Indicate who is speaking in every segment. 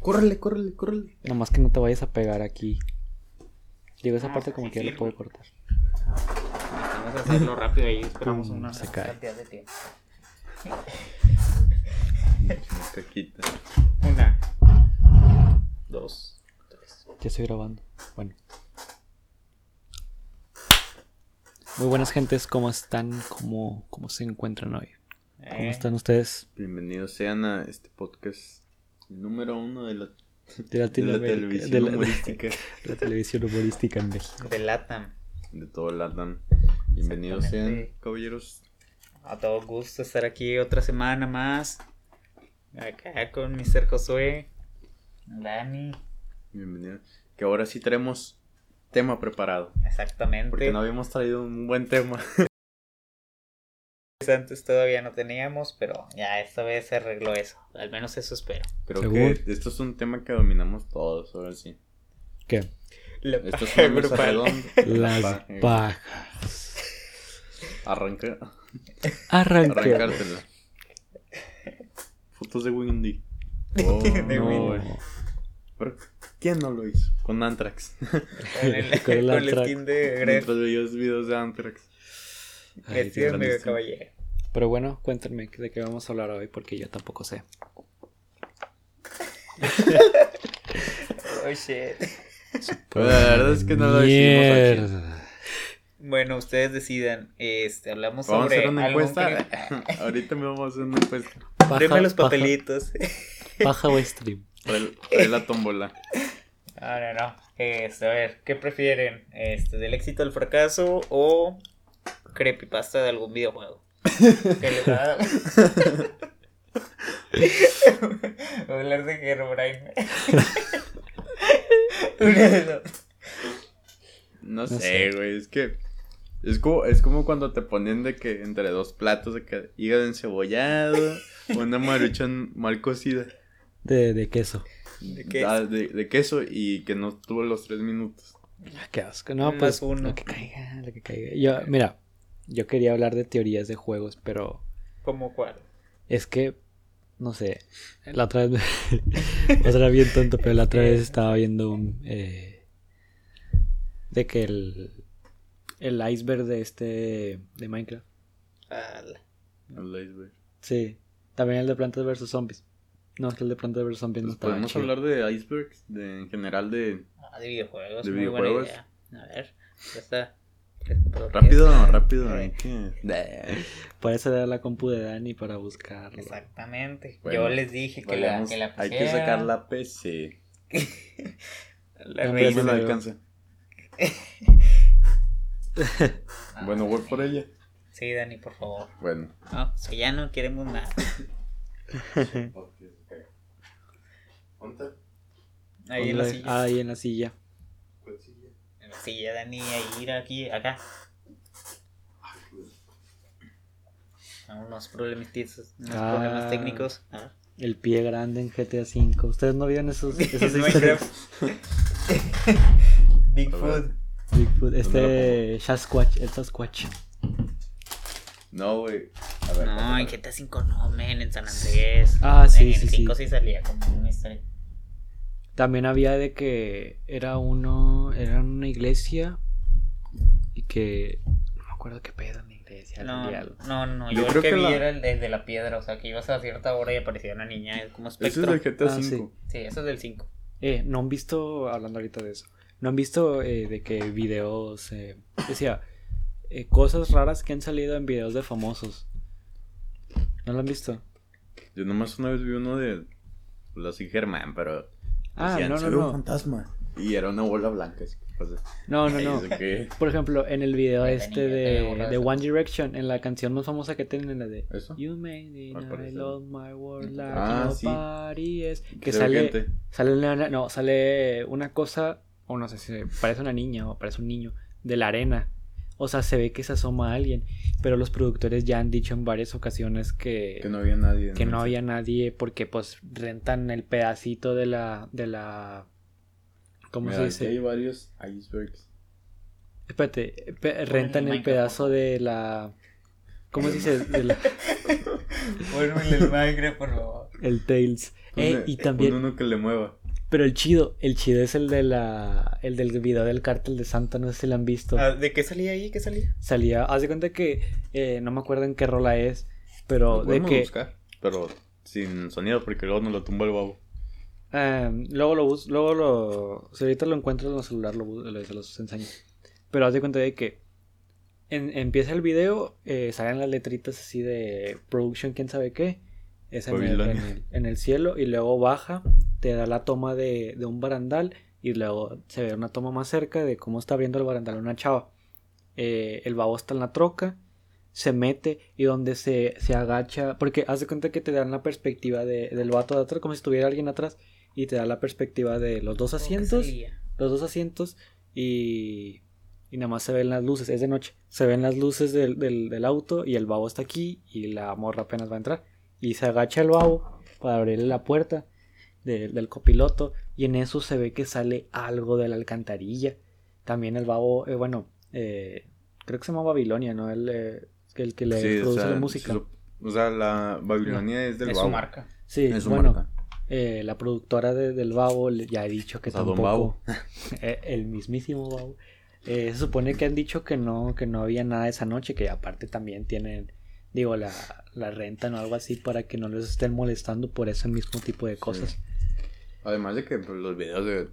Speaker 1: Córrele, córrele, córrele.
Speaker 2: Nomás que no te vayas a pegar aquí. Digo, esa
Speaker 3: Ah,
Speaker 2: parte como
Speaker 3: sí,
Speaker 2: que ya
Speaker 3: sí,
Speaker 2: la puedo
Speaker 3: güey.
Speaker 2: cortar.
Speaker 3: Vamos a hacerlo rápido ahí,
Speaker 1: Mm,
Speaker 3: esperamos
Speaker 2: Pum,
Speaker 3: una
Speaker 2: se cae.
Speaker 3: cantidad de tiempo.
Speaker 1: Caquita.
Speaker 3: Una, dos, tres.
Speaker 2: Ya estoy grabando. Bueno. Muy buenas gentes, ¿cómo están? ¿Cómo, cómo se encuentran hoy? ¿Cómo
Speaker 3: Eh,
Speaker 2: están ustedes?
Speaker 1: Bienvenidos sean a este podcast número uno de la,
Speaker 2: De la,
Speaker 1: de la
Speaker 2: Latinoamérica-
Speaker 1: televisión
Speaker 2: de la- de-
Speaker 1: humorística
Speaker 2: la televisión humorística en México.
Speaker 3: De Latam.
Speaker 1: de todo Latam. Bienvenidos sean,
Speaker 3: Exactamente.
Speaker 1: caballeros.
Speaker 3: A todo gusto estar aquí otra semana más. Acá con Mr. Josué, Dani.
Speaker 1: Bienvenidos. Que ahora sí traemos tema preparado.
Speaker 3: Exactamente.
Speaker 1: Porque no habíamos traído un buen tema.
Speaker 3: Pues Antes todavía no teníamos, pero ya esta vez se arregló eso. Al menos eso espero.
Speaker 1: Creo
Speaker 2: ¿Seguro?
Speaker 1: que esto es un tema que dominamos todos, ahora sí.
Speaker 2: ¿Qué?
Speaker 3: La
Speaker 1: Esto es
Speaker 3: paja
Speaker 1: una mesa
Speaker 3: grupal.
Speaker 1: redonda.
Speaker 2: Las
Speaker 1: Paja.
Speaker 2: pajas.
Speaker 1: Arranca,
Speaker 2: Arranca.
Speaker 1: arrancártela. Fotos de Oh, Windy.
Speaker 3: De
Speaker 2: No.
Speaker 3: Windy.
Speaker 1: Pero, ¿Quién no lo hizo? Con Anthrax.
Speaker 3: Con el,
Speaker 2: Con el
Speaker 3: con el
Speaker 2: Antrax.
Speaker 3: skin de Gref.
Speaker 1: Mientras veías videos de Anthrax.
Speaker 2: Ay,
Speaker 3: Vestido
Speaker 2: Dios.
Speaker 3: de
Speaker 1: grandísimo.
Speaker 3: caballero.
Speaker 2: Pero bueno, cuéntenme de qué vamos a hablar hoy porque yo tampoco sé.
Speaker 3: Oh shit.
Speaker 1: Pero la verdad es que no lo hicimos aquí.
Speaker 2: Mierda.
Speaker 3: Bueno, ustedes decidan. Este, hablamos
Speaker 1: Vamos a
Speaker 3: sobre.
Speaker 1: hacer una
Speaker 3: algún
Speaker 1: encuesta.
Speaker 3: crimen.
Speaker 1: Ahorita me vamos a hacer una encuesta.
Speaker 2: Paja,
Speaker 3: Denme los
Speaker 2: paja,
Speaker 3: papelitos.
Speaker 2: Paja o stream.
Speaker 1: Trae trae la tómbola.
Speaker 3: No, no, no. Este, a ver, ¿qué prefieren? Este, ¿Del éxito al fracaso o creepypasta de algún videojuego? ¿Qué les va a dar? Voy a hablar de Herobrine. Una de dos.
Speaker 1: No,
Speaker 2: sé.
Speaker 1: sé, güey. Es que. Es como, es como cuando te ponen de que entre dos platos de que hígado encebollado, una maruchan mal cocida
Speaker 2: De, de queso.
Speaker 1: ¿De
Speaker 3: queso.
Speaker 1: de, de queso y que no tuvo los tres minutos.
Speaker 2: Ah, Qué asco. No,
Speaker 3: Más
Speaker 2: pues
Speaker 3: uno.
Speaker 2: lo que caiga, lo que caiga. Yo, mira, yo quería hablar de teorías de juegos, pero
Speaker 3: ¿Cómo cuál?
Speaker 2: es que, no sé, la otra vez, me- o sea, era bien tonto, pero la otra vez estaba viendo un, eh, de que el, el iceberg de este, de Minecraft.
Speaker 3: Ah, la-
Speaker 1: El iceberg.
Speaker 2: Sí, también el de Plantas vs Zombies. No, es que el de Plantas vs Zombies no
Speaker 1: Pues
Speaker 2: estaba
Speaker 1: podemos
Speaker 2: chido.
Speaker 1: hablar de icebergs, de, en general de.
Speaker 3: ah, de videojuegos.
Speaker 1: ¿De
Speaker 3: muy
Speaker 1: videojuegos?
Speaker 3: buena idea. A ver, ya está.
Speaker 1: Rápido,
Speaker 3: Esta-
Speaker 1: rápido.
Speaker 3: Eh,
Speaker 1: hay que-
Speaker 2: Para eso era la compu de Dani para buscarlo.
Speaker 3: Exactamente.
Speaker 1: Bueno,
Speaker 3: Yo les dije que la,
Speaker 1: Vayamos,
Speaker 3: que la
Speaker 1: hay que
Speaker 3: pusieran.
Speaker 1: sacar la PC.
Speaker 3: La
Speaker 1: Ya
Speaker 2: No, pero
Speaker 3: raíz.
Speaker 1: me la
Speaker 2: luego.
Speaker 1: alcanza.
Speaker 3: Ah,
Speaker 1: Bueno, voy por ella.
Speaker 3: Sí, Dani, por favor.
Speaker 1: Bueno.
Speaker 3: No, si ya no queremos nada. Ahí en la
Speaker 2: ¿Dónde? Ah,
Speaker 3: silla.
Speaker 2: ahí en la silla.
Speaker 3: En la silla, Dani, ahí, ir aquí, acá. Ah, Unos problemas, unos
Speaker 2: Ah.
Speaker 3: problemas técnicos. Ah.
Speaker 2: El pie grande en GTA V. ¿Ustedes no vieron esos, esas
Speaker 3: En
Speaker 2: historias?
Speaker 3: Minecraft. Bigfoot.
Speaker 2: Bigfoot,
Speaker 1: ¿Dónde
Speaker 2: este Sasquatch, el Sasquatch.
Speaker 1: No, güey. A ver.
Speaker 3: No,
Speaker 1: pásala.
Speaker 3: en GTA 5 no, men, en San Andrés.
Speaker 2: Ah, sí,
Speaker 3: en
Speaker 2: sí,
Speaker 3: el
Speaker 2: sí.
Speaker 3: 5 sí salía como una historia.
Speaker 2: También había de que era uno, era una iglesia y que no me acuerdo qué pedo en la iglesia.
Speaker 3: No,
Speaker 2: había algo.
Speaker 3: no, no, yo,
Speaker 1: Yo
Speaker 3: el
Speaker 1: creo
Speaker 3: que,
Speaker 1: que
Speaker 3: vi
Speaker 1: la-
Speaker 3: era el de, el de la piedra, o sea, que ibas a cierta hora y aparecía una niña es como
Speaker 1: Ese es
Speaker 3: espectro.
Speaker 1: del GTA
Speaker 2: Ah, sí.
Speaker 1: 5.
Speaker 3: Sí, eso es del 5.
Speaker 2: Eh, no han visto, hablando ahorita de eso, no han visto eh, de que videos, eh, decía, eh, cosas raras que han salido en videos de famosos. ¿No lo han visto?
Speaker 1: Yo nomás una vez vi uno de los y Germán, pero.
Speaker 2: Ah,
Speaker 1: decían,
Speaker 2: no, no,
Speaker 1: "Se ve un
Speaker 2: no.
Speaker 1: fantasma. Y era una bola blanca. así que, pues,
Speaker 2: No, no,
Speaker 1: ahí
Speaker 2: no.
Speaker 1: es de que-
Speaker 2: Por ejemplo, en el video
Speaker 3: Ahí
Speaker 2: este
Speaker 3: tenía, tenía
Speaker 2: de,
Speaker 3: borrado
Speaker 2: de
Speaker 3: eso.
Speaker 2: One Direction, en la canción más famosa que tienen, la de
Speaker 1: ¿Eso?
Speaker 2: You made it,
Speaker 1: Al
Speaker 2: I
Speaker 1: parecer.
Speaker 2: love my world like
Speaker 1: Ah, sí.
Speaker 2: nobody else", Que
Speaker 1: Se ve
Speaker 2: sale,
Speaker 1: gente.
Speaker 2: sale una, no, sale una cosa, o no sé si parece una niña o parece un niño, de la arena. O sea, se ve que se asoma a alguien, pero los productores ya han dicho en varias ocasiones que,
Speaker 1: Que no había nadie.
Speaker 2: que no
Speaker 1: sé.
Speaker 2: había nadie porque pues rentan el pedacito de la... De la ¿Cómo
Speaker 1: Mira,
Speaker 2: se
Speaker 1: aquí
Speaker 2: dice?
Speaker 1: Hay varios icebergs.
Speaker 2: Espérate, pe- rentan el
Speaker 3: Minecraft,
Speaker 2: pedazo
Speaker 3: por favor.
Speaker 2: de la. ¿Cómo se dice? De la-
Speaker 3: Ponme el Minecraft, por favor.
Speaker 2: el Tails.
Speaker 1: Pues
Speaker 2: Eh, y también-
Speaker 1: un uno que le mueva.
Speaker 2: Pero el chido, el chido es el de la. El del video del cártel de Santa, no sé si lo han visto.
Speaker 3: Ah, ¿De qué salía ahí? ¿Qué salía?
Speaker 2: Salía, haz de cuenta que eh, no me acuerdo en qué rola es, pero
Speaker 1: Lo
Speaker 2: de
Speaker 1: podemos
Speaker 2: que
Speaker 1: buscar, pero sin sonido porque luego nos lo tumba el babo.
Speaker 2: eh, luego lo bus, luego lo, si ahorita lo encuentro en el celular lo, bus- lo- se los enseño. Pero haz de cuenta de que en- empieza el video, eh, salen las letritas así de production, quién sabe qué, es en el, en,
Speaker 1: Babilonia.
Speaker 2: el, en el cielo y luego baja, te da la toma de, de un barandal y luego se ve una toma más cerca de cómo está abriendo el barandal una chava. Eh, el babo está en la troca, se mete y donde se, se agacha, porque haz de cuenta que te dan la perspectiva de- del vato de atrás, como si estuviera alguien atrás, y te da la perspectiva de los dos
Speaker 3: ¿Cómo que
Speaker 2: asientos,
Speaker 3: salía?
Speaker 2: los dos asientos y, y nada más se ven las luces, es de noche, se ven las luces del, del- del auto y el babo está aquí y la morra apenas va a entrar y se agacha el babo para abrirle la puerta de- del copiloto y en eso se ve que sale algo de la alcantarilla. También el babo, eh, bueno, eh, creo que se llama Babilonia, ¿no? El, eh, el que le
Speaker 1: Sí, o
Speaker 2: produce
Speaker 1: sea,
Speaker 2: la música.
Speaker 1: se sup- O sea, la Babilonia es del
Speaker 3: Es
Speaker 1: babo.
Speaker 3: su marca.
Speaker 2: Sí,
Speaker 1: Es su
Speaker 2: bueno,
Speaker 1: marca.
Speaker 2: eh, la productora de- del Babo le- ya ha dicho que
Speaker 1: O sea, don
Speaker 2: tampoco. Eh, el mismísimo Babo. Eh, se supone que han dicho que no, que no había nada esa noche, que aparte también tienen, digo, la, la rentan o algo así para que no los estén molestando por ese mismo tipo de cosas.
Speaker 1: Además de que pues, los videos de...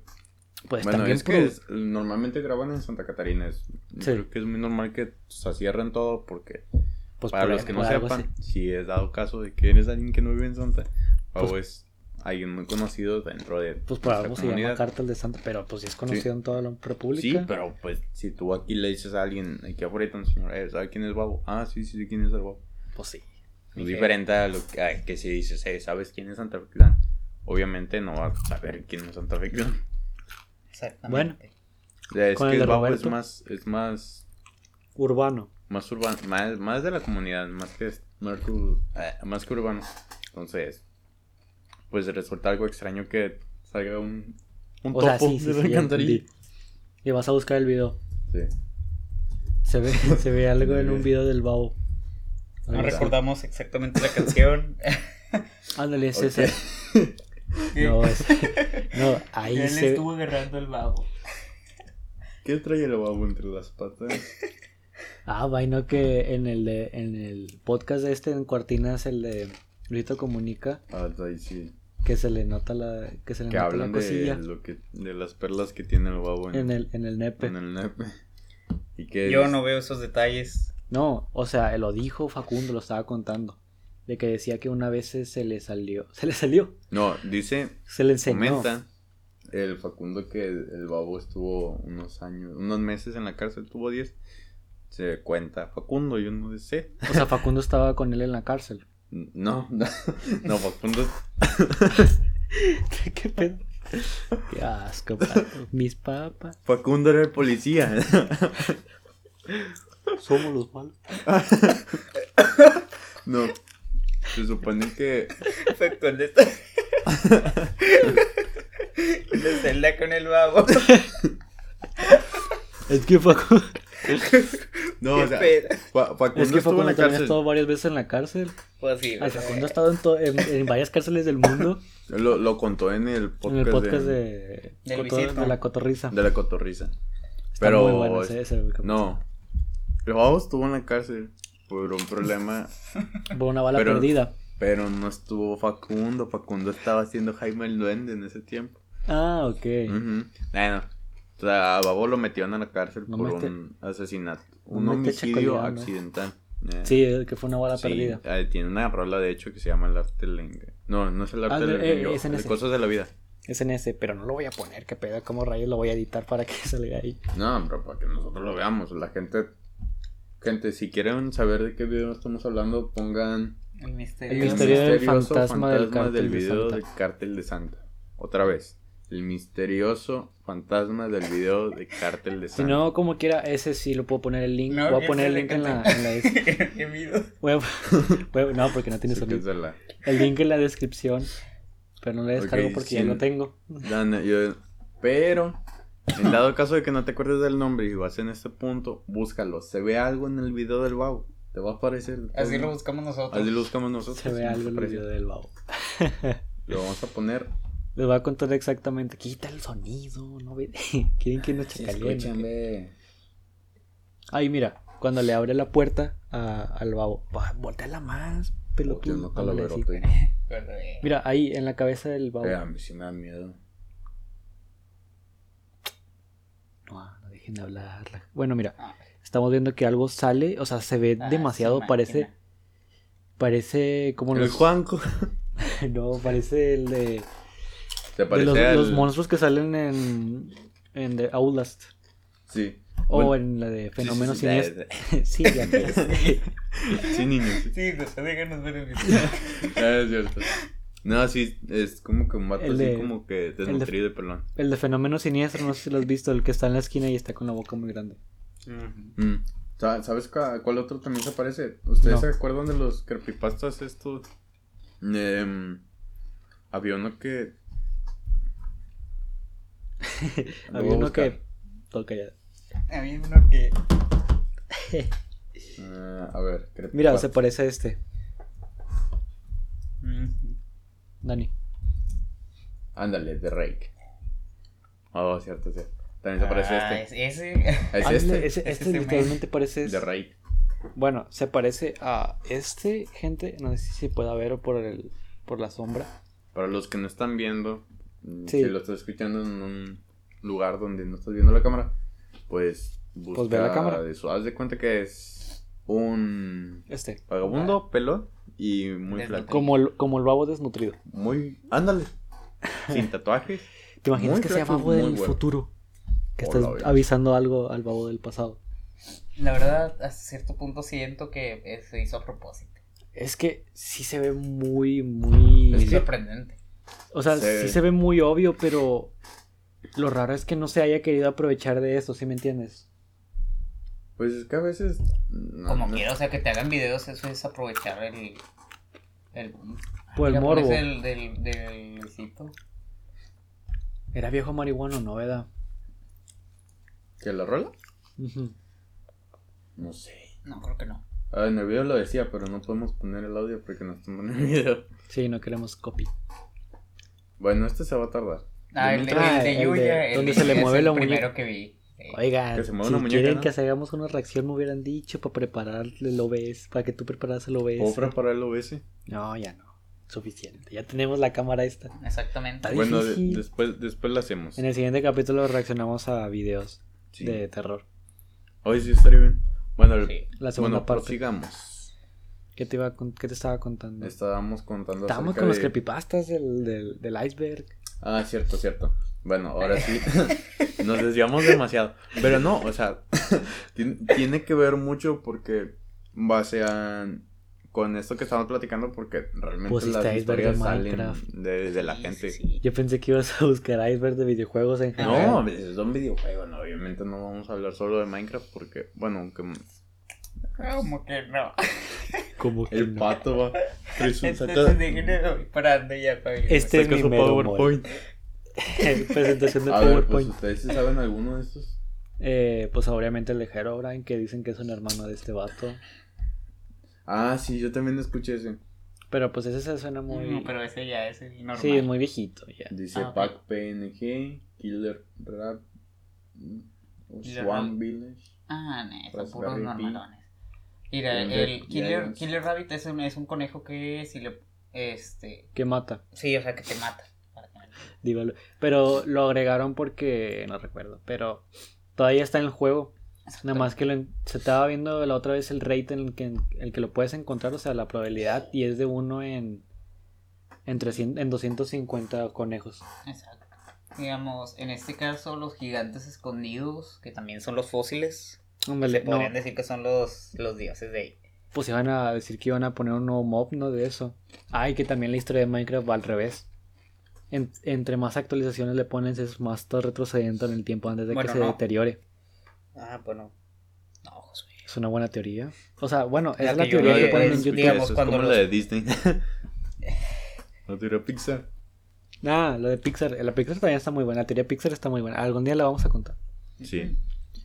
Speaker 2: Pues
Speaker 1: bueno,
Speaker 2: también
Speaker 1: es que
Speaker 2: produ-
Speaker 1: es- normalmente graban en Santa Catarina. Es, Creo que es muy normal que se cierren todo porque...
Speaker 2: pues
Speaker 1: para
Speaker 2: por-
Speaker 1: los que no
Speaker 2: por algo así.
Speaker 1: sepan, si es dado caso de que eres alguien que no vive en Santa, o
Speaker 2: Pues-
Speaker 1: es alguien muy conocido dentro de
Speaker 2: Pues por
Speaker 1: nuestra
Speaker 2: algo se llama Cártel de Santa, pero pues sí es conocido en toda la república.
Speaker 1: Sí, pero pues si tú aquí le dices a alguien, aquí ahorita un señor, eh, ¿sabe quién es Babo? Ah, sí, sí, sí, quién es el Babo.
Speaker 2: Pues sí.
Speaker 1: Es
Speaker 3: Ok.
Speaker 1: diferente a lo que, a que si dices, eh, ¿sabes quién es Santa Fe Clan? Obviamente no vas a saber quién es Santa Fe Clan.
Speaker 3: Exactamente.
Speaker 1: O sea, es
Speaker 2: Con
Speaker 1: que
Speaker 2: el
Speaker 1: el
Speaker 2: de
Speaker 1: Babo es
Speaker 2: Roberto.
Speaker 1: más, es más,
Speaker 2: Urbano.
Speaker 1: más urbano, más, más de la comunidad, más que, más que, ur- eh, más que urbano. Entonces, pues resulta algo extraño que salga un, un
Speaker 2: O
Speaker 1: topo
Speaker 2: sea, sí, sí,
Speaker 1: de la
Speaker 2: sí, ya
Speaker 1: alcantarilla.
Speaker 2: entendí. Y vas a buscar el video.
Speaker 1: Sí.
Speaker 2: Se ve, se ve algo en un video del babo.
Speaker 3: No
Speaker 2: Algo así.
Speaker 3: recordamos exactamente la canción.
Speaker 2: Ándale, es
Speaker 1: Ok.
Speaker 2: ese. No, es- no, ahí
Speaker 3: Él
Speaker 2: se
Speaker 3: estuvo agarrando el babo.
Speaker 1: ¿Qué trae el Babo entre las patas?
Speaker 2: Ah, vaino que en el de, en el podcast de este en Cuartinas el de Luisito comunica
Speaker 1: Ah, ahí sí.
Speaker 2: que se le nota la que se le
Speaker 1: Que
Speaker 2: nota la
Speaker 1: hablan de,
Speaker 2: cosilla
Speaker 1: lo que, de las perlas que tiene el babo en,
Speaker 2: en el en el nepe.
Speaker 1: en el nepe. Y que
Speaker 3: Yo
Speaker 1: es-
Speaker 3: no veo esos detalles.
Speaker 2: No, o sea, él lo dijo Facundo, lo estaba contando de que decía que una vez se le salió, se le salió,
Speaker 1: No, dice,
Speaker 2: se le enseñó.
Speaker 1: comenta el Facundo que el, el babo estuvo unos años, unos meses en la cárcel, tuvo 10. Se cuenta Facundo, yo no sé.
Speaker 2: O sea, Facundo estaba con él en la cárcel.
Speaker 1: No, no, no, Facundo.
Speaker 2: ¿Qué pedo? Qué asco, pato. mis papas.
Speaker 1: Facundo era el policía.
Speaker 2: Somos los malos.
Speaker 1: No. Se supone que
Speaker 3: Cuando está... Cuando está en la con el babo.
Speaker 2: Es que Facundo
Speaker 1: no,
Speaker 3: Qué
Speaker 1: o sea,
Speaker 3: pedo.
Speaker 1: Fa- Facundo
Speaker 2: Es
Speaker 1: estuvo
Speaker 2: que
Speaker 1: en
Speaker 2: Facundo
Speaker 1: la
Speaker 2: también ha
Speaker 1: cárcel.
Speaker 2: estado varias veces en la cárcel.
Speaker 3: Pues sí,
Speaker 2: Al
Speaker 3: güey.
Speaker 2: Facundo ha estado en, to- en- en varias cárceles del mundo.
Speaker 1: Lo, lo contó en el podcast,
Speaker 2: en el podcast
Speaker 1: de,
Speaker 2: de,
Speaker 3: Del
Speaker 2: Cotor-
Speaker 3: Luisito.
Speaker 2: de la cotorriza.
Speaker 1: de la cotorriza.
Speaker 2: Está
Speaker 1: Pero
Speaker 2: muy bueno ese- ese capítulo.
Speaker 1: No. El babo estuvo en la cárcel por un problema,
Speaker 2: Por una bala
Speaker 1: pero-
Speaker 2: perdida.
Speaker 1: pero no estuvo Facundo. Facundo estaba haciendo Jaime el Duende en ese tiempo.
Speaker 2: Ah, ok.
Speaker 1: Ujú. Bueno, o sea, a Babo lo metieron a la cárcel
Speaker 2: No
Speaker 1: por
Speaker 2: me esté-
Speaker 1: un asesinato,
Speaker 2: no
Speaker 1: un
Speaker 2: me esté
Speaker 1: homicidio
Speaker 2: chacoleando.
Speaker 1: accidental. Eh,
Speaker 2: Sí, eh, que fue una bala
Speaker 1: sí,
Speaker 2: perdida.
Speaker 1: eh, tiene una rola de hecho que se llama El arte del enga- No, no es el arte
Speaker 2: Ah,
Speaker 1: del
Speaker 2: eh,
Speaker 1: engaño,
Speaker 2: es en
Speaker 1: de
Speaker 2: ese.
Speaker 1: cosas de la vida.
Speaker 2: Es en ese, pero no lo voy a poner. Que pedo, como rayos lo voy a editar para que salga ahí.
Speaker 1: No, pero para que nosotros lo veamos. La gente. Gente, si quieren saber de qué video estamos hablando, pongan.
Speaker 3: El
Speaker 2: El
Speaker 3: misterio.
Speaker 2: misterio del
Speaker 1: misterioso
Speaker 2: fantasma del cártel de
Speaker 1: video
Speaker 2: Santa.
Speaker 1: del Cártel de Santa. Otra vez. El misterioso fantasma del video de Cártel de Santa.
Speaker 2: Si no, como quiera, ese sí lo puedo poner el link.
Speaker 3: No,
Speaker 2: voy a
Speaker 3: ese
Speaker 2: poner el
Speaker 3: le
Speaker 2: link en la.
Speaker 3: encanta.
Speaker 2: en la des-
Speaker 3: Qué miedo.
Speaker 2: voy a- voy a- no, porque no tiene
Speaker 1: Así que
Speaker 2: sonido.
Speaker 1: la...
Speaker 2: El link en la descripción. Pero no le
Speaker 1: Ok,
Speaker 2: descargo porque ya
Speaker 1: sin-
Speaker 2: lo tengo.
Speaker 1: Dan- yo- Pero. En dado caso de que no te acuerdes del nombre y vas en este punto, búscalo. Se ve algo en el video del babo. Te va a aparecer.
Speaker 3: Así lo buscamos nosotros.
Speaker 1: Así lo buscamos nosotros.
Speaker 2: Se ve
Speaker 1: y nos
Speaker 2: algo en el
Speaker 1: aparece.
Speaker 2: video del babo.
Speaker 1: Lo vamos a poner.
Speaker 2: Les voy a contar exactamente. Quita el sonido, no ve. Quieren que nos chacaleen. ¿no?
Speaker 1: Escúchame.
Speaker 2: Ay, mira, cuando le abre la puerta a- al babo, "Pa, volteala más,
Speaker 1: Yo
Speaker 2: pelotudo.
Speaker 1: Oh, no
Speaker 2: ándale, así.
Speaker 1: calaverote.
Speaker 3: Bueno, eh,
Speaker 2: Mira, ahí en la cabeza del babo.
Speaker 1: Eh, A mí sí me da miedo.
Speaker 2: No, no dejen de hablarla. Bueno, mira,
Speaker 3: Ah.
Speaker 2: estamos viendo que algo sale, o sea, se ve
Speaker 3: ah,
Speaker 2: demasiado,
Speaker 3: esa
Speaker 2: parece,
Speaker 3: máquina.
Speaker 2: parece como
Speaker 1: El
Speaker 2: los...
Speaker 1: Juanco.
Speaker 2: No, parece el de,
Speaker 1: ¿Te
Speaker 2: de
Speaker 1: parece
Speaker 2: los,
Speaker 1: al-
Speaker 2: los monstruos que salen en, en The Outlast.
Speaker 1: Sí.
Speaker 2: O
Speaker 1: Bueno,
Speaker 2: en la de
Speaker 1: sí, sí,
Speaker 2: Fenómeno
Speaker 1: sí, ya,
Speaker 2: Siniestro. sí, ya que-
Speaker 1: Sí, niños. sí.
Speaker 3: Sí, José, déjanos ver el video.
Speaker 1: Ah, es cierto. No, sí, es como que un vato
Speaker 2: El
Speaker 1: así
Speaker 2: de-
Speaker 1: como que desnutrido, perdón.
Speaker 2: El de Fenómeno Siniestro, no sé si lo has visto, el que está en la esquina y está con la boca muy grande.
Speaker 1: Mm. Sa- ¿Sabes cua- cuál otro también se parece? ¿Ustedes
Speaker 2: No.
Speaker 1: se acuerdan de los creepypastas estos? Em, había uno que... Lo voy
Speaker 2: Había
Speaker 1: a
Speaker 2: uno
Speaker 1: buscar.
Speaker 2: que... Ok, ya.
Speaker 3: A mí uno que.
Speaker 1: Ah, a ver,
Speaker 2: Mira,
Speaker 1: creepypasta.
Speaker 2: se parece a este, Dani.
Speaker 1: Ándale, de Rake. Oh, cierto, cierto. También se parece a
Speaker 3: Ah,
Speaker 1: este.
Speaker 3: es- Ese.
Speaker 1: Es
Speaker 2: Ándale,
Speaker 1: este,
Speaker 2: ese-
Speaker 3: Este
Speaker 2: este
Speaker 3: se me-
Speaker 2: literalmente parece...
Speaker 1: de Rake.
Speaker 2: Bueno, se parece a este, gente. No sé si se pueda ver o por, el, por la sombra.
Speaker 1: Para los que no están viendo, mm,
Speaker 2: Sí.
Speaker 1: si lo estás escuchando en un lugar donde no estás viendo la cámara, pues busca
Speaker 2: ve la cámara.
Speaker 1: de eso. Haz de cuenta que es un
Speaker 2: Este.
Speaker 1: vagabundo, pelón y muy
Speaker 3: Desnutrido.
Speaker 1: flaco.
Speaker 2: Como el, como el babo desnutrido.
Speaker 1: Muy, ándale, sin tatuajes.
Speaker 2: ¿Te imaginas
Speaker 1: Muy
Speaker 2: que sea
Speaker 1: flaco,
Speaker 2: babo
Speaker 1: muy
Speaker 2: del
Speaker 1: bueno.
Speaker 2: futuro? Que
Speaker 1: Hola,
Speaker 2: estás
Speaker 1: güey.
Speaker 2: avisando algo al babo del pasado.
Speaker 3: La verdad, hasta cierto punto siento que eh, se hizo a propósito.
Speaker 2: Es que sí se ve muy, muy.
Speaker 1: Es
Speaker 3: Es
Speaker 1: que-
Speaker 3: sorprendente.
Speaker 2: O sea,
Speaker 1: se-
Speaker 2: sí se ve muy obvio, pero. Lo raro es que no se haya querido aprovechar de eso, ¿sí me entiendes?
Speaker 1: Pues es que a veces. no,
Speaker 3: Como
Speaker 1: no-
Speaker 3: quiera, o sea, que te hagan videos, eso es aprovechar el. El.
Speaker 2: Por el
Speaker 3: Mira,
Speaker 2: morbo.
Speaker 3: pones el- del, del Luisito.
Speaker 2: Era viejo marihuano, ¿no? ¿Verdad?
Speaker 1: ¿Que la rola?
Speaker 2: Ujú.
Speaker 1: No sé.
Speaker 3: No, creo que no.
Speaker 1: Ah, en el video lo decía, pero no podemos poner el audio porque no estamos en el video.
Speaker 2: Sí, no queremos copy.
Speaker 1: Bueno, este se va a tardar.
Speaker 3: Ah, el, de-
Speaker 1: Ah,
Speaker 3: el
Speaker 2: el
Speaker 3: de
Speaker 2: de-
Speaker 3: Yuya. el
Speaker 2: donde
Speaker 3: de
Speaker 2: se le
Speaker 3: Yuya es
Speaker 2: mueve
Speaker 3: el
Speaker 2: la
Speaker 3: primero que vi. Sí.
Speaker 2: Oigan,
Speaker 1: Que se mueva
Speaker 2: si
Speaker 1: una muñeca,
Speaker 2: quieren
Speaker 1: ¿no?
Speaker 2: que hagamos una reacción, me hubieran dicho para prepararle el OBS, para que tú prepararas el OBS.
Speaker 1: ¿Puedo preparar el OBS?
Speaker 2: No, ya no. Suficiente. Ya tenemos la cámara esta.
Speaker 3: Exactamente.
Speaker 2: Está
Speaker 1: Bueno, de-
Speaker 2: difícil.
Speaker 1: después, después lo hacemos.
Speaker 2: En el siguiente capítulo reaccionamos a videos
Speaker 1: Sí.
Speaker 2: de terror.
Speaker 1: Hoy sí estaría bien. Bueno, el-
Speaker 3: Sí.
Speaker 2: La segunda
Speaker 1: bueno pues
Speaker 2: parte.
Speaker 1: prosigamos.
Speaker 2: ¿Qué te, iba a con- qué te estaba contando?
Speaker 1: Estábamos contando
Speaker 2: Estábamos
Speaker 1: acerca
Speaker 2: con los
Speaker 1: de-
Speaker 2: creepypastas del, del, del iceberg.
Speaker 1: Ah, cierto, cierto. Bueno, ahora sí. Nos desviamos demasiado. Pero no, o sea, tien- tiene que ver mucho porque basean con esto que estamos platicando porque realmente
Speaker 2: Pusiste
Speaker 1: las
Speaker 2: iceberg de
Speaker 1: historias salen
Speaker 2: Minecraft.
Speaker 1: de, de la
Speaker 3: Sí,
Speaker 1: gente.
Speaker 3: sí, sí.
Speaker 2: Yo pensé que ibas a buscar iceberg de videojuegos en
Speaker 1: No,
Speaker 2: general.
Speaker 1: pues, es un videojuego, no, obviamente no vamos a hablar solo de Minecraft porque, bueno, aunque
Speaker 3: Como que no. Este
Speaker 2: Como que
Speaker 1: el
Speaker 2: no.
Speaker 1: pato va
Speaker 3: Entonces dije, no, voy parando ya para ir.
Speaker 2: Este es mi
Speaker 1: su
Speaker 2: mero mole.
Speaker 1: PowerPoint.
Speaker 2: Presentación de
Speaker 1: A ver, pues
Speaker 2: PowerPoint.
Speaker 1: ustedes sí saben alguno de estos.
Speaker 2: Eh, pues obviamente el de Herobrine, que dicen que es un hermano de este vato.
Speaker 1: Ah, sí, yo también escuché ese.
Speaker 2: Pero pues ese se suena muy...
Speaker 3: No, pero ese ya es el normal.
Speaker 2: Sí, es muy viejito ya.
Speaker 1: Dice
Speaker 3: Ah, ok.
Speaker 1: Pac PNG, Killer Rap, mm,
Speaker 3: Killer
Speaker 1: Swan
Speaker 3: Rap.
Speaker 1: Village.
Speaker 3: Ah, no, son
Speaker 1: Raspberry
Speaker 3: puros
Speaker 1: Pi.
Speaker 3: normalones. Mira,
Speaker 1: El
Speaker 3: el,
Speaker 1: de- ya
Speaker 3: Killer,
Speaker 1: es-
Speaker 3: Killer Rabbit es un, es un conejo que si le. Este.
Speaker 2: Que mata.
Speaker 3: Sí, o sea, que te mata.
Speaker 2: Dígalo. Pero lo agregaron porque no recuerdo. Pero todavía está en el juego. Nada más que lo en- se estaba viendo la otra vez el rate en el que, el que lo puedes encontrar, o sea, la probabilidad, y es de uno en, en, 300 en 250 conejos.
Speaker 3: Exacto. Digamos, en este caso, los gigantes escondidos, que también son los fósiles,
Speaker 2: Ándale,
Speaker 3: se
Speaker 2: no,
Speaker 3: podrían decir que son los, los dioses de ahí.
Speaker 2: pues iban a decir que iban a poner un nuevo mob, ¿no? De eso. Ay, que también la historia de Minecraft va al revés. En- entre más actualizaciones le pones, es más está retrocediendo en el tiempo antes de
Speaker 3: Bueno,
Speaker 2: que se
Speaker 3: no.
Speaker 2: deteriore.
Speaker 3: Ah, bueno. No, Josué.
Speaker 2: Es una buena teoría. O sea, bueno, esa
Speaker 3: La
Speaker 2: es la
Speaker 3: que yo
Speaker 2: teoría
Speaker 3: leí
Speaker 2: que ponen en
Speaker 3: es-
Speaker 2: YouTube.
Speaker 3: digamos,
Speaker 1: Eso es
Speaker 3: cuando
Speaker 1: como
Speaker 3: los-
Speaker 1: la de Disney. No tira Pixar.
Speaker 2: Ah, la de Pixar. La Pixar también está muy buena. La teoría de Pixar está muy buena. Algún día la vamos a contar.
Speaker 1: Sí.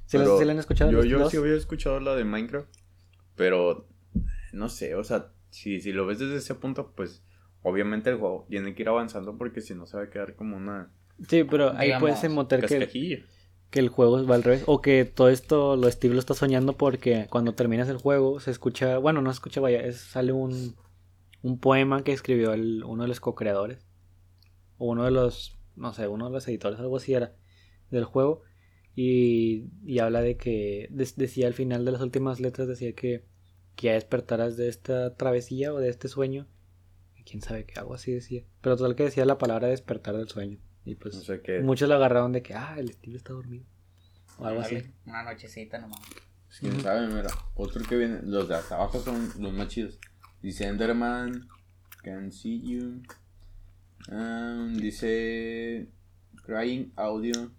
Speaker 2: ¿Se la,
Speaker 1: Pero
Speaker 2: sí la han escuchado?
Speaker 1: Yo,
Speaker 2: los
Speaker 1: yo
Speaker 2: dos?
Speaker 1: sí había escuchado la de Minecraft, pero no sé, o sea, si, si lo ves desde ese punto, pues obviamente el juego tiene que ir avanzando porque si no se va a quedar como una
Speaker 2: Sí, pero ahí
Speaker 3: Digamos,
Speaker 2: puedes emotar que,
Speaker 1: cascajilla.
Speaker 2: que el juego va al revés. O que todo esto lo Steve lo está soñando porque cuando terminas el juego se escucha. Bueno, no se escucha, vaya, es- sale un, un poema que escribió el- uno de los co-creadores. O uno de los. No sé, uno de los editores, algo así era. Del juego. Y, y habla de que. des- decía al final de las últimas letras, decía que. Que ya despertaras de esta travesía o de este sueño. Y Quién sabe qué, algo así decía. Pero total que decía la palabra despertar del sueño. Y pues.
Speaker 1: O sea que
Speaker 2: Muchos lo agarraron de que, ah, el Steve está dormido. O algo
Speaker 3: Ándale,
Speaker 2: así.
Speaker 3: Una nochecita nomás.
Speaker 1: pues, quién sabe, mira, otro que viene, los de hasta abajo son los más chidos. Dice Enderman, Can See You. Um, dice Crying Audio.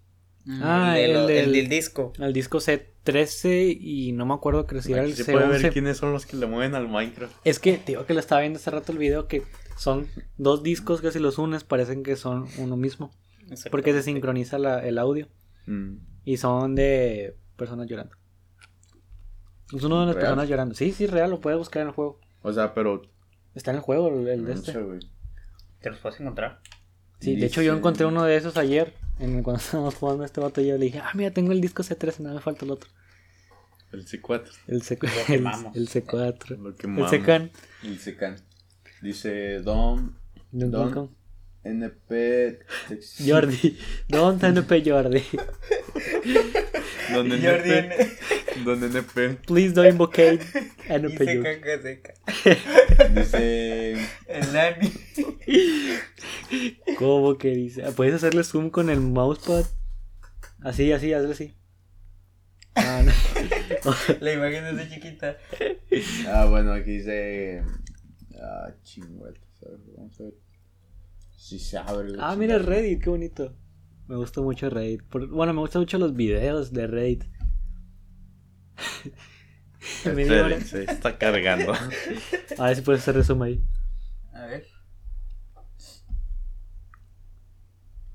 Speaker 2: Ah,
Speaker 3: el, de lo-
Speaker 2: el del-
Speaker 3: el del disco.
Speaker 2: El disco C13 y no me acuerdo que si era
Speaker 1: Aquí
Speaker 2: el
Speaker 1: se puede ver
Speaker 2: C11.
Speaker 1: quiénes son los que le mueven al Minecraft.
Speaker 2: Es que, te digo que lo estaba viendo hace rato el video que son dos discos que si los unes parecen que son uno mismo.
Speaker 3: Exacto.
Speaker 2: Porque se sincroniza la- el audio.
Speaker 1: Mm.
Speaker 2: Y son de personas llorando. Es uno de las
Speaker 1: ¿Real?
Speaker 2: personas llorando. Sí, sí, real, lo puedes buscar en el juego.
Speaker 1: O sea, pero.
Speaker 2: Está en el juego el, el de
Speaker 1: no sé,
Speaker 2: este.
Speaker 1: güey.
Speaker 3: Te los puedes encontrar.
Speaker 2: Sí, de hecho yo
Speaker 1: Dice-
Speaker 2: encontré uno de esos ayer. en- cuando estábamos jugando a este vato, yo le dije, ah, mira, tengo el disco C13, nada me falta el otro.
Speaker 1: El C4.
Speaker 2: El, C
Speaker 3: Lo
Speaker 2: el,
Speaker 3: quemamos.
Speaker 2: el C4.
Speaker 1: Lo que
Speaker 2: El
Speaker 1: mamo.
Speaker 2: Secan.
Speaker 1: El Secan. Dice Dom
Speaker 2: Don,
Speaker 1: Don.
Speaker 2: Don-
Speaker 1: NP. Tex-
Speaker 2: Jordi. Don NP Jordi.
Speaker 1: Don
Speaker 3: Y
Speaker 1: NP. Don NP.
Speaker 2: Please don't invocate
Speaker 3: y
Speaker 2: NP Jordi.
Speaker 3: seca que seca.
Speaker 1: Dice.
Speaker 3: El Dani.
Speaker 2: ¿Cómo que dice? Ah, ¿Puedes hacerle zoom con el mousepad? Así, así, hazle así. Ah, no.
Speaker 3: La imagen desde chiquita.
Speaker 1: Ah, bueno, aquí dice. Ah, chingüete. a ver, Vamos a ver. Si se abre. la
Speaker 2: Ah, mira
Speaker 1: chingada.
Speaker 2: Reddit, qué bonito. Me gusta mucho Reddit. Por- bueno, me gustan mucho los videos de Reddit. Media hora.
Speaker 1: Esperen, se está cargando.
Speaker 2: A ver si puedes hacer resumen ahí.
Speaker 3: A ver.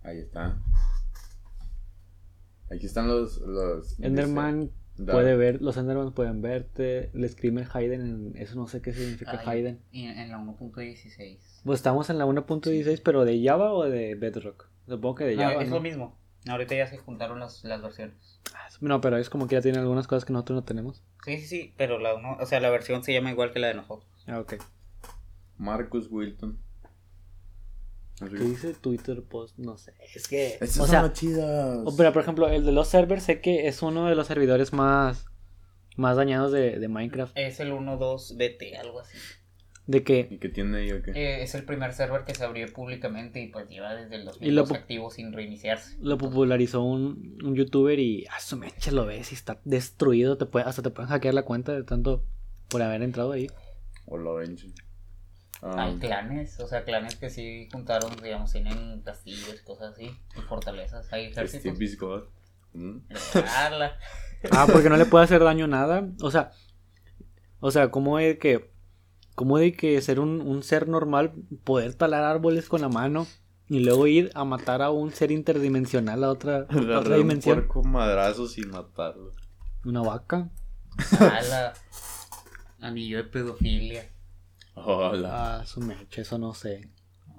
Speaker 1: Ahí está. Aquí están los. los
Speaker 2: Enderman
Speaker 1: dice, da-
Speaker 2: puede ver, los Enderman pueden verte. El Screamer Hayden, eso no sé qué significa
Speaker 3: Ay,
Speaker 2: Hayden.
Speaker 3: y en, en la 1.16.
Speaker 2: Pues estamos en la 1.16, pero de Java o de Bedrock. Supongo que de
Speaker 3: No,
Speaker 2: Java.
Speaker 3: Ah, es
Speaker 2: No, Ah,
Speaker 3: lo mismo. Ahorita ya se juntaron las, las versiones.
Speaker 2: No, pero es como que ya tiene algunas cosas que nosotros no tenemos.
Speaker 3: Sí, sí, sí, pero la uno, o sea, la versión se llama igual que la de nosotros.
Speaker 2: Ah, ok.
Speaker 1: Marcus Wilton. Así
Speaker 2: ¿Qué
Speaker 1: que-
Speaker 2: dice Twitter post? No sé. Es que.
Speaker 1: Estas
Speaker 2: O
Speaker 1: son
Speaker 2: sea,
Speaker 1: las chidas.
Speaker 2: o- pero por ejemplo, el de los servers sé que es uno de los servidores más. Más dañados de, de Minecraft.
Speaker 3: Es el 1.2BT, algo así.
Speaker 2: De que.
Speaker 1: ¿Y qué tiene ahí o qué?
Speaker 3: Eh, es el primer server que se abrió públicamente y pues lleva desde el
Speaker 2: Y lo
Speaker 3: 2002
Speaker 2: pu-
Speaker 3: activo sin reiniciarse.
Speaker 2: Lo popularizó un, un youtuber y a su mecha lo ves y está destruido. Te puede, hasta te pueden hackear la cuenta de tanto por haber entrado ahí.
Speaker 1: O la vence. Ah,
Speaker 3: Hay clanes, o sea, clanes que sí juntaron, digamos, tienen castillos, cosas así, y fortalezas. Hay ejércitos.
Speaker 1: Steve is God. Mm.
Speaker 3: Ala.
Speaker 2: Ah, porque no le puede hacer daño nada. O sea, o sea, ¿cómo de que, cómo de que ser un, un ser normal, poder talar árboles con la mano y luego ir a matar a un ser interdimensional a otra, a otra
Speaker 1: Agarrar un
Speaker 2: dimensión?
Speaker 1: puerco madrazo sin matarlo.
Speaker 2: Una vaca.
Speaker 3: Ala. Anillo de pedofilia.
Speaker 1: Hola.
Speaker 2: Ah, su mecha, eso no sé.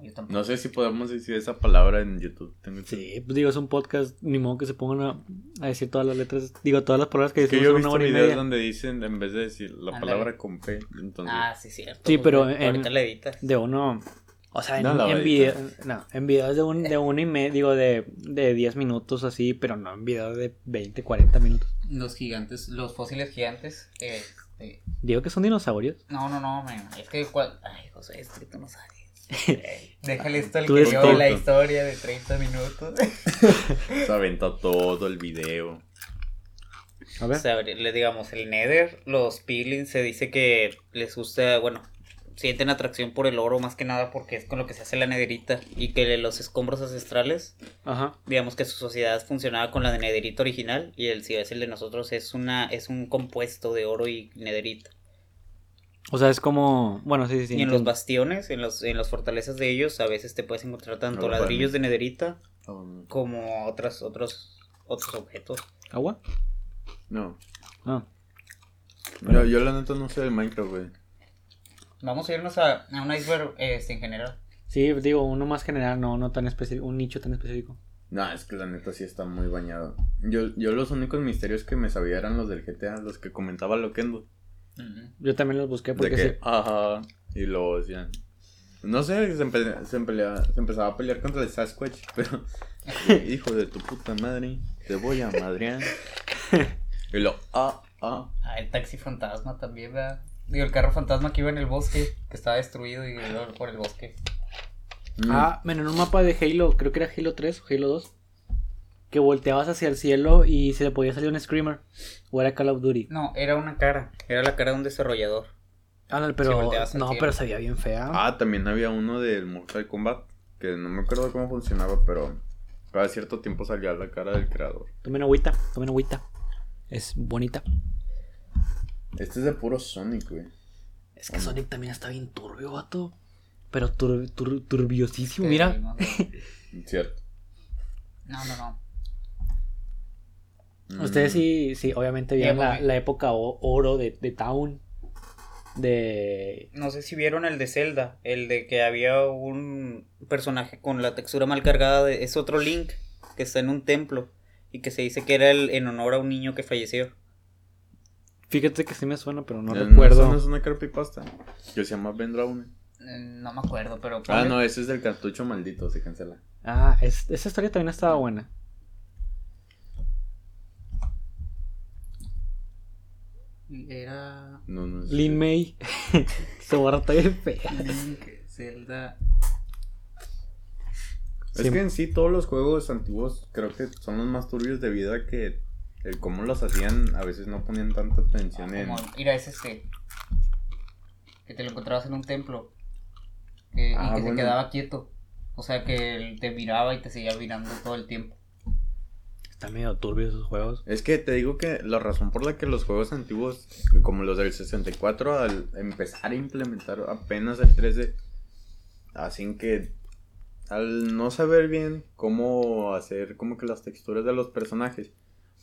Speaker 3: Yo tampoco.
Speaker 1: No sé si podemos decir esa palabra en YouTube. Tengo
Speaker 2: Sí, pues digo, es un podcast, ni modo que se pongan a, a decir todas las letras, digo, todas las palabras que
Speaker 1: Es que
Speaker 2: decimos
Speaker 1: yo he
Speaker 2: en una
Speaker 1: visto
Speaker 2: hora y
Speaker 1: videos
Speaker 2: media.
Speaker 1: donde dicen, en vez de decir la
Speaker 3: Ándale.
Speaker 1: palabra con P, entonces.
Speaker 3: Ah, sí, cierto.
Speaker 2: Sí,
Speaker 3: pues,
Speaker 2: pero
Speaker 3: ve-
Speaker 2: en-
Speaker 3: Ahorita la editas.
Speaker 2: De uno. O sea, en,
Speaker 1: No, la
Speaker 2: en
Speaker 1: verdad.
Speaker 2: video- no, en videos de, un, de uno y medio, digo, de, de 10 minutos así, pero no en videos de 20, 40 minutos.
Speaker 3: Los gigantes, los fósiles gigantes. Este,
Speaker 2: Digo que son dinosaurios.
Speaker 3: no, no, no, man, es que cual, ay, José, es que tú no sabes. Déjale esto al
Speaker 2: Tú
Speaker 3: que
Speaker 2: eres
Speaker 3: vio la
Speaker 1: tonto.
Speaker 3: historia de 30 minutos.
Speaker 1: Se aventó todo el video.
Speaker 2: A
Speaker 3: O
Speaker 2: ver.
Speaker 3: sea, le digamos, el Nether, los Piglins se dice que les gusta, bueno, sienten atracción por el oro más que nada porque es con lo que se hace la nederita y que los escombros ancestrales
Speaker 2: Ajá.
Speaker 3: digamos que su sociedad funcionaba con la de nederita original y el si es el de nosotros es una es un compuesto de oro y nederita
Speaker 2: O sea, es como. Bueno, sí, sí, sí.
Speaker 3: y en
Speaker 2: entiendo.
Speaker 3: los bastiones en los en las fortalezas de ellos a veces te puedes encontrar tanto
Speaker 1: Ahora,
Speaker 3: ladrillos de nederita
Speaker 2: Ah,
Speaker 1: Oh, no.
Speaker 3: como otras otros otros objetos
Speaker 2: ¿Agua?
Speaker 1: No.
Speaker 2: Ah.
Speaker 1: Yo, yo la neta no sé de Minecraft, güey.
Speaker 3: Vamos a irnos a, a un iceberg este, en general.
Speaker 2: Sí, digo, uno más general, no, no tan específico, un nicho tan específico.
Speaker 1: No, es que la neta sí está muy bañado. Yo, yo los únicos misterios que me sabía eran los del GTA, los que comentaba Loquendo.
Speaker 3: Ujú.
Speaker 2: Yo también los busqué
Speaker 1: De
Speaker 2: porque
Speaker 1: que,
Speaker 2: sí.
Speaker 1: ajá, y luego decían. No sé, se, empe- se empelea- se empezaba a pelear contra el Sasquatch, pero. "Eh, Hijo de tu puta madre, te voy a madrear. Y lo, ah, ah.
Speaker 3: Ah, el taxi fantasma también, ¿verdad? Digo, el carro fantasma que iba en el bosque, que estaba destruido y luego por el bosque.
Speaker 1: Mm.
Speaker 2: Ah, bueno, en un mapa de Halo, creo que era Halo 3 o Halo 2, que volteabas hacia el cielo y se le podía salir un screamer. O era Call of Duty.
Speaker 3: No, era una cara. Era la cara de un desarrollador.
Speaker 2: Ándale,
Speaker 3: Sí,
Speaker 2: pero
Speaker 3: volteabas al
Speaker 2: Ah, no,
Speaker 3: cielo.
Speaker 2: pero se veía bien fea.
Speaker 1: Ah, también había uno del Mortal Kombat, que no me acuerdo cómo funcionaba, pero cada cierto tiempo salía la cara del creador.
Speaker 2: Tomen agüita, tomen agüita. Es bonita.
Speaker 1: Este es de puro Sonic, güey.
Speaker 2: Es que
Speaker 1: Hombre.
Speaker 2: Sonic también está bien turbio, vato. Pero tur- tur- turbiosísimo, mira.
Speaker 1: Cierto.
Speaker 3: No, no, no.
Speaker 2: Ustedes
Speaker 1: Mm.
Speaker 2: sí, sí, obviamente vieron
Speaker 3: Ya,
Speaker 2: la,
Speaker 3: mami.
Speaker 2: la época o- oro de, de Town. De.
Speaker 3: No sé si vieron el de Zelda, el de que había un personaje con la textura mal cargada. De... Es otro Link que está en un templo y que se dice que era el... en honor a un niño que falleció.
Speaker 2: Fíjate que sí me suena, pero no
Speaker 1: Eh,
Speaker 2: recuerdo.
Speaker 1: esa No es una creepypasta. Que se llama Ben Drawn.
Speaker 3: Eh, No me acuerdo, pero.
Speaker 1: Ah, no, ese es del cartucho maldito, se cancela.
Speaker 2: Ah, es- esa historia también estaba buena.
Speaker 3: Era.
Speaker 1: No, no es.
Speaker 2: Lin May. Se borra todavía fea.
Speaker 3: Link, Zelda.
Speaker 1: Es
Speaker 2: Sí.
Speaker 1: que en sí todos los juegos antiguos creo que son los más turbios debido a que el cómo los hacían a veces no ponían tanta atención en...
Speaker 3: Como, mira, es este. Que te lo encontrabas en un templo. que-
Speaker 1: Ah,
Speaker 3: y que
Speaker 1: bueno.
Speaker 3: se quedaba quieto. O sea, que él te miraba y te seguía mirando todo el tiempo.
Speaker 2: Están medio turbios esos juegos.
Speaker 1: Es que te digo que la razón por la que los juegos antiguos, como los del 64, al empezar a implementar apenas el 3D, hacen que al no saber bien cómo hacer como que las texturas de los personajes,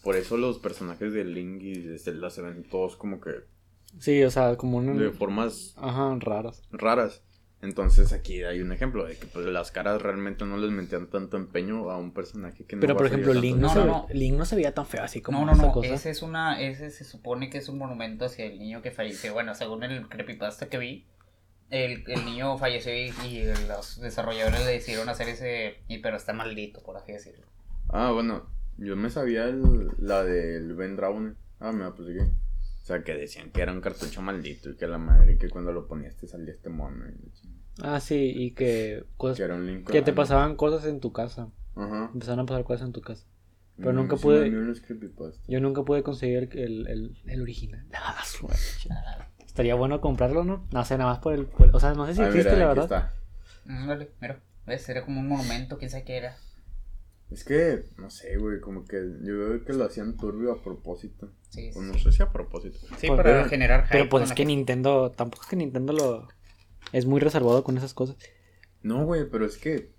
Speaker 1: por eso los personajes de Link y de Zelda se ven todos como que
Speaker 2: Sí, o sea, como un.
Speaker 1: de formas
Speaker 2: Ajá, raras.
Speaker 1: raras. Entonces aquí hay un ejemplo de que pues, las caras realmente no les metían tanto empeño a un personaje que no
Speaker 2: Pero por
Speaker 1: batalló
Speaker 2: ejemplo,
Speaker 1: tanto.
Speaker 2: Link no,
Speaker 3: No,
Speaker 2: se
Speaker 3: no,
Speaker 2: ve- Link no se veía tan feo así como
Speaker 3: no, no,
Speaker 2: esa
Speaker 3: no.
Speaker 2: cosa.
Speaker 3: Ese es una. Ese se supone que es un monumento hacia el niño que falleció. Bueno, según el creepypasta que vi, el, el niño falleció y, y los desarrolladores le decidieron hacer ese. Y pero está maldito, por así decirlo.
Speaker 1: Ah, bueno, yo me sabía el- la del Ben Drawn. Ah, me apliqué. O sea, que decían que era un cartucho maldito y que la madre que cuando lo ponías te salía este mono. y la chingada.
Speaker 2: Ah, sí, y que.
Speaker 1: Que
Speaker 2: Cosas...
Speaker 1: era un Link.
Speaker 2: Que te
Speaker 1: ah,
Speaker 2: pasaban cosas en tu casa.
Speaker 1: no. Ajá.
Speaker 2: Empezaron a pasar cosas en tu casa. Pero
Speaker 1: Mm,
Speaker 2: nunca
Speaker 1: sí
Speaker 2: pude-
Speaker 1: me vi unos creepypasta.
Speaker 2: Yo nunca pude conseguir el, el, el, el original. Ah, su leche. Estaría bueno comprarlo, ¿no? No sé, nada más por el. por- o sea, no sé si
Speaker 1: Ah,
Speaker 2: existe,
Speaker 1: mira,
Speaker 2: la
Speaker 1: aquí
Speaker 2: verdad.
Speaker 1: está.
Speaker 3: Mm, Dale, mira. ¿Ves? Era como un monumento, quién sabe qué era.
Speaker 1: Es que, no sé, güey, como que yo veo que lo hacían turbio a propósito.
Speaker 3: Sí,
Speaker 1: O
Speaker 3: sí.
Speaker 1: Pues no sé si a propósito.
Speaker 3: Sí,
Speaker 2: Pues,
Speaker 3: para
Speaker 2: pero-
Speaker 3: generar hype.
Speaker 2: Pero pues
Speaker 3: con
Speaker 2: es
Speaker 3: la
Speaker 2: que
Speaker 3: gente.
Speaker 2: Nintendo. Tampoco es que Nintendo lo. Es muy reservado con esas cosas.
Speaker 1: No, güey, pero es que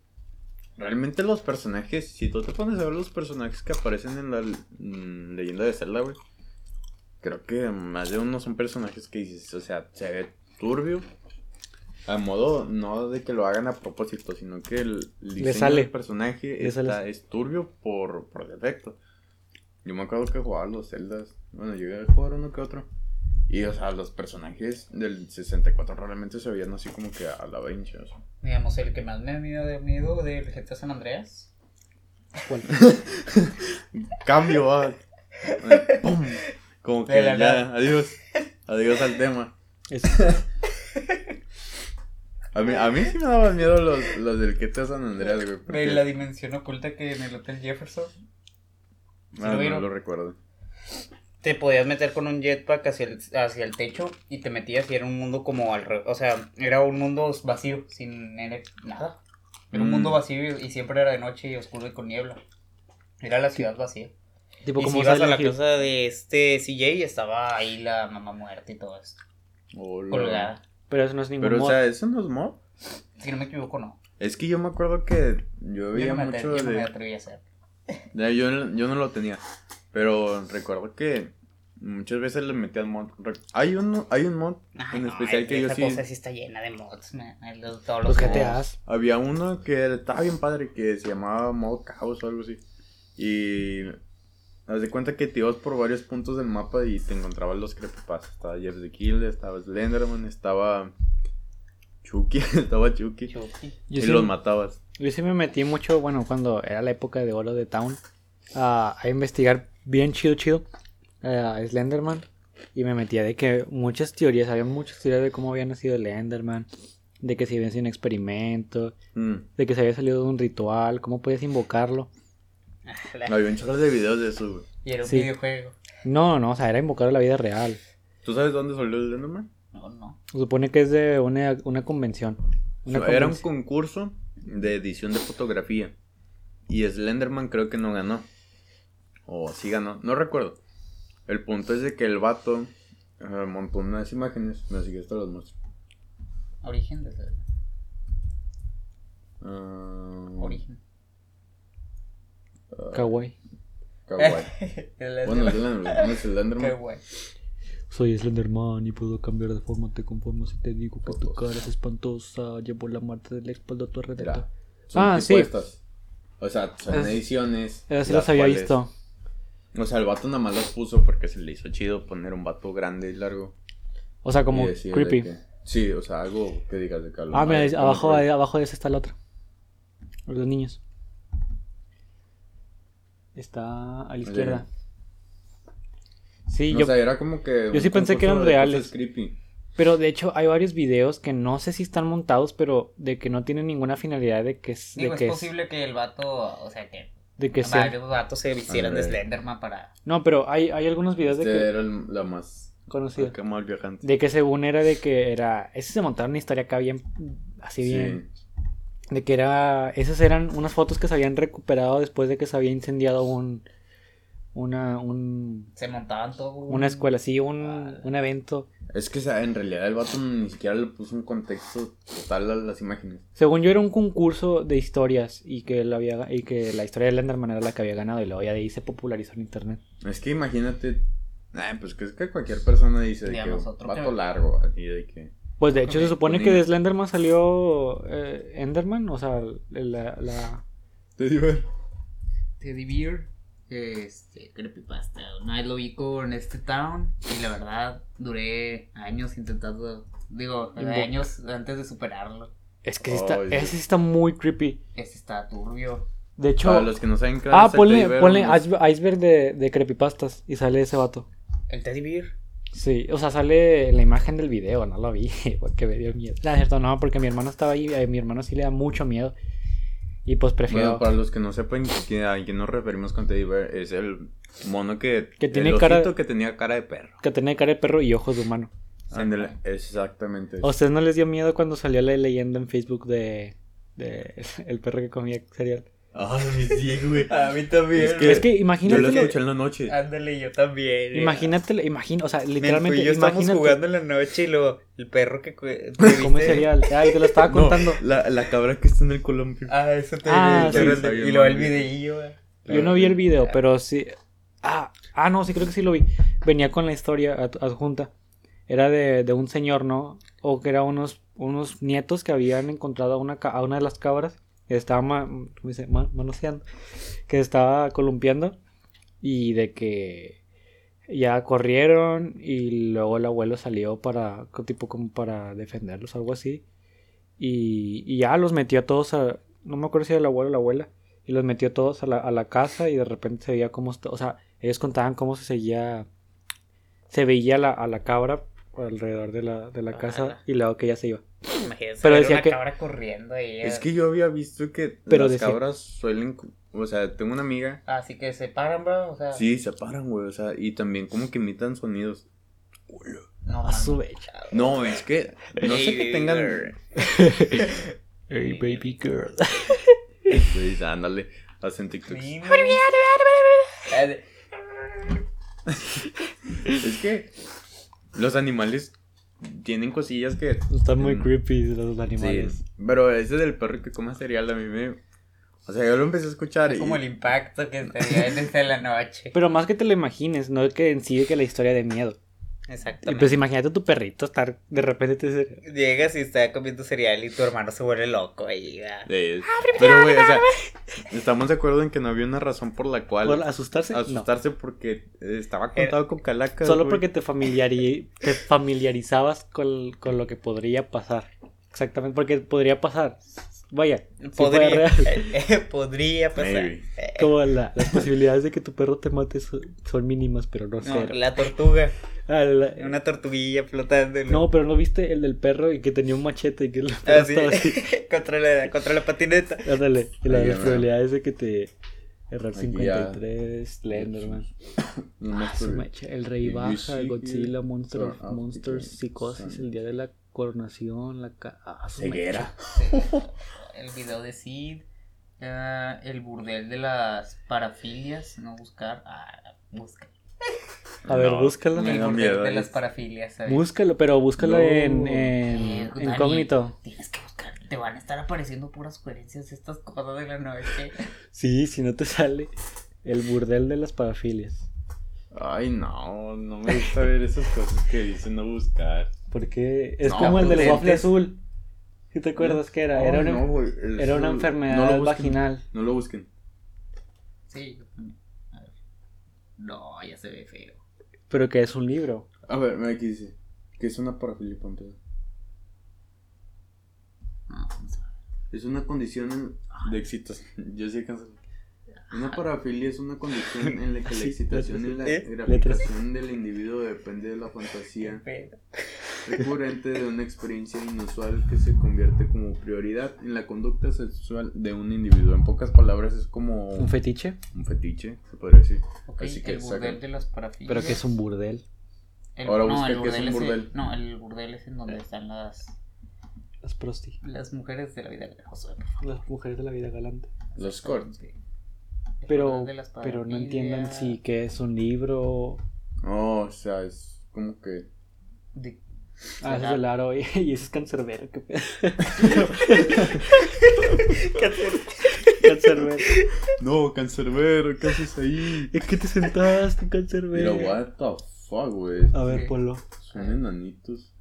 Speaker 1: realmente los personajes, si tú te pones a ver los personajes que aparecen en la mm, leyenda de Zelda, güey, creo que más de uno son personajes que dices, o sea, se ve turbio. A modo, no de que lo hagan a propósito, sino que el diseño
Speaker 2: sale.
Speaker 1: del personaje
Speaker 2: Le sale
Speaker 1: está, es turbio por, por defecto. Yo me acuerdo que jugaba los Zeldas. Bueno, yo llegué a jugar uno que otro. Y, o sea, los personajes del 64 realmente se veían así como que a la bencha. o sea.
Speaker 3: Digamos, el que más me ha miedo de miedo del GTA San Andreas.
Speaker 2: Bueno,
Speaker 1: Cambio, va. Pum. Como que
Speaker 3: De la
Speaker 1: ya,
Speaker 3: nada.
Speaker 1: adiós. Adiós al tema.
Speaker 2: es-
Speaker 1: A mí, a mí sí me daban miedo los, los del GTA San Andreas, güey. porque-
Speaker 3: De la dimensión oculta que en el Hotel Jefferson.
Speaker 1: Ah,
Speaker 3: lo
Speaker 1: no
Speaker 3: vieron.
Speaker 1: lo recuerdo.
Speaker 3: te podías meter con un jetpack hacia el, hacia el techo y te metías y era un mundo como al revés. O sea, era un mundo vacío, sin era- nada. Era un
Speaker 1: Mm.
Speaker 3: mundo vacío y, y siempre era de noche y oscuro y con niebla. Era la ciudad vacía.
Speaker 2: tipo
Speaker 3: y
Speaker 2: como
Speaker 3: si ibas a la
Speaker 2: Silent Hill.
Speaker 3: casa de este CJ, estaba ahí la mamá muerta y todo eso.
Speaker 1: Hola.
Speaker 3: Colgada.
Speaker 2: Pero eso no es ningún
Speaker 1: Pero, o
Speaker 2: mod.
Speaker 1: sea, eso no es mod.
Speaker 3: Si no me equivoco, no.
Speaker 1: Es que yo me acuerdo que yo
Speaker 3: Yo
Speaker 1: veía
Speaker 3: no me, atre-
Speaker 1: mucho
Speaker 3: yo no me
Speaker 1: de.
Speaker 3: atreví a hacer.
Speaker 1: Ya, Yo, yo no lo tenía. Pero recuerdo que Muchas veces le metían mod. Rec- Hay un, hay un mod
Speaker 3: Ay,
Speaker 1: en
Speaker 3: no,
Speaker 1: especial
Speaker 3: es-
Speaker 1: que yo
Speaker 3: esa
Speaker 1: sí. Pues
Speaker 3: cosa sí está llena de mods, man. El de todos
Speaker 2: Los
Speaker 3: los
Speaker 2: GTAs.
Speaker 1: Había uno que era- estaba bien padre que se llamaba Mod Caos o algo así. Y. Haz de cuenta que te ibas por varios puntos del mapa y te encontrabas los creepypastas. Estaba Jeff the Kill, estaba Slenderman, estaba. Chucky, estaba Chucky.
Speaker 3: mods.
Speaker 1: Y
Speaker 2: Yo sí,
Speaker 1: los matabas.
Speaker 2: yo sí me metí mucho, bueno, cuando era la época de Oro de Town, a, a investigar bien chido, chido eh, a Slenderman. Y me metía de que muchas teorías, había muchas teorías de cómo había nacido Slenderman, de que si había sido un experimento,
Speaker 1: Mm.
Speaker 2: de que se había salido de un ritual, cómo podías invocarlo.
Speaker 3: Ah, la-
Speaker 1: Había un chorro de videos de eso, güey.
Speaker 3: Y era un
Speaker 2: Sí.
Speaker 3: videojuego.
Speaker 2: No, no, o sea, era invocar a la vida real.
Speaker 1: ¿Tú sabes dónde salió el Slenderman?
Speaker 3: No, no.
Speaker 2: Se supone que es de una, una convención. Una
Speaker 1: Pues Era un
Speaker 2: convención.
Speaker 1: concurso de edición de fotografía. Y Slenderman creo que no ganó. O sí ganó, no recuerdo. El punto es de que el vato eh, montó unas imágenes. Mira, si quieres te las muestro.
Speaker 3: Origen desde
Speaker 1: Ah,
Speaker 3: origen.
Speaker 2: Kawaii.
Speaker 1: kawaii.
Speaker 3: El-
Speaker 1: Bueno, Slenderman, es
Speaker 3: Eh. Qué
Speaker 1: Slenderman.
Speaker 3: guay.
Speaker 2: Soy Slenderman y puedo cambiar de forma, te conformo si te digo que tu cara es espantosa, llevo la marca de la espalda a tu alrededor.
Speaker 1: Era- son
Speaker 2: Ah,
Speaker 1: tipo
Speaker 2: sí.
Speaker 1: estas. O sea, son
Speaker 2: Es-
Speaker 1: ediciones.
Speaker 2: Era sí
Speaker 1: las
Speaker 2: los había
Speaker 1: cuales-
Speaker 2: visto.
Speaker 1: O sea, el vato nada más las puso porque se le hizo chido poner un vato grande y largo.
Speaker 2: O sea, como
Speaker 1: y decir de
Speaker 2: creepy.
Speaker 1: que- sí, o sea, algo que digas de Carlos.
Speaker 2: Ah, mira, ahí- abajo, ahí abajo de ese está la otra. Los dos niños. Está a la izquierda. Sí,
Speaker 1: No,
Speaker 2: yo,
Speaker 1: O sea, era como que.
Speaker 2: yo sí
Speaker 1: un
Speaker 2: pensé que eran
Speaker 1: concurso de cosas
Speaker 2: reales.
Speaker 1: creepy.
Speaker 2: Pero de hecho hay varios videos que no sé si están montados, pero de que no tienen ninguna finalidad de que, es- de
Speaker 3: Digo, es
Speaker 2: que, es-
Speaker 3: posible Ah, que el vato, o sea, que
Speaker 2: de que sea.
Speaker 3: varios vatos se vistieran de
Speaker 1: Hombre.
Speaker 3: Slenderman para...
Speaker 2: No, pero hay, hay algunos videos
Speaker 1: Este
Speaker 2: de que
Speaker 1: era el- la más.
Speaker 2: conocido.
Speaker 1: La que mal viajante.
Speaker 2: De que según era de que era. Ese se montaron una historia acá bien. Así bien. De que era. Esas eran unas fotos que se habían recuperado después de que se había incendiado un. Una. Un,
Speaker 3: Se montaban todo un-
Speaker 2: una escuela, sí, un,
Speaker 3: Ah.
Speaker 2: un evento.
Speaker 1: Es que o sea, en realidad el vato ni siquiera le puso un contexto total a las imágenes.
Speaker 2: Según yo era un concurso de historias y que, la había, y que la historia de Lenderman era la que había ganado y luego ya de ahí se popularizó en internet.
Speaker 1: Es que imagínate. Ay, pues que es que cualquier persona dice de
Speaker 3: Mira,
Speaker 1: que
Speaker 3: nosotros
Speaker 1: vato
Speaker 3: que-
Speaker 1: largo, así de que.
Speaker 2: Pues de hecho se
Speaker 3: Ok,
Speaker 2: supone
Speaker 1: un
Speaker 2: que de
Speaker 1: niño.
Speaker 2: Slenderman salió eh, Enderman, o sea, la, la-
Speaker 1: Te digo,
Speaker 3: Teddy Bear, este, Creepypasta. Una vez lo vi con este town y la verdad duré años intentando, digo,
Speaker 2: Invo-
Speaker 3: años antes de superarlo.
Speaker 2: Es que sí está,
Speaker 1: Ay,
Speaker 2: ese
Speaker 1: sí.
Speaker 2: está muy creepy.
Speaker 3: Este está turbio.
Speaker 2: De hecho...
Speaker 1: Para los que no saben qué
Speaker 2: Ah,
Speaker 1: es el Teddy
Speaker 2: ponle,
Speaker 1: Bear,
Speaker 2: ponle
Speaker 1: unos-
Speaker 2: iceberg, iceberg de, de creepypastas y sale ese vato.
Speaker 3: ¿El Teddy Bear?
Speaker 2: Sí, o sea, sale la imagen del video, no lo vi porque me dio miedo. No, es cierto, no, porque mi hermano estaba ahí, a mi hermano sí le da mucho miedo. Y pues prefiero...
Speaker 1: Bueno, para los que no sepan que- a quién nos referimos con Teddy Bear, es el mono que.
Speaker 2: Que tiene
Speaker 1: el
Speaker 2: cara-
Speaker 1: osito que tenía cara de perro.
Speaker 2: Que tiene cara de perro y ojos de humano.
Speaker 1: Ándale, exactamente.
Speaker 2: ¿A ustedes no les dio miedo cuando salió la leyenda en Facebook de... de el perro que comía cereal?
Speaker 1: Ah, güey.
Speaker 2: Ah,
Speaker 1: A mí también. Es que,
Speaker 2: eh, Es que
Speaker 1: yo lo
Speaker 2: imagínate...
Speaker 1: escuché en la noche.
Speaker 3: Ándale, yo también. eh.
Speaker 2: Imagínate, imagino, o sea,
Speaker 3: Mientras
Speaker 2: literalmente, imagínate
Speaker 3: en la noche y luego el perro que
Speaker 2: cómo sería el... Ay, te lo estaba
Speaker 1: No,
Speaker 2: contando.
Speaker 1: la, la cabra que está en el columpio.
Speaker 3: Ah, eso te
Speaker 2: Ah, sí.
Speaker 1: Y luego el
Speaker 3: videillo.
Speaker 2: Yo no vi el video, pero sí... Ah, ah, no, sí creo que sí lo vi. Venía con la historia ad- adjunta. Era de, de un señor, ¿no? O que era unos, unos nietos que habían encontrado a una, ca- a una de las cabras que estaba ma- ¿cómo dice? Ma- manoseando, que estaba columpiando y de que ya corrieron y luego el abuelo salió para, co- tipo como para defenderlos, algo así. Y, y ya los metió a todos a, no me acuerdo si era el abuelo o la abuela, y los metió todos a la, a la casa y de repente se veía cómo, est- o sea, ellos contaban cómo se seguía, se veía la, a la cabra alrededor de la, de la casa
Speaker 3: Ajá.
Speaker 2: y luego que ella se iba. Pero
Speaker 3: Imagínate, pero
Speaker 2: decía
Speaker 3: una
Speaker 2: que-
Speaker 3: cabra corriendo ahí.
Speaker 1: Es que yo había visto que
Speaker 2: Pero
Speaker 1: las
Speaker 2: decía-
Speaker 1: cabras suelen. cu- O sea, tengo una amiga.
Speaker 3: Así que se paran, bro. O sea,
Speaker 1: Sí, se paran, güey. O sea, y también como que imitan sonidos.
Speaker 3: no,
Speaker 2: A su
Speaker 3: mames.
Speaker 2: becha.
Speaker 1: No, es que. No sé que tengan.
Speaker 2: Hey, baby girl.
Speaker 1: Pues, ándale, hacen TikToks.
Speaker 3: Sí,
Speaker 1: Es que los animales tienen cosillas que.
Speaker 2: Están muy
Speaker 1: Mm.
Speaker 2: creepy los
Speaker 1: Sí,
Speaker 2: animales.
Speaker 1: pero ese del perro que come cereal a mí me. O sea, yo lo empecé a escuchar y...
Speaker 3: Como el impacto que te dio en esta de la noche.
Speaker 2: Pero más que te lo imagines, no que en sí que la historia de miedo. Y
Speaker 3: Exactamente.
Speaker 2: pues imagínate a tu perrito estar de repente te
Speaker 3: Llegas y está comiendo cereal y tu hermano se vuelve loco y ya.
Speaker 1: de- Pero, güey, o sea, estamos de acuerdo en que no había una razón por la cual
Speaker 2: ¿Por asustarse. No.
Speaker 1: asustarse porque eh, estaba contado con calacas,
Speaker 2: Solo
Speaker 1: güey.
Speaker 2: porque te, familiari- te familiarizabas con, con lo que podría pasar. Exactamente, porque podría pasar. Vaya, sí fue
Speaker 3: Podría,
Speaker 2: real.
Speaker 3: podría pasar.
Speaker 1: Maybe.
Speaker 3: Eh,
Speaker 2: Como la- las posibilidades de que tu perro te mate son, son mínimas, pero no,
Speaker 3: no,
Speaker 2: cero.
Speaker 3: la tortuga.
Speaker 2: Ah, la-
Speaker 3: Una tortuguilla flotando. en-
Speaker 2: No, pero ¿no viste el del perro y que tenía un machete y que el perro
Speaker 3: Ah, sí.
Speaker 2: estaba así?
Speaker 3: contra, la, contra la patineta.
Speaker 2: Ándale, y la-
Speaker 1: Ay,
Speaker 2: las
Speaker 1: ya,
Speaker 2: probabilidades de que te... Error
Speaker 1: Aquí
Speaker 2: 53, Slenderman.
Speaker 1: Y no
Speaker 2: Ah, su
Speaker 1: por-
Speaker 2: mecha, el rey
Speaker 1: Y
Speaker 2: baja,
Speaker 1: Lucy,
Speaker 2: Godzilla, Monster of
Speaker 1: Son of
Speaker 2: Monsters,
Speaker 1: Monsters,
Speaker 2: Psicosis,
Speaker 1: Son-
Speaker 2: el día de la coronación, la ca... ah, su
Speaker 1: Ceguera.
Speaker 3: El video de Sid. ah, el burdel de las parafilias. No buscar. Ah, busca.
Speaker 2: A ver,
Speaker 1: No,
Speaker 2: búscalo.
Speaker 1: Me
Speaker 3: El
Speaker 1: da
Speaker 3: burdel
Speaker 1: miedo.
Speaker 3: de las
Speaker 1: es-
Speaker 3: parafilias.
Speaker 2: mecha.
Speaker 3: ¿sabes?
Speaker 2: Búscalo, pero búscalo
Speaker 1: No.
Speaker 2: en,
Speaker 1: Eh,
Speaker 2: en
Speaker 3: Dani,
Speaker 2: incógnito.
Speaker 3: Tienes que buscar. Te van a estar apareciendo puras sugerencias de estas cosas de la noche.
Speaker 2: Sí, si no te sale el burdel de las parafilias.
Speaker 1: Ay, no, no me gusta ver esas cosas que dicen no buscar.
Speaker 2: Porque es
Speaker 1: No,
Speaker 2: como el del
Speaker 3: prudentes.
Speaker 2: waffle azul. ¿Sí te acuerdas que era? Era
Speaker 1: Ay,
Speaker 2: una,
Speaker 1: no, güey, el-
Speaker 2: era una
Speaker 1: no lo
Speaker 2: enfermedad
Speaker 1: busquen,
Speaker 2: vaginal.
Speaker 1: No lo busquen.
Speaker 3: Sí. A ver. No, ya se ve feo.
Speaker 2: Pero que es un libro.
Speaker 1: A ver, mira aquí dice. Que es una parafilia para empezar.
Speaker 3: No, vamos a
Speaker 1: Es una condición
Speaker 2: Ah.
Speaker 1: en- de excitación. Yo sí alcanzo. Una parafilia es una condición en la que la
Speaker 2: Sí,
Speaker 1: excitación y la
Speaker 3: letras.
Speaker 2: ¿Eh?
Speaker 1: gratificación del individuo depende de la fantasía
Speaker 3: ver.
Speaker 1: recurrente de una experiencia inusual que se convierte como prioridad en la conducta sexual de un individuo. En pocas palabras es como
Speaker 2: Un fetiche.
Speaker 1: un fetiche, se podría decir.
Speaker 3: Ok,
Speaker 1: Así que
Speaker 3: el burdel
Speaker 1: saca.
Speaker 3: de las parafilias.
Speaker 2: Pero que es un burdel.
Speaker 3: El-
Speaker 1: Ahora busca
Speaker 3: el
Speaker 1: qué es un
Speaker 3: el-
Speaker 1: burdel. Eh.
Speaker 3: no, el burdel es en donde están las,
Speaker 2: Las prosti.
Speaker 3: las mujeres de la vida real. Josué, por favor.
Speaker 2: Las mujeres de la vida galante.
Speaker 1: Los cortes.
Speaker 3: Sí. El
Speaker 2: Pero,
Speaker 3: burdel de las
Speaker 2: pero no
Speaker 3: parafilias.
Speaker 2: entiendan si que es un libro.
Speaker 1: No, Oh, o sea, es como que.
Speaker 3: De-
Speaker 2: Ah, eso es el aro. Y y ese es cancerbero. Qué pedo. cancerbero.
Speaker 1: No, cancerbero, ¿qué haces ahí?
Speaker 2: Es que te sentaste, cancerbero.
Speaker 1: Pero, what the fuck, güey.
Speaker 2: A ver,
Speaker 3: Sí.
Speaker 2: ponlo.
Speaker 1: Son enanitos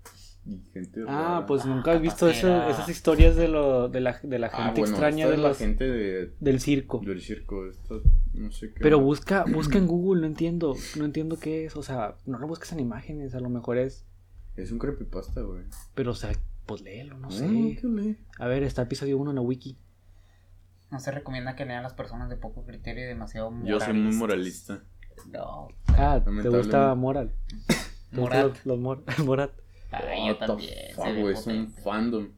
Speaker 1: y gente
Speaker 2: Ah,
Speaker 1: rara.
Speaker 2: pues nunca has
Speaker 3: capaz
Speaker 2: visto
Speaker 3: que
Speaker 2: eso-
Speaker 3: era-
Speaker 2: esas historias de, lo, de, la, de la
Speaker 1: Ah,
Speaker 2: gente
Speaker 1: bueno,
Speaker 2: extraña
Speaker 1: esta
Speaker 2: de
Speaker 1: es la
Speaker 2: los-
Speaker 1: gente de,
Speaker 2: del circo.
Speaker 1: del circo. Esta, no sé qué.
Speaker 2: Pero busca, busca en Google, no entiendo, no entiendo qué es, o sea, no lo busques en imágenes, a lo mejor es,
Speaker 1: Es un creepypasta, güey.
Speaker 2: pero o sea, pues léelo, no
Speaker 1: Mm,
Speaker 2: sé.
Speaker 1: qué le-
Speaker 2: A ver, está episodio 1 en la wiki.
Speaker 3: No se recomienda que lean las personas de poco criterio y demasiado
Speaker 1: Yo soy muy moralista.
Speaker 3: No.
Speaker 2: Ah, ¿te
Speaker 1: Lamentablemente.
Speaker 2: gusta Moral? ¿Te gusta
Speaker 3: Morat.
Speaker 2: Los, los Mor- Morat.
Speaker 3: Ay,
Speaker 1: What
Speaker 3: yo
Speaker 1: the
Speaker 3: también.
Speaker 1: fuck,
Speaker 3: se ve
Speaker 1: güey, es un
Speaker 3: potente.
Speaker 1: fandom.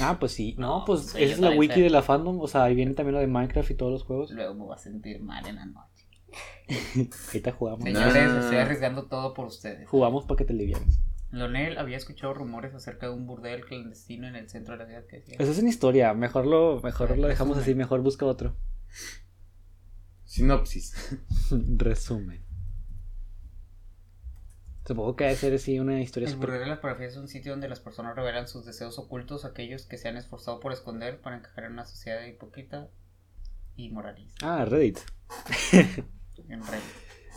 Speaker 2: Ah, pues sí, no,
Speaker 3: No,
Speaker 2: pues
Speaker 3: sí,
Speaker 2: esa es
Speaker 3: yo
Speaker 2: la
Speaker 3: también
Speaker 2: wiki
Speaker 3: sé.
Speaker 2: de la fandom, o sea, ahí viene también lo de Minecraft y todos los juegos.
Speaker 3: Luego me voy a sentir mal en la noche.
Speaker 2: Ahorita jugamos.
Speaker 1: Sí.
Speaker 3: Señores,
Speaker 1: Nah.
Speaker 3: estoy arriesgando todo por ustedes.
Speaker 2: Jugamos para que te livianes.
Speaker 3: Leonel había escuchado rumores acerca de un burdel clandestino en el centro de la ciudad que decía.
Speaker 2: Eso es una historia, mejor lo, mejor
Speaker 3: Ay,
Speaker 2: lo dejamos
Speaker 3: resumen.
Speaker 2: así, mejor busca otro.
Speaker 1: Sinopsis.
Speaker 2: Eh, Resumen. Supongo que debe ser así una historia
Speaker 3: El burdel
Speaker 2: súper...
Speaker 3: de las parafilias es un sitio donde las personas revelan sus deseos ocultos, aquellos que se han esforzado por esconder para encajar en una sociedad hipócrita y moralista.
Speaker 2: Ah, Reddit.
Speaker 3: En Reddit.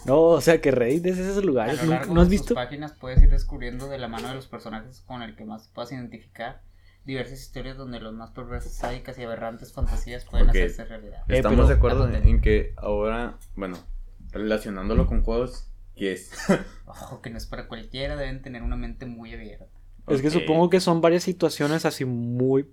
Speaker 2: No, o sea que Reddit es esos
Speaker 3: A
Speaker 2: lugares.
Speaker 3: lo
Speaker 2: nunca-
Speaker 3: largo
Speaker 2: ¿No has
Speaker 3: de sus
Speaker 2: visto?
Speaker 3: páginas puedes ir descubriendo de la mano de los personajes con el que más puedas identificar diversas historias donde los más perversos, sádicas y aberrantes fantasías pueden
Speaker 1: Ok.
Speaker 3: hacerse realidad.
Speaker 2: Eh,
Speaker 1: Estamos
Speaker 2: pero-
Speaker 1: de acuerdo
Speaker 3: Ándale.
Speaker 1: en que ahora, bueno, relacionándolo con juegos, que es.
Speaker 3: Ojo, que no es para cualquiera, deben tener una mente muy abierta.
Speaker 2: Es que
Speaker 1: Ok.
Speaker 2: supongo que son varias situaciones así muy,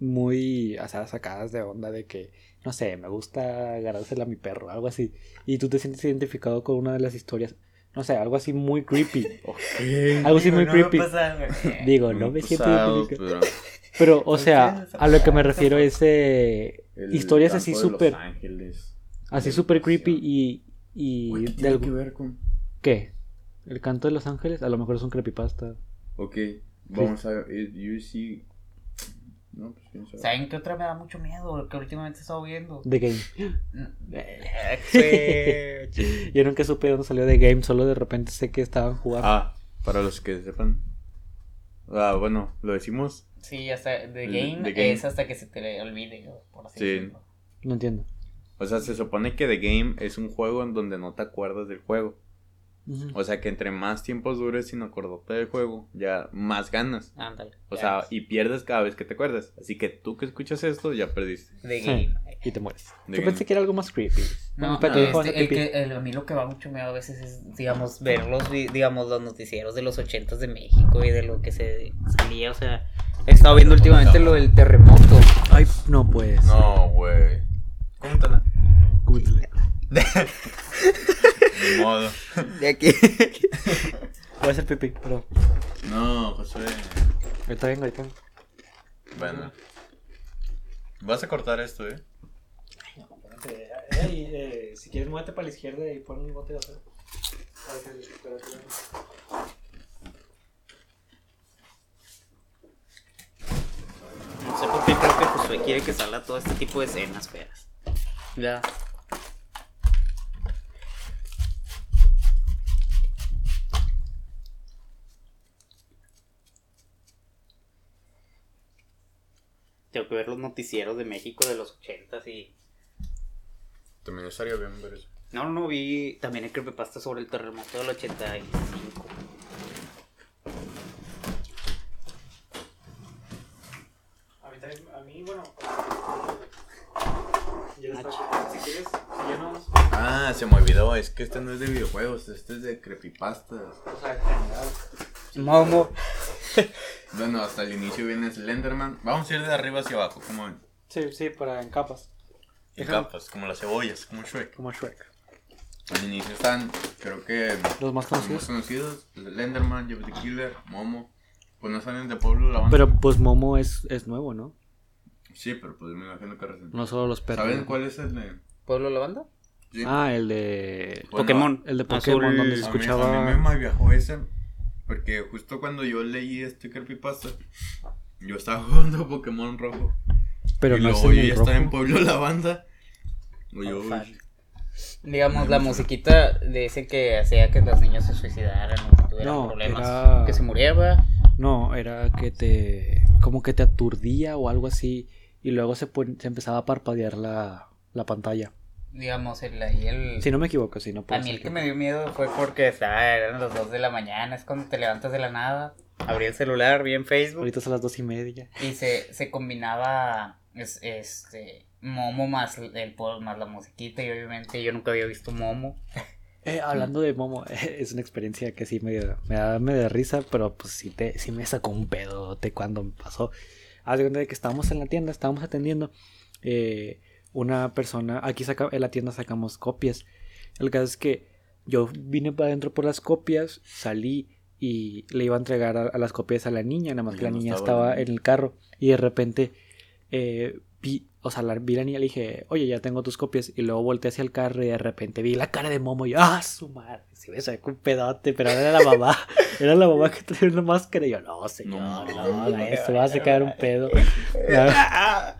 Speaker 2: muy, o sea, sacadas de onda de que, no sé, me gusta agarrársela a mi perro, algo así. Y tú te sientes identificado con una de las historias, no sé, algo así muy creepy.
Speaker 1: Ok. Mm, pues,
Speaker 2: Algo así muy
Speaker 3: Digo, no
Speaker 2: creepy.
Speaker 3: va a pasar, güey.
Speaker 2: Digo, no me siento
Speaker 1: Pasado,
Speaker 2: identificado.
Speaker 1: pero
Speaker 2: Pero, o sea,
Speaker 3: Entonces,
Speaker 2: a lo que me
Speaker 3: esa-
Speaker 2: refiero es eh,
Speaker 1: el
Speaker 2: historias
Speaker 1: campo
Speaker 2: así
Speaker 1: de
Speaker 2: súper,
Speaker 1: Los Ángeles.
Speaker 2: así
Speaker 1: de
Speaker 2: súper creepy
Speaker 1: depresión.
Speaker 2: y, y
Speaker 1: Güey, ¿qué
Speaker 2: de
Speaker 1: tiene
Speaker 2: algo-
Speaker 1: que ver con.?
Speaker 2: ¿Qué? ¿El canto de los ángeles? A lo mejor es un creepypasta.
Speaker 1: Ok, vamos a ver. eh, You see. No, pues quién sabe.
Speaker 3: ¿Saben qué otra me da mucho miedo? Que últimamente he estado viendo.
Speaker 2: The Game.
Speaker 3: Fue-
Speaker 2: Yo nunca supe dónde salió The Game, solo de repente sé que estaban jugando.
Speaker 1: Ah, para los que sepan. Ah, bueno, lo decimos.
Speaker 3: Sí, hasta The
Speaker 1: El-
Speaker 3: Game,
Speaker 1: The Game.
Speaker 3: es hasta que se te olvide, por así
Speaker 1: Sí.
Speaker 3: decirlo.
Speaker 2: No entiendo.
Speaker 1: O sea, se supone que The Game es un juego en donde no te acuerdas del juego.
Speaker 2: Ujú.
Speaker 1: O sea, que entre más tiempos dures sin acordarte del juego, ya más ganas.
Speaker 3: Ándale.
Speaker 1: O
Speaker 3: ya
Speaker 1: sea, y pierdes cada vez que te acuerdas. Así que tú que escuchas esto, ya perdiste.
Speaker 3: ves. De
Speaker 2: Sí.
Speaker 3: game.
Speaker 2: Y te mueres.
Speaker 1: De
Speaker 2: Yo
Speaker 1: que-
Speaker 2: pensé que era algo más creepy.
Speaker 3: No,
Speaker 2: Bueno, espérate,
Speaker 3: no,
Speaker 2: dejo
Speaker 3: este,
Speaker 2: antes
Speaker 3: el
Speaker 2: pi-
Speaker 3: que, el- a mí lo que va mucho miedo a veces es, digamos, ver los, vi- digamos, los noticieros de los ochentas de México y de lo que se salía, o sea, he estado viendo últimamente lo del terremoto.
Speaker 2: Ay, no pues. puedes.
Speaker 1: No, güey. Cuéntala.
Speaker 2: Cúmetela.
Speaker 1: De modo.
Speaker 3: De aquí.
Speaker 2: Voy a hacer pipí, perdón.
Speaker 1: No, José.
Speaker 2: Ahorita vengo, ahorita vengo.
Speaker 1: Bueno. Vas a cortar esto, ¿eh?
Speaker 2: eh, si quieres, muévete para la izquierda y pon un bote de acero.
Speaker 3: No sé por qué creo que Josué quiere que salga todo este tipo de escenas feas. Ya. Tengo que ver los noticieros de México de los ochentas y...
Speaker 1: También estaría bien ver eso.
Speaker 3: No, no, vi también el creepypasta sobre el terremoto del 85.
Speaker 2: A mí, bueno.
Speaker 3: Ah,
Speaker 2: Si quieres, si ya no.
Speaker 1: Ah, se me olvidó. Es que este no es de videojuegos, este es de creepypastas.
Speaker 2: O sea, en general.
Speaker 3: Momo.
Speaker 1: Bueno, hasta el inicio viene Slenderman. Vamos a ir de arriba hacia abajo, como en,
Speaker 2: Sí, sí, para en capas.
Speaker 1: en capas, como las cebollas, como Shrek.
Speaker 2: Como Shrek.
Speaker 1: Al inicio están, creo que los
Speaker 2: Los más
Speaker 1: más
Speaker 2: conocidos.
Speaker 1: conocidos: Slenderman, Jeff the Killer, Momo. Pues no salen de pueblo la banda.
Speaker 2: Pero pues Momo es, es nuevo, ¿no?
Speaker 1: Sí, pero pues me imagino que recién.
Speaker 2: No solo los perros.
Speaker 1: ¿Saben
Speaker 2: ¿no?
Speaker 1: cuál es el de.?
Speaker 3: ¿Pueblo la banda?
Speaker 1: Sí.
Speaker 2: Ah, el de.
Speaker 1: Bueno,
Speaker 3: Pokémon.
Speaker 2: El de
Speaker 3: Azul.
Speaker 2: Pokémon, donde se
Speaker 1: A mí-
Speaker 2: escuchaba.
Speaker 1: A mí, me malviajó ese. Porque justo cuando yo leí este creepypasta, yo estaba jugando Pokémon rojo.
Speaker 2: Pero
Speaker 1: y
Speaker 2: no es
Speaker 1: luego yo
Speaker 2: el
Speaker 1: ya estaba en
Speaker 2: rojo.
Speaker 1: Pueblo La Banda. Y yo,
Speaker 3: Oh,
Speaker 1: uy,
Speaker 3: fan. Digamos, la musiquita de ese que hacía que los niños se suicidaran o que tuvieran
Speaker 2: No,
Speaker 3: problemas.
Speaker 2: era-
Speaker 3: Que se muriera.
Speaker 2: No, era que te. Como que te aturdía o algo así. Y luego se, pon- se empezaba a parpadear la, la pantalla.
Speaker 3: Digamos, el, ahí el...
Speaker 2: Si no me equivoco, si no puedo
Speaker 3: a mí el
Speaker 2: ser
Speaker 3: que
Speaker 2: yo.
Speaker 3: me dio miedo fue porque estaba, eran las 2 de la mañana, es cuando te levantas de la nada. Abrí el celular, vi en Facebook
Speaker 2: Ahorita son las dos y media.
Speaker 3: y se, se combinaba es- este Momo más el pueblo más la musiquita y obviamente yo nunca había visto Momo.
Speaker 2: Eh, hablando de Momo, es una experiencia que sí me, me da me da risa, pero pues sí, te, sí me sacó un pedote cuando me pasó. Haz de cuenta de que estábamos en la tienda, estábamos atendiendo. eh, una persona, aquí saca, en la tienda sacamos copias. El caso es que yo vine para adentro por las copias, salí y le iba a entregar a, a las copias a la niña, nada más
Speaker 1: Y
Speaker 2: que la
Speaker 1: no
Speaker 2: niña
Speaker 1: estaba la
Speaker 2: estaba
Speaker 1: niña.
Speaker 2: en el carro y de repente eh, vi, o sea, la, vi la niña y le dije, oye, ya tengo tus copias. Y luego volteé hacia el carro y de repente vi la cara de Momo y yo, ¡ah, su madre! Se me sacó un pedote, pero ahora era la mamá. era la mamá que traía una máscara. Y yo, no, señor, no,
Speaker 1: mames.
Speaker 2: se va a sacar un pedo.
Speaker 1: La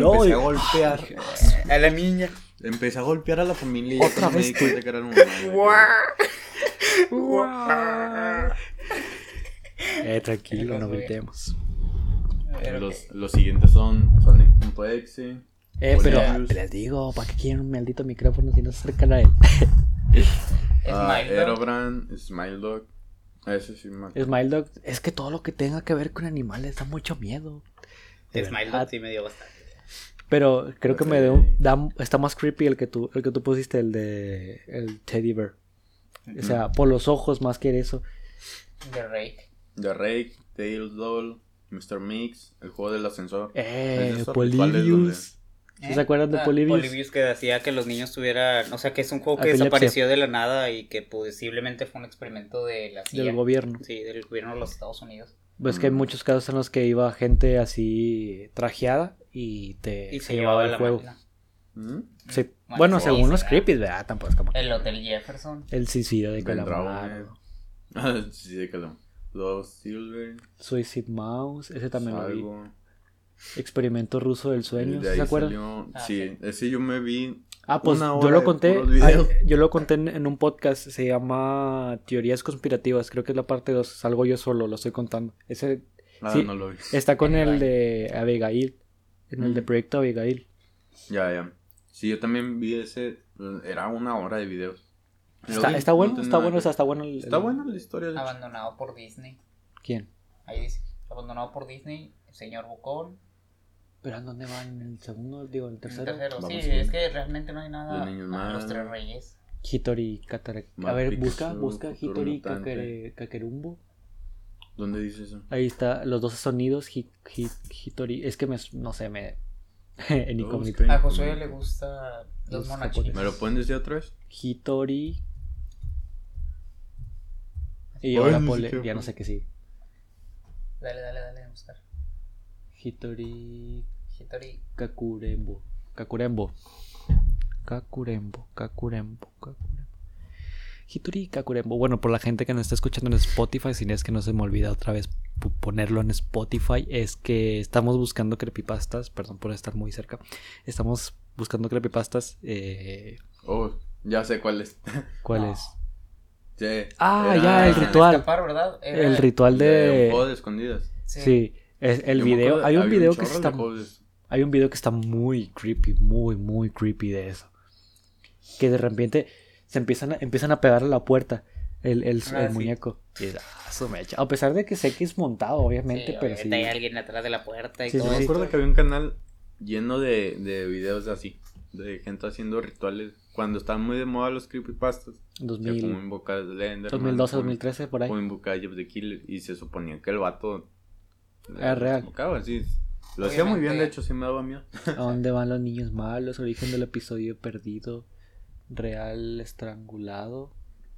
Speaker 2: No,
Speaker 1: empecé
Speaker 2: y-
Speaker 1: a golpear.
Speaker 3: Eh, A la niña.
Speaker 1: empecé a golpear a la familia y ya
Speaker 2: Otra
Speaker 1: cuando me
Speaker 2: vez
Speaker 1: di cuenta que era un mamá.
Speaker 2: Eh, tranquilo, no gritemos.
Speaker 1: Los, los siguientes son Sonic.exe.
Speaker 2: Eh, pero
Speaker 1: Poliarius.
Speaker 2: les digo, ¿para qué quieren un maldito micrófono si no se acercan a él?
Speaker 1: ah,
Speaker 3: Smile Dog.
Speaker 1: Aerobrand, Smile Dog. Ese sí me acuerdo.
Speaker 2: Smile Dog, es que todo lo que tenga que ver con animales da mucho miedo. De
Speaker 3: Smile
Speaker 2: verdad.
Speaker 3: Dog sí me dio bastante.
Speaker 2: Pero creo que me
Speaker 1: Sí.
Speaker 2: dio- da- está más creepy el que tú, el que tú pusiste, el de el Teddy Bear. O sea, por los ojos más que eso.
Speaker 3: De Rake.
Speaker 1: The Rake, Tail Doll, Mr. Mix, el juego del ascensor.
Speaker 2: Eh,
Speaker 1: Esos son
Speaker 2: Polybius.
Speaker 1: rituales
Speaker 2: ¿Sí se acuerdan de
Speaker 3: Ah,
Speaker 2: Polybius?
Speaker 3: Polybius que hacía que los niños tuvieran, o sea, que es un juego que
Speaker 2: Epilepsia.
Speaker 3: desapareció de la nada y que posiblemente fue un experimento de la CIA.
Speaker 2: Del gobierno.
Speaker 3: Sí, del gobierno de los Estados Unidos.
Speaker 2: Ves que hay
Speaker 1: Mm.
Speaker 2: muchos casos en los que iba gente así trajeada y te
Speaker 3: Y se llevaba el
Speaker 2: Eh, el juego.
Speaker 3: máquina.
Speaker 1: ¿Mm?
Speaker 2: Sí.
Speaker 3: Bueno,
Speaker 2: Bueno,
Speaker 3: sí,
Speaker 2: según los
Speaker 3: sí,
Speaker 2: creepies, ¿verdad? Tampoco es como
Speaker 3: El Hotel Jefferson.
Speaker 2: el suicidio de
Speaker 1: Del
Speaker 2: Calamaro,
Speaker 1: dragón. Ah, sí, sí, que lo. Los Silver.
Speaker 2: Suicide Mouse, ese también lo
Speaker 1: Salgo.
Speaker 2: vi. Experimento ruso del sueño,
Speaker 1: El de
Speaker 2: ¿sí
Speaker 1: ahí
Speaker 2: ¿se acuerdan?
Speaker 1: salió-
Speaker 3: Ah,
Speaker 1: sí, ese yo me vi.
Speaker 2: Ah, pues
Speaker 1: Una
Speaker 2: yo
Speaker 1: hora
Speaker 2: lo
Speaker 1: de
Speaker 2: conté,
Speaker 1: puros videos.
Speaker 2: ay, yo lo conté en, en un podcast, se llama Teorías conspirativas, creo que es la parte 2, salgo yo solo, lo estoy contando. Ese
Speaker 1: Ah,
Speaker 2: Sí.
Speaker 1: no lo vi.
Speaker 2: está con
Speaker 3: Ahí va.
Speaker 2: el de Abigail, en el de
Speaker 1: Mm.
Speaker 2: Proyecto Abigail.
Speaker 1: Ya, ya. Sí, yo también vi ese. Era una hora de videos. Yo
Speaker 2: Está,
Speaker 1: vi,
Speaker 2: está
Speaker 1: no
Speaker 2: bueno,
Speaker 1: tenía
Speaker 2: está
Speaker 1: nada
Speaker 2: bueno,
Speaker 1: que-
Speaker 2: o sea, está bueno. el-
Speaker 1: Está
Speaker 2: el-
Speaker 1: buena la historia. de hecho.
Speaker 3: Abandonado por Disney.
Speaker 2: ¿Quién?
Speaker 3: Ahí dice, abandonado por Disney, el señor Bucón.
Speaker 2: ¿Pero en dónde va? ¿En el segundo? Digo, el
Speaker 3: El
Speaker 2: tercero.
Speaker 3: tercero, sí,
Speaker 1: Vamos
Speaker 3: es
Speaker 1: bien.
Speaker 3: que realmente no hay nada.
Speaker 1: Los niños
Speaker 3: Ah,
Speaker 1: mal.
Speaker 3: Los tres reyes.
Speaker 2: Hitori Katara. A
Speaker 1: Más
Speaker 2: ver,
Speaker 1: Pikachu,
Speaker 2: busca, busca
Speaker 1: futuro
Speaker 2: Hitori
Speaker 1: mutante.
Speaker 2: Kakere- Kakerumbo.
Speaker 1: ¿Dónde dice eso?
Speaker 2: Ahí está, los dos sonidos. hi- hi- Hitori. Es que me, no sé, me. en
Speaker 1: Lo
Speaker 2: incógnito.
Speaker 1: busqué.
Speaker 3: A Josué le gusta los
Speaker 2: Los
Speaker 3: monachitos.
Speaker 1: ¿Me lo pueden decir otra vez?
Speaker 2: Hitori. Y
Speaker 1: Ay,
Speaker 2: ahora
Speaker 1: ni
Speaker 2: ponle.
Speaker 1: siquiera
Speaker 2: Ya no
Speaker 1: fue.
Speaker 2: sé qué sí.
Speaker 3: Dale, dale, dale, a buscar.
Speaker 2: Hitori
Speaker 3: Hitori.
Speaker 2: Kakurembo. Kakurembo. Kakurembo, Kakurembo, Kakurembo. Hitori Kakurembo. Bueno, por la gente que nos está escuchando en Spotify, si es que no se me olvida otra vez pu- ponerlo en Spotify, es que estamos buscando creepypastas. Perdón por estar muy cerca. Estamos buscando creepypastas. Eh,
Speaker 1: Oh, ya sé cuál es.
Speaker 2: ¿Cuál
Speaker 3: No.
Speaker 2: es?
Speaker 1: Sí,
Speaker 2: Ah,
Speaker 1: era
Speaker 2: ya, el
Speaker 3: Se me
Speaker 2: ritual.
Speaker 3: escapar, ¿verdad? Era-
Speaker 2: El ritual
Speaker 1: De un juego
Speaker 2: de.
Speaker 1: de escondidas.
Speaker 2: Sí, es el
Speaker 1: Yo me
Speaker 2: video.
Speaker 1: acuerdo-
Speaker 2: Hay un
Speaker 1: había
Speaker 2: video que
Speaker 1: chorro de
Speaker 2: está.
Speaker 1: juegos de-
Speaker 2: Hay un video que está muy creepy, muy, muy creepy de eso. Que de repente se empiezan a, empiezan a pegar a la puerta el, el-
Speaker 3: Ah,
Speaker 2: el
Speaker 3: sí.
Speaker 2: muñeco. Y es, ah, su mecha. A pesar de que sé que es montado, obviamente,
Speaker 3: Sí,
Speaker 2: pero
Speaker 3: obviamente hay
Speaker 2: sí.
Speaker 3: alguien atrás de la puerta y
Speaker 2: Sí, sí,
Speaker 1: Yo
Speaker 3: todo
Speaker 1: me
Speaker 2: sí.
Speaker 3: esto.
Speaker 1: acuerdo que había un canal lleno de, de videos así, de gente haciendo rituales. Cuando estaban muy de moda los creepypastas, se
Speaker 2: 2000,
Speaker 1: como invocar Slender,
Speaker 2: 2012, 2013, por ahí.
Speaker 1: O invocar Jeff the Killer, y se suponía que el vato
Speaker 2: Era real.
Speaker 1: invocaba, sí. Lo hacía muy bien, de
Speaker 3: Obviamente.
Speaker 1: hecho, sí me daba miedo.
Speaker 2: ¿A dónde van los niños malos? Origen del episodio perdido. Real estrangulado.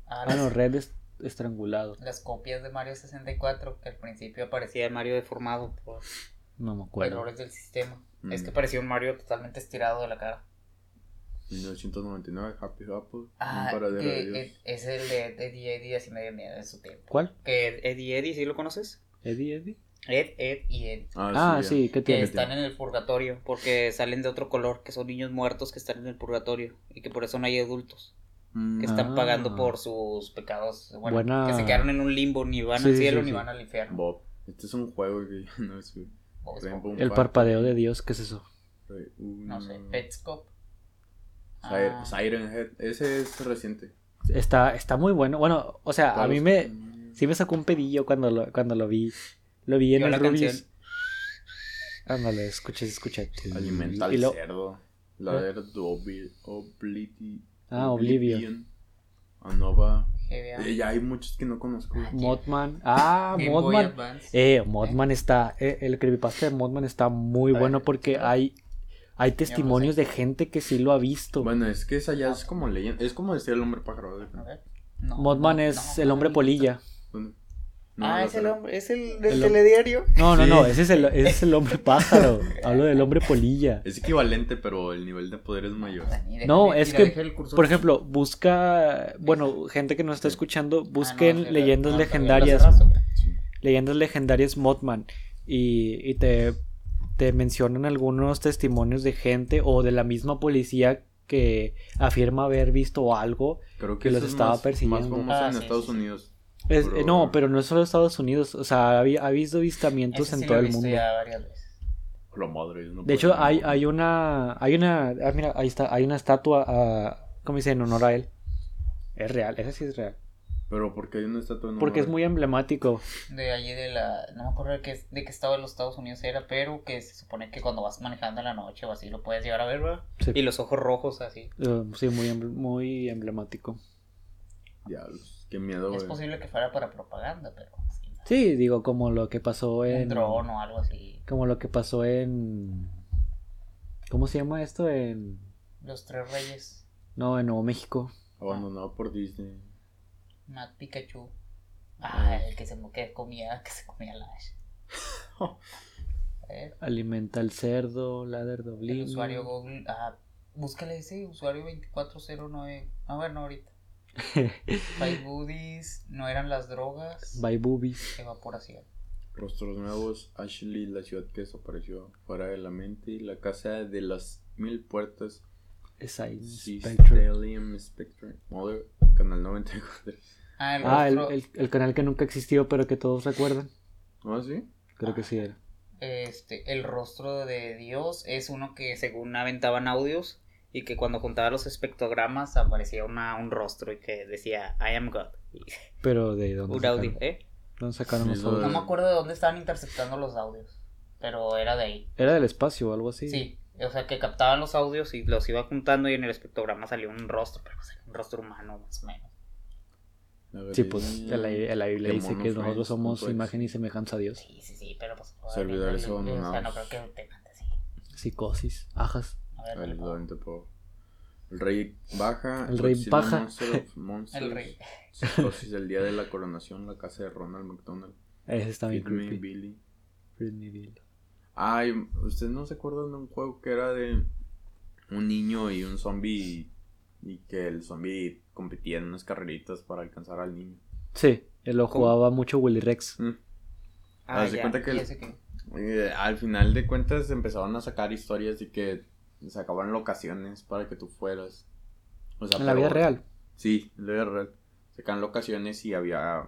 Speaker 3: Ah,
Speaker 2: Ah,
Speaker 3: las,
Speaker 2: no, red est- estrangulado.
Speaker 3: las copias de Mario 64, que al principio aparecía Mario deformado por
Speaker 2: No me acuerdo.
Speaker 3: errores del sistema.
Speaker 1: Mm.
Speaker 3: Es que parecía un Mario totalmente estirado de la cara.
Speaker 1: 1999, Happy Apple,
Speaker 3: Ah,
Speaker 1: un paradero
Speaker 3: que-
Speaker 1: de Dios.
Speaker 3: que es el de Eddie Eddie, así medio miedo en su tiempo.
Speaker 2: ¿Cuál?
Speaker 3: Que Eddie Eddie, ¿sí lo conoces?
Speaker 2: ¿Eddie, Eddie?
Speaker 3: Ed, Ed y Eddie.
Speaker 2: Ah,
Speaker 1: ya.
Speaker 2: sí, ¿qué
Speaker 3: Que
Speaker 2: tiene?
Speaker 3: están en el purgatorio porque salen de otro color, que son niños muertos que están en el purgatorio y que por eso no hay adultos,
Speaker 1: Mm,
Speaker 3: que están
Speaker 2: Ah.
Speaker 3: pagando por sus pecados, bueno,
Speaker 2: Buena-
Speaker 3: que se quedaron en un limbo, ni van
Speaker 2: Sí,
Speaker 3: al
Speaker 2: sí,
Speaker 3: cielo
Speaker 2: sí,
Speaker 3: ni
Speaker 2: sí.
Speaker 3: van al infierno.
Speaker 1: Bob, este es un juego que no es güey.
Speaker 3: Bob
Speaker 1: Por ejemplo,
Speaker 3: Esponja.
Speaker 1: un
Speaker 2: El
Speaker 1: parque,
Speaker 2: parpadeo de Dios, ¿qué es eso?
Speaker 1: güey, un-
Speaker 2: Mm.
Speaker 3: No sé, Petscop.
Speaker 1: Siren-
Speaker 3: Ah,
Speaker 1: Siren Head, ese es reciente.
Speaker 2: Está, está muy bueno. Bueno, o sea, a mí me
Speaker 1: Mm.
Speaker 2: sí me sacó un pedillo cuando lo, cuando lo vi. Lo vi en
Speaker 3: Yo
Speaker 2: el
Speaker 3: la
Speaker 2: Rubius. Ándale, escuché, escuché.
Speaker 1: Alimenta al
Speaker 2: Y lo-
Speaker 1: cerdo. La de Oblivion. Obliti,
Speaker 2: Ah, Oblivion.
Speaker 1: Anova.
Speaker 3: GBA.
Speaker 1: Eh, ya hay muchos que no conozco. güey.
Speaker 2: Modman. Ah,
Speaker 3: Game Boy
Speaker 2: Modman.
Speaker 3: Advance.
Speaker 2: Eh, Modman está. eh, el creepypasta de Modman está muy
Speaker 1: A ver,
Speaker 2: bueno porque hay, hay testimonios de gente que sí lo ha visto.
Speaker 1: Bueno, es que esa
Speaker 3: Ah.
Speaker 1: ya es como leyenda. Es como decir el hombre pájaro. güey.
Speaker 3: A ver. No,
Speaker 2: Modman
Speaker 3: no,
Speaker 2: es
Speaker 3: no,
Speaker 2: el hombre
Speaker 3: no.
Speaker 2: polilla.
Speaker 1: ¿Dónde? No,
Speaker 3: Ah,
Speaker 1: no
Speaker 3: es
Speaker 1: sé.
Speaker 3: el hombre, es el del
Speaker 2: El hom-
Speaker 3: telediario.
Speaker 2: No, no,
Speaker 1: Sí.
Speaker 2: no, ese es el, ese es el hombre pájaro. Hablo del hombre polilla.
Speaker 1: Es equivalente, pero el nivel de poder es mayor.
Speaker 3: Ah,
Speaker 2: No, es que, Por
Speaker 3: por
Speaker 2: ejemplo, busca, bueno, gente que nos está escuchando, busquen
Speaker 3: Ah,
Speaker 2: leyendas legendarias, leyendas legendarias Mothman y, y te, te mencionan algunos testimonios de gente o de la misma policía que afirma haber visto algo.
Speaker 1: Creo
Speaker 2: Que
Speaker 1: que,
Speaker 2: los
Speaker 1: eso es
Speaker 2: estaba
Speaker 1: más,
Speaker 2: persiguiendo.
Speaker 1: Más famoso
Speaker 3: Ah,
Speaker 1: en
Speaker 3: sí,
Speaker 1: Estados
Speaker 3: sí, sí.
Speaker 1: Unidos.
Speaker 2: Es-
Speaker 1: Pero-
Speaker 2: eh, no, pero no es solo Estados Unidos, o sea, ha, habi- ha habido avistamientos en todo el mundo.
Speaker 1: Lo madre, yo pues, no
Speaker 2: De
Speaker 1: puedo
Speaker 2: hecho,
Speaker 1: creer.
Speaker 2: hay, hay una, hay una, ah, mira, ahí está, hay una estatua, ah, ¿cómo dice? En honor a él. Es real, esa sí es real.
Speaker 1: Pero porque hay una estatua en
Speaker 2: Porque es
Speaker 1: honor?
Speaker 2: muy emblemático.
Speaker 3: De allí de la. No me acuerdo de qué, de qué estado de los Estados Unidos era, pero que se supone que cuando vas manejando en la noche o así lo puedes llevar a ver, ¿verdad?
Speaker 2: Sí.
Speaker 3: Y los ojos rojos así.
Speaker 2: Eh, Sí, muy, emble- muy emblemático.
Speaker 1: Diablos, qué miedo,
Speaker 3: Es
Speaker 1: güey.
Speaker 3: posible que fuera para propaganda, pero. sí,
Speaker 2: Sí, digo, como lo que pasó
Speaker 3: Un
Speaker 2: en.
Speaker 3: dron o algo así.
Speaker 2: Como lo que pasó en. ¿Cómo se llama esto? En.
Speaker 3: Los tres reyes.
Speaker 2: No, en Nuevo México.
Speaker 1: Abandonado por Disney.
Speaker 3: Matt Pikachu. Ah, el que se mo- que comía, que se comía la Ash. A ver,
Speaker 2: Alimenta al cerdo, ladder
Speaker 3: el
Speaker 2: doblino.
Speaker 3: usuario Google. Ah, búscale ese usuario 2409. A ver, no ahorita. Five Goodies, no eran las drogas.
Speaker 2: By boobies.
Speaker 3: Evaporación.
Speaker 1: Rostros nuevos, Ashley, la ciudad que desapareció fuera de la mente, la casa de las mil puertas,
Speaker 2: Sign Spectre.
Speaker 1: Stellium Spectre, Mother, Canal 94.
Speaker 3: Ah, el
Speaker 2: Ah, el,
Speaker 3: rostro.
Speaker 2: el- el canal que nunca existió, pero que todos recuerdan.
Speaker 1: ¿Ah, sí?
Speaker 2: Creo que sí era.
Speaker 3: Este, el rostro de Dios es uno que según aventaban audios y que cuando juntaba los espectrogramas aparecía una, un rostro y que decía I am God. Y
Speaker 2: Pues Pero de dónde
Speaker 3: un
Speaker 2: sacaron,
Speaker 3: audio, ¿eh?
Speaker 2: ¿Dónde sacaron los
Speaker 1: Sí, lo
Speaker 2: audios?
Speaker 3: No me acuerdo de dónde estaban interceptando los audios, pero era de ahí.
Speaker 2: Era del espacio o algo así.
Speaker 3: Sí. O sea, que captaban los audios y los iba juntando y en el espectrograma salió un rostro, pero pues era un rostro humano más o menos.
Speaker 1: A ver,
Speaker 2: Sí, pues
Speaker 1: dice-
Speaker 2: la, la Biblia
Speaker 1: Qué
Speaker 2: dice
Speaker 1: mono
Speaker 2: que
Speaker 1: fue,
Speaker 2: nosotros somos
Speaker 1: pues.
Speaker 2: imagen y semejanza a Dios.
Speaker 3: Sí, sí, sí, pero pues...
Speaker 1: Servidores
Speaker 3: o sea, no
Speaker 1: abandonados.
Speaker 3: creo que tengan así.
Speaker 2: Psicosis, ajas.
Speaker 3: A ver,
Speaker 1: El
Speaker 3: el,
Speaker 1: don de Poe. El rey baja.
Speaker 2: El rey
Speaker 1: Godzilla
Speaker 2: baja.
Speaker 1: Monster of Monsters,
Speaker 3: El rey.
Speaker 1: Psicosis, el día de la coronación, la casa de Ronald McDonald.
Speaker 2: Ese está bien
Speaker 1: Feed Me,
Speaker 2: creepy.
Speaker 1: Billy.
Speaker 2: Feed me, Bill.
Speaker 1: Ay, ¿ustedes no se acuerdan de un juego que era de un niño y un zombie? Y que el zombie competía en unas carreritas para alcanzar al niño.
Speaker 2: Sí, él lo
Speaker 3: ¿Cómo?
Speaker 2: jugaba mucho Willy Rex.
Speaker 1: Mm.
Speaker 3: Ah,
Speaker 1: Haz de
Speaker 3: ya,
Speaker 1: cuenta que el-
Speaker 3: ya sé que-
Speaker 1: Eh, al final de cuentas empezaron a sacar historias y que sacaban locaciones para que tú fueras. O sea,
Speaker 2: En la vida
Speaker 1: pero-
Speaker 2: real.
Speaker 1: Sí, en la vida real. Sacaban locaciones y había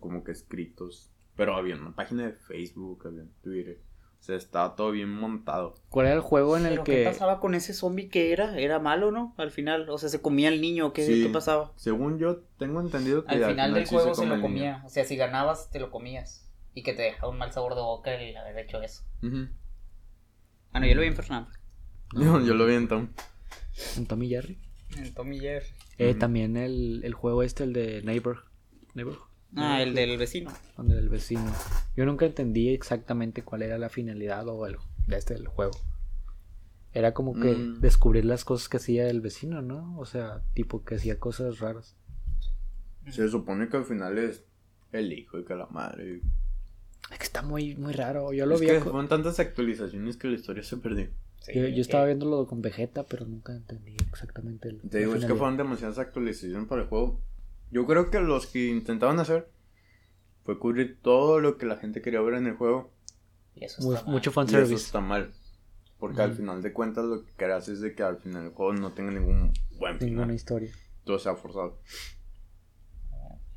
Speaker 1: como que escritos. Pero había una página de Facebook, había en Twitter. O sea, estaba todo bien montado.
Speaker 2: ¿Cuál era el juego en el
Speaker 3: ¿Pero qué
Speaker 2: que
Speaker 3: pasaba con ese zombie que era? ¿Era malo, no? Al final, o sea, se comía al niño, ¿qué,
Speaker 1: Sí.
Speaker 3: qué pasaba?
Speaker 1: Según yo, tengo entendido que
Speaker 3: Al final del
Speaker 1: sí
Speaker 3: juego se,
Speaker 1: come
Speaker 3: lo
Speaker 1: el niño.
Speaker 3: comía, o sea, si ganabas te lo comías y que te dejaba un mal sabor de boca el haber hecho eso.
Speaker 1: Ujú.
Speaker 3: Ah, no, yo lo vi en Fernando.
Speaker 1: No, yo lo vi en Tom.
Speaker 2: en Tommy Jerry?
Speaker 3: En Tommy Jerry.
Speaker 2: Eh,
Speaker 1: Ujú.
Speaker 2: También el, el juego este, el de Neighbor. Neighbor.
Speaker 3: Ah, el del vecino.
Speaker 2: Donde el vecino. Yo nunca entendí exactamente cuál era la finalidad o el, de este del juego. Era como que
Speaker 1: Mm.
Speaker 2: descubrir las cosas que hacía el vecino, ¿no? O sea, tipo que hacía cosas raras.
Speaker 1: Se supone que al final es el hijo y que la madre.
Speaker 2: Es que está muy, muy raro. Yo lo vi.
Speaker 1: es que
Speaker 2: aco-
Speaker 1: fueron tantas actualizaciones que la historia se perdió.
Speaker 3: Sí,
Speaker 2: yo, yo
Speaker 3: que-
Speaker 2: estaba viéndolo con Vegeta, pero nunca entendí exactamente el.
Speaker 1: eh. Te digo,
Speaker 2: la
Speaker 1: es que
Speaker 2: finalidad.
Speaker 1: fueron demasiadas actualizaciones para el juego. Yo creo que los que intentaban hacer fue cubrir todo lo que la gente quería ver en el juego.
Speaker 3: y eso
Speaker 2: Mu-
Speaker 3: está mal.
Speaker 1: Y
Speaker 2: mucho
Speaker 1: eso
Speaker 2: fanservice.
Speaker 1: está mal. Porque al
Speaker 2: Ujú.
Speaker 1: final de cuentas lo que querés es de que al final el juego no tenga ningún buen
Speaker 2: Ninguna
Speaker 1: final.
Speaker 2: historia.
Speaker 1: Todo sea forzado.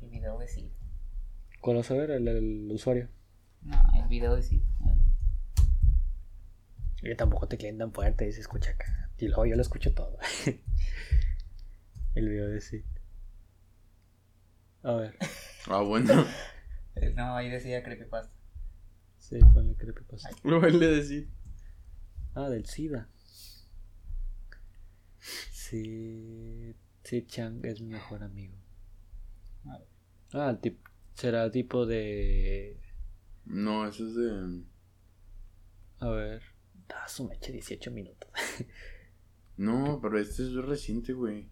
Speaker 3: El video de sí.
Speaker 2: ¿Cuál vas a ver? El, el usuario.
Speaker 3: No, el video de sí.
Speaker 2: Yo tampoco te clientan tan fuerte y se escucha acá. Y luego yo lo escucho todo. el video de sí. A ver.
Speaker 1: Ah, bueno.
Speaker 3: Eh, No, ahí decía creepypasta.
Speaker 2: Sí, fue la creepypasta.
Speaker 1: Lo voy a decir.
Speaker 2: Ah, del SIDA. Sí. Sí, Chang es mi mejor amigo.
Speaker 3: A ver.
Speaker 2: Ah, el tip- será tipo de.
Speaker 1: No, eso es de...
Speaker 2: A ver. Ah, su mecha 18 minutos.
Speaker 1: No, pero este es reciente, güey.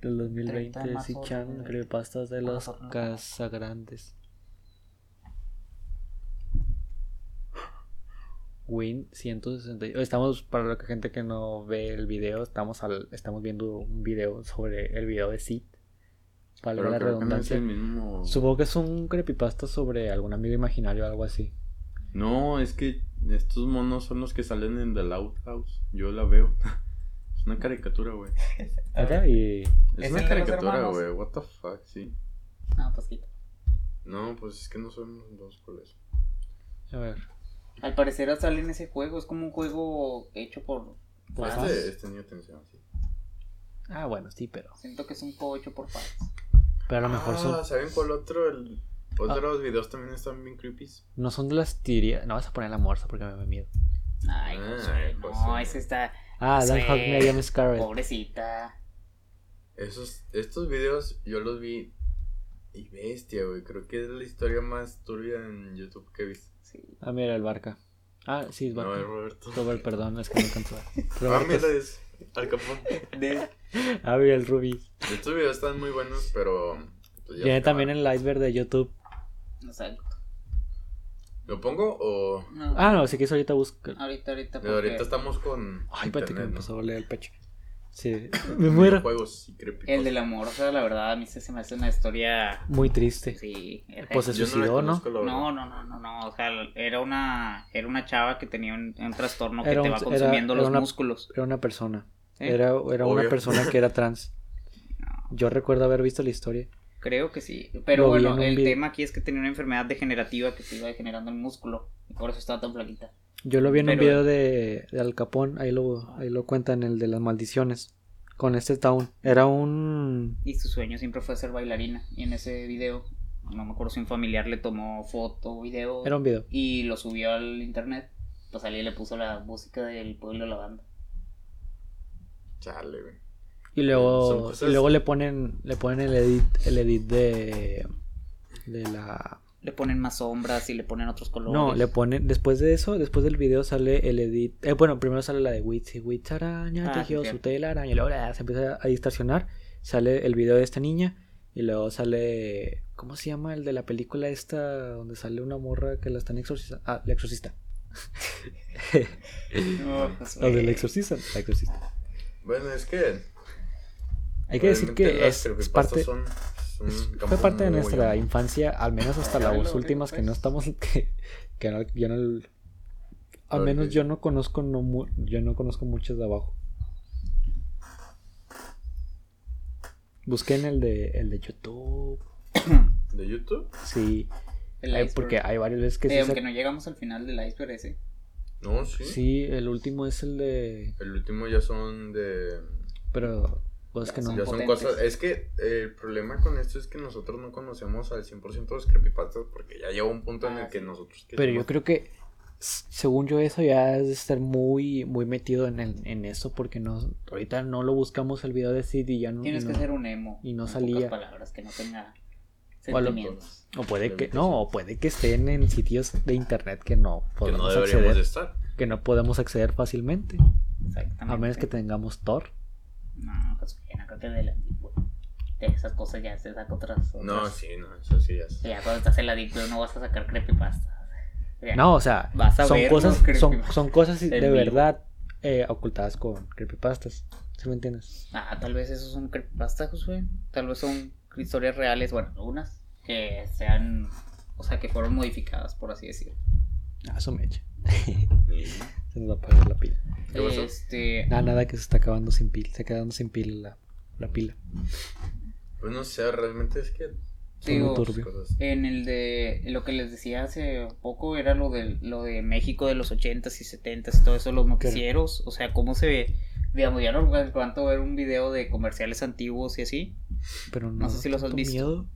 Speaker 2: Del
Speaker 3: 30 de
Speaker 2: 2020,
Speaker 3: marzo,
Speaker 2: sí, Chang,
Speaker 3: ¿no?
Speaker 2: creepypastas de
Speaker 3: Por
Speaker 2: los
Speaker 3: favor, no.
Speaker 2: Casagrandes. Win 168. Estamos, para la gente que no ve el video, estamos, al, estamos viendo un video sobre el video de Sid. Para
Speaker 1: Pero
Speaker 2: la
Speaker 1: creo que no es
Speaker 2: redundancia.
Speaker 1: el mismo.
Speaker 2: Supongo que es un creepypasta sobre algún amigo imaginario o algo así.
Speaker 1: No, es que estos monos son los que salen en The Loud House. Yo la veo. es una caricatura, güey. Ah,
Speaker 2: ¿Verdad? Y
Speaker 1: Es,
Speaker 3: ¿Es
Speaker 1: una
Speaker 3: el de los
Speaker 1: caricatura,
Speaker 3: hermanos?
Speaker 1: güey. What the fuck, sí.
Speaker 3: No, pues quita.
Speaker 1: No, pues es que no somos dos por eso.
Speaker 2: a ver.
Speaker 3: Al parecer sale en ese juego, es como un juego hecho por
Speaker 2: Por
Speaker 3: fans.
Speaker 2: fans.
Speaker 1: Este, este niño atención, sí.
Speaker 2: Ah, bueno, sí, pero.
Speaker 3: Siento que es un juego hecho por fans.
Speaker 2: Pero a lo mejor son,
Speaker 1: Ah,
Speaker 2: Ah.
Speaker 1: ¿saben cuál otro? El... Otros videos también están bien creepy.
Speaker 2: no son de las tirías. No vas a poner la morsa porque me da miedo.
Speaker 3: Ay,
Speaker 1: Ah,
Speaker 3: José,
Speaker 1: pues
Speaker 3: no,
Speaker 1: sí.
Speaker 3: ese está
Speaker 2: Ah, Dan
Speaker 3: Sí.
Speaker 2: Hawk me llama Scarlet.
Speaker 3: pobrecita.
Speaker 1: Esos, estos videos yo los vi. Y bestia, güey. Creo que es la historia más turbia en YouTube que he visto.
Speaker 3: Sí.
Speaker 2: Ah, mira, el barca. Ah, sí, es
Speaker 1: No,
Speaker 2: barca.
Speaker 1: es Roberto.
Speaker 2: Robert, perdón, es que no alcanzó.
Speaker 1: Ah,
Speaker 2: Roberto.
Speaker 1: mira, es Al Capón.
Speaker 2: Ah, mira, el Ruby.
Speaker 1: Estos videos están muy buenos, pero. pues, ya
Speaker 2: Tiene
Speaker 1: se
Speaker 2: también
Speaker 1: acabaron.
Speaker 2: el iceberg de YouTube.
Speaker 3: No salgo.
Speaker 1: ¿Lo pongo o.?
Speaker 3: No.
Speaker 2: Ah, no, si quieres ahorita busca.
Speaker 3: Ahorita, ahorita.
Speaker 1: Pero ahorita estamos con.
Speaker 2: Ay, espérate que me
Speaker 1: internet, ¿no?
Speaker 2: empezó a doler el pecho. Sí, me muero.
Speaker 1: Juegos y creepy.
Speaker 3: El de la morsa, la verdad, a mí se se me hace una historia.
Speaker 2: Muy triste.
Speaker 3: Sí.
Speaker 2: Pues se suicidó, ¿no?
Speaker 3: No, no, no, no, no. O sea, era una, era una chava que tenía un, un trastorno que
Speaker 2: Era
Speaker 3: te
Speaker 2: un-
Speaker 3: va
Speaker 2: era-
Speaker 3: consumiendo
Speaker 2: era
Speaker 3: los
Speaker 2: una-
Speaker 3: músculos.
Speaker 2: Era una persona.
Speaker 3: ¿eh?
Speaker 2: Era, era una
Speaker 1: Obvio.
Speaker 2: persona que era trans. Yo recuerdo haber visto la historia.
Speaker 3: Creo que sí. Pero
Speaker 2: Lo vi en
Speaker 3: bueno,
Speaker 2: un
Speaker 3: el
Speaker 2: video.
Speaker 3: tema aquí es que tenía una enfermedad degenerativa que se iba degenerando el músculo. Y por eso estaba tan flaquita.
Speaker 2: Yo lo vi en un
Speaker 3: Pero-
Speaker 2: video de, de Al Capón, ahí lo, ahí lo cuentan, el de las maldiciones, con este town. Era un...
Speaker 3: Y su sueño siempre fue ser bailarina. Y en ese video, no me acuerdo si un familiar le tomó foto, video,
Speaker 2: Era un video.
Speaker 3: y lo subió al internet. Pues alguien le puso la música del pueblo de la banda.
Speaker 1: Chale, güey.
Speaker 2: Y
Speaker 1: Son
Speaker 2: luego,
Speaker 1: cosas-
Speaker 2: y luego le ponen le ponen el edit, el edit de, de la...
Speaker 3: Le ponen más sombras y le ponen otros colores.
Speaker 2: No, le ponen... Después de eso, después del video sale el edit... eh, bueno, primero sale la de Witsi, Witch araña,
Speaker 3: Ah,
Speaker 2: tejió
Speaker 3: sí,
Speaker 2: su
Speaker 3: cierto.
Speaker 2: tela araña, y luego ah, se empieza a distorsionar. Sale el video de esta niña y luego sale... ¿Cómo se llama el de la película esta donde sale una morra que la están exorcizando? Ah, la exorcista.
Speaker 3: No, pues,
Speaker 2: La del
Speaker 3: güey.
Speaker 2: exorcista. La exorcista.
Speaker 1: Bueno, es que.
Speaker 2: Hay que decir
Speaker 1: realmente
Speaker 2: que
Speaker 1: las
Speaker 2: es, es
Speaker 1: creepypastas
Speaker 2: parte,
Speaker 1: son- son
Speaker 2: es-
Speaker 1: un campo
Speaker 2: fue parte de
Speaker 1: muy
Speaker 2: nuestra
Speaker 1: amplio.
Speaker 2: infancia, al menos hasta
Speaker 3: Claro,
Speaker 2: las
Speaker 3: güey,
Speaker 2: últimas que no
Speaker 3: pues.
Speaker 2: estamos, que, que no- yo no, al
Speaker 1: Ok.
Speaker 2: menos yo no conozco, no, mu- yo no conozco muchos de abajo. Busqué en el de, el de YouTube,
Speaker 1: ¿De YouTube?
Speaker 2: sí,
Speaker 3: El
Speaker 2: eh,
Speaker 3: iceberg.
Speaker 2: porque hay varias veces que
Speaker 3: Eh,
Speaker 2: sí,
Speaker 3: aunque
Speaker 2: sac-
Speaker 3: no llegamos al final del iceberg ese.
Speaker 1: No, sí.
Speaker 2: sí, el último es el de,
Speaker 1: El último ya son de.
Speaker 2: pero pues
Speaker 3: Ya
Speaker 2: que
Speaker 3: son
Speaker 2: no,
Speaker 1: Ya son
Speaker 3: potentes.
Speaker 1: cosas. Es que eh, el problema con esto es que nosotros no conocemos al 100% los creepypastas porque ya llega un punto en
Speaker 3: Ah,
Speaker 1: el que
Speaker 3: sí.
Speaker 1: nosotros.
Speaker 2: Pero yo
Speaker 1: queremos-
Speaker 2: creo que, s- según yo, eso ya es de estar muy, muy metido en, el, en eso, porque no, ahorita no lo buscamos el video de Sid y ya no. y
Speaker 3: Tienes que
Speaker 2: no-
Speaker 3: ser un emo.
Speaker 2: y no
Speaker 3: en
Speaker 2: salía.
Speaker 3: pocas palabras, que no tenga
Speaker 2: O a lo-
Speaker 3: sentimientos.
Speaker 2: O puede
Speaker 1: Realmente
Speaker 2: que,
Speaker 1: sí.
Speaker 2: no, o puede que estén en sitios de internet que no
Speaker 1: Que no
Speaker 2: podemos
Speaker 1: deberíamos de
Speaker 2: acceder,
Speaker 1: estar.
Speaker 2: que no podemos acceder fácilmente,
Speaker 3: Exactamente.
Speaker 2: a menos que tengamos Tor.
Speaker 3: No, pues bien, no creo que de la Deep Web. De esas cosas ya se saca otras.
Speaker 1: No,
Speaker 3: otras-
Speaker 1: sí, no, eso sí ya es.
Speaker 3: Ya cuando estás en la Deep Web no vas a sacar creepypasta. Ya.
Speaker 2: No, o sea,
Speaker 3: Vas a
Speaker 2: son
Speaker 3: ver
Speaker 2: cosas,
Speaker 3: unos
Speaker 2: son,
Speaker 3: creepypastas
Speaker 2: son cosas de
Speaker 3: en vivo.
Speaker 2: verdad eh, ocultadas con creepypastas, ¿sí me entiendes?
Speaker 3: Ah, tal vez esos son creepypasta, Josué. Tal vez son historias reales, bueno, algunas que sean. O sea, que fueron modificadas, por así decirlo.
Speaker 2: Ah, eso me echa.
Speaker 1: Y-
Speaker 2: Se nos va a apagar la pila.
Speaker 1: ¿Qué pasó?
Speaker 3: Este.
Speaker 2: Nada, nada que se está acabando sin pila, se está quedando sin pila la, la pila.
Speaker 1: Pues no sé, realmente es que.
Speaker 3: Digo,
Speaker 2: Turbio.
Speaker 1: cosas-
Speaker 3: En el de lo que les decía hace poco era lo de lo de México de los 80s y 70s y todo eso, los noticieros, o sea, cómo se ve, digamos, ya no cuanto ver un video de comerciales antiguos y así.
Speaker 2: Pero no,
Speaker 3: No sé si los has
Speaker 2: tanto
Speaker 3: visto.
Speaker 2: miedo.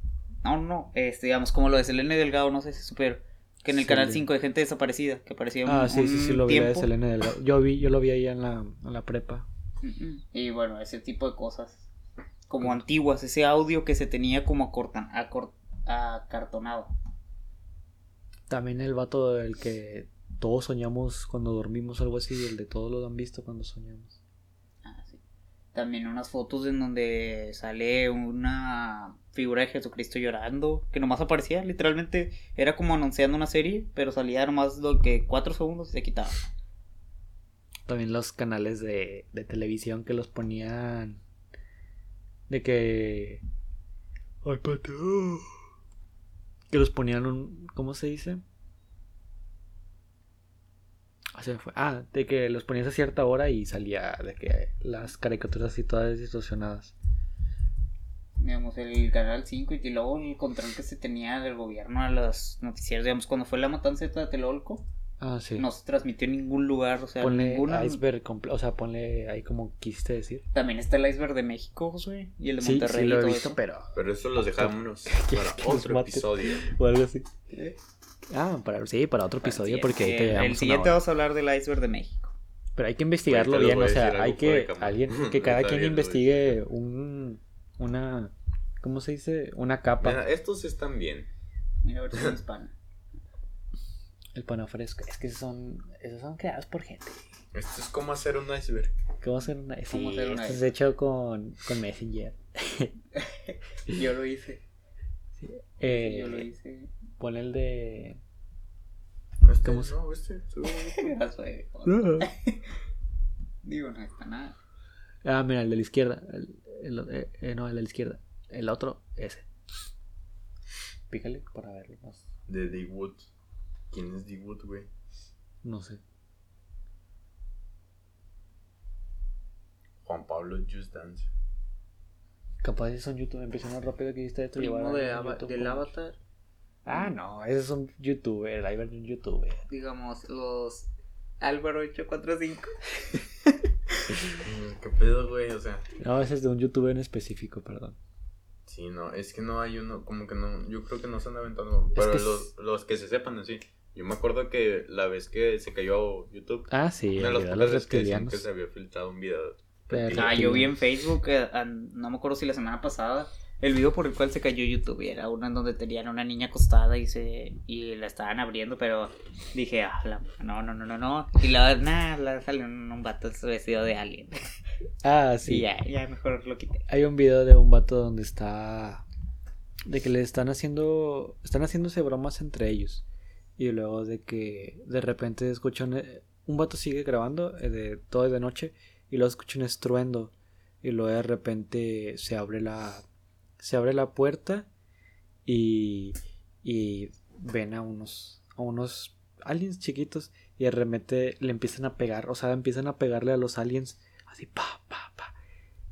Speaker 3: No, no, este, digamos, como lo de Selene Delgado, no sé si supero, que en el
Speaker 2: Sí,
Speaker 3: canal
Speaker 2: le-
Speaker 3: 5 de gente desaparecida, que aparecía un,
Speaker 2: Ah, sí, sí, sí,
Speaker 3: un
Speaker 2: lo vi la de
Speaker 3: tiempo.
Speaker 2: Selena Delgado. Yo, vi, yo lo vi ahí en la, en la prepa.
Speaker 3: Mm, mm. Y bueno, ese tipo de cosas como antiguas, ese audio que se tenía como acortan, acor- acartonado.
Speaker 2: También el vato del que todos soñamos cuando dormimos, algo así, el de todos lo han visto cuando soñamos.
Speaker 3: Ah, sí. También unas fotos en donde sale una figura de Jesucristo llorando, que nomás aparecía, literalmente era como anunciando una serie, pero salía nomás lo que cuatro segundos y se quitaba.
Speaker 2: También los canales de, de televisión que los ponían de que... ¡Ay, pues, pateo! Que los ponían un... ¿Cómo se dice? Ah, se me fue. Ah, de que los ponías a cierta hora y salía de que las caricaturas así todas distorsionadas.
Speaker 3: Digamos, el canal 5 y luego el control que se tenía del gobierno a las noticias, digamos, cuando fue la matanza de Tlatelolco,
Speaker 2: Ah, sí.
Speaker 3: no se transmitió en ningún lugar, o sea,
Speaker 2: ponle
Speaker 3: ninguna.
Speaker 2: iceberg, comple- o sea, ponle ahí como quisiste decir.
Speaker 3: También está el iceberg de México, Josué, y el de
Speaker 2: Sí,
Speaker 3: Monterrey.
Speaker 2: sí
Speaker 3: y
Speaker 2: lo he
Speaker 3: todo
Speaker 2: visto,
Speaker 3: eso.
Speaker 2: pero...
Speaker 1: Pero eso los dejamos
Speaker 2: Que-
Speaker 1: para
Speaker 2: que los
Speaker 1: otro
Speaker 2: mate.
Speaker 1: episodio.
Speaker 2: O algo así. Ah, para, sí, para otro
Speaker 3: Para el
Speaker 2: episodio,
Speaker 3: siguiente.
Speaker 2: porque ahí te
Speaker 3: Eh, El- El
Speaker 2: llevamos una
Speaker 3: siguiente
Speaker 2: hora.
Speaker 3: vamos a hablar del iceberg de México.
Speaker 2: Pero hay que investigarlo
Speaker 1: Ahorita les
Speaker 2: bien,
Speaker 1: voy
Speaker 2: o
Speaker 1: a
Speaker 2: sea,
Speaker 1: decir
Speaker 2: hay
Speaker 1: algo fuera de
Speaker 2: que
Speaker 1: cámara.
Speaker 2: alguien, que
Speaker 1: Lo
Speaker 2: cada
Speaker 1: está
Speaker 2: quien
Speaker 1: viendo,
Speaker 2: investigue un, una, ¿cómo se dice? Una capa.
Speaker 1: Mira, estos están bien.
Speaker 3: Mira, versión hispana.
Speaker 2: El panafresco. Es que son, esos son creados por gente.
Speaker 1: Esto es como hacer un iceberg.
Speaker 2: ¿Cómo hacer una? Sí,
Speaker 3: hacer una-
Speaker 2: esto es hecho con, con Messenger.
Speaker 3: Yo lo hice.
Speaker 2: Eh,
Speaker 3: Yo lo hice.
Speaker 2: pon el de...
Speaker 1: Este,
Speaker 2: ¿Cómo se-
Speaker 1: no, este. tú-
Speaker 3: Ya fue.
Speaker 2: ¿Mm?
Speaker 3: Digo, no está nada.
Speaker 2: Ah, mira, el de la izquierda. El, el- eh, eh, no, el de la izquierda. El otro, ese. Pícale para verlo más.
Speaker 1: De D. Wood. ¿Quién es D. Wood, güey?
Speaker 2: No sé.
Speaker 1: Juan Pablo Just Dance.
Speaker 2: Capaz es un YouTube. Empezó más rápido que hiciste esto. llevar a un YouTube como-
Speaker 3: Avatar.
Speaker 2: Ah, no. Ese es un youtuber. El Iber de un youtuber.
Speaker 3: Digamos, los Álvaro 845.
Speaker 1: Mm, ¿Qué pedo, güey? O sea,
Speaker 2: No, ese es de un youtuber en específico, perdón.
Speaker 1: sí, no, es que no hay uno, como que no, yo creo que no se han aventado, pero
Speaker 2: que
Speaker 1: los, los que se sepan, así. Yo me acuerdo que la vez que se cayó YouTube,
Speaker 2: Ah, sí,
Speaker 1: uno de los
Speaker 2: olvidar los
Speaker 1: pocos que decían
Speaker 2: reptilianos.
Speaker 1: que se había filtrado un video.
Speaker 2: Pero-
Speaker 1: reptil.
Speaker 3: Ah, yo vi en Facebook, eh, an- no me acuerdo si la semana pasada, el video por el cual se cayó YouTube. y Era uno en donde tenían a una niña acostada y se y la estaban abriendo, pero dije, ah, la- no, no, no, no, no. Y la nada, la salió un, un vato vestido de alien.
Speaker 2: Ah,
Speaker 3: Y
Speaker 2: sí.
Speaker 3: ya, ya mejor lo quité.
Speaker 2: Hay un video de un vato donde está. De que le están haciendo. Están haciéndose bromas entre ellos. Y luego de que de repente escuchan. eh, Un vato sigue grabando eh, de todo es de noche. Y luego escucha un estruendo. Y luego de repente se abre la. Se abre la puerta. Y. Y ven a unos. A unos aliens chiquitos. Y de repente le empiezan a pegar. O sea, empiezan a pegarle a los aliens. Así pa, pa, pa.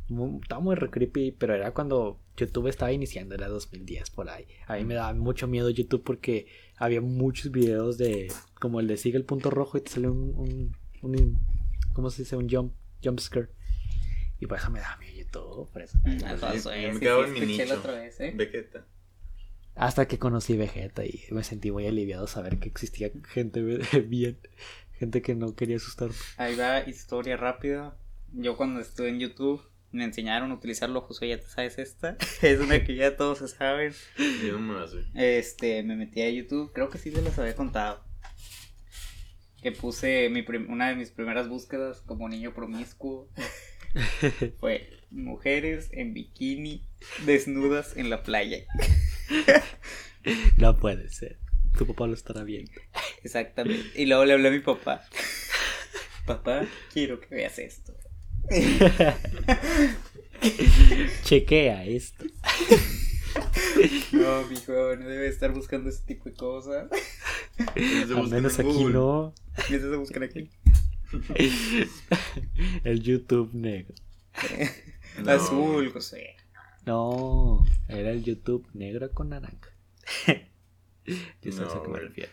Speaker 2: Mu- Estaba muy re creepy, pero era cuando YouTube estaba iniciando, era 2010 por ahí. A mí me daba mucho miedo YouTube porque había muchos videos de, como el de sigue el punto rojo y te sale un, un, un- ¿cómo se dice? Un jump, jump scare. Y por eso me daba miedo YouTube, por eso.
Speaker 1: Ah,
Speaker 3: Ah,
Speaker 1: sí,
Speaker 3: pasó,
Speaker 1: yo
Speaker 3: eh,
Speaker 1: me
Speaker 3: sí,
Speaker 1: quedaba
Speaker 3: sí,
Speaker 1: en mi
Speaker 3: escuché la
Speaker 1: nicho.
Speaker 3: otra vez, eh.
Speaker 1: Vegeta.
Speaker 2: Hasta que conocí Vegeta y me sentí muy aliviado saber que existía gente bien, gente que no quería asustarme.
Speaker 3: Ahí va, historia rápida. Yo cuando estuve en YouTube me enseñaron a utilizar los Josué, ya te sabes esta. Es una que ya todos se saben.
Speaker 1: Yo no me la sé.
Speaker 3: Este, me metí a YouTube, creo que sí se las había contado. Que puse mi prim- una de mis primeras búsquedas como niño promiscuo. Fue mujeres en bikini desnudas en la playa.
Speaker 2: No puede ser, tu papá lo estará viendo.
Speaker 3: Exactamente. Y luego le hablé a mi papá. Papá, quiero que veas esto.
Speaker 2: Chequea esto.
Speaker 3: No, mijo, no debe estar buscando ese tipo de cosas.
Speaker 1: Se
Speaker 2: Al
Speaker 1: busca
Speaker 2: menos
Speaker 1: en
Speaker 2: aquí
Speaker 1: Google.
Speaker 2: no.
Speaker 3: ¿Me estás a buscar aquí?
Speaker 2: El YouTube negro.
Speaker 1: No.
Speaker 3: Azul, José.
Speaker 2: No, era el YouTube negro con naranja. Yo sé a
Speaker 1: No,
Speaker 2: qué me
Speaker 1: güey.
Speaker 2: refiero.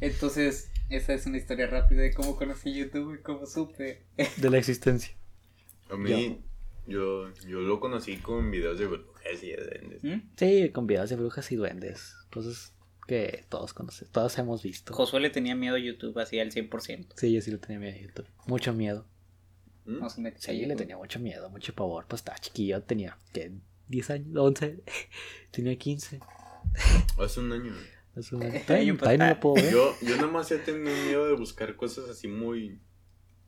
Speaker 3: Entonces, esa es una historia rápida de cómo conocí YouTube y cómo supe.
Speaker 2: De la existencia.
Speaker 1: A mí, yo, yo lo conocí con videos de brujas y de duendes.
Speaker 3: ¿Mm?
Speaker 2: Sí, con videos de brujas y duendes. Cosas que todos conocemos, todos hemos visto.
Speaker 3: Josué le tenía miedo a YouTube así al 100%.
Speaker 2: Sí, yo sí le tenía miedo a YouTube. Mucho miedo.
Speaker 1: ¿Mm?
Speaker 3: No se metió a
Speaker 2: Sí, le
Speaker 3: YouTube.
Speaker 2: tenía mucho miedo, mucho pavor. Pues estaba chiquillo, tenía, ¿qué? ¿10 años? ¿11? Tenía 15.
Speaker 1: Hace un año.
Speaker 2: Es una...
Speaker 3: Ay,
Speaker 2: Todavía
Speaker 3: yo
Speaker 2: todavía no
Speaker 3: pa-
Speaker 2: lo puedo ver.
Speaker 1: pues, Yo, yo nada más he tenido miedo de buscar cosas así muy,
Speaker 2: Muy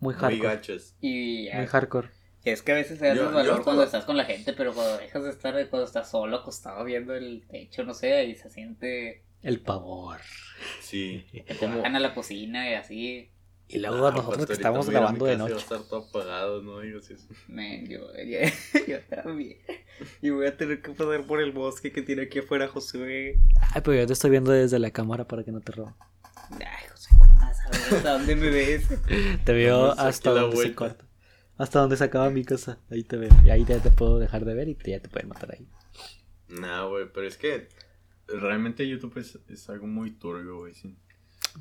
Speaker 1: muy
Speaker 2: hardcore.
Speaker 1: gachas.
Speaker 3: Y ya.
Speaker 2: Muy hardcore.
Speaker 3: Y es que a veces se da
Speaker 1: Yo-
Speaker 3: más
Speaker 1: yo
Speaker 3: valor
Speaker 1: hasta
Speaker 3: cuando
Speaker 1: la-
Speaker 3: estás con la gente, pero cuando dejas de estar, cuando estás solo, acostado viendo el techo, no sé, ahí se siente.
Speaker 2: El pavor.
Speaker 1: Sí.
Speaker 3: que te
Speaker 1: Como-
Speaker 3: bajan a la cocina y así.
Speaker 2: Y luego
Speaker 1: Ah, pues,
Speaker 2: nosotros
Speaker 1: ahorita,
Speaker 2: que estamos
Speaker 1: mira, mi
Speaker 2: grabando de
Speaker 1: casa
Speaker 2: noche.
Speaker 1: Va a estar todo apagado, no digas eso.
Speaker 3: Men, yo, yo, yo también. Y voy a tener que pasar por el bosque que tiene aquí afuera Josué.
Speaker 2: Ay, pero yo te estoy viendo desde la cámara para que no te roben.
Speaker 3: Ay, Josué, ¿cómo vas a ver hasta dónde me ves?
Speaker 2: Te veo
Speaker 1: Vamos aquí
Speaker 2: hasta
Speaker 1: la
Speaker 2: donde se
Speaker 1: vuelta.
Speaker 2: corta. Hasta donde se acaba mi casa. Ahí te veo. Y ahí ya te puedo dejar de ver y te- ya te pueden matar ahí.
Speaker 1: Nah, güey, pero es que realmente YouTube es, es algo muy turbio, güey. sí.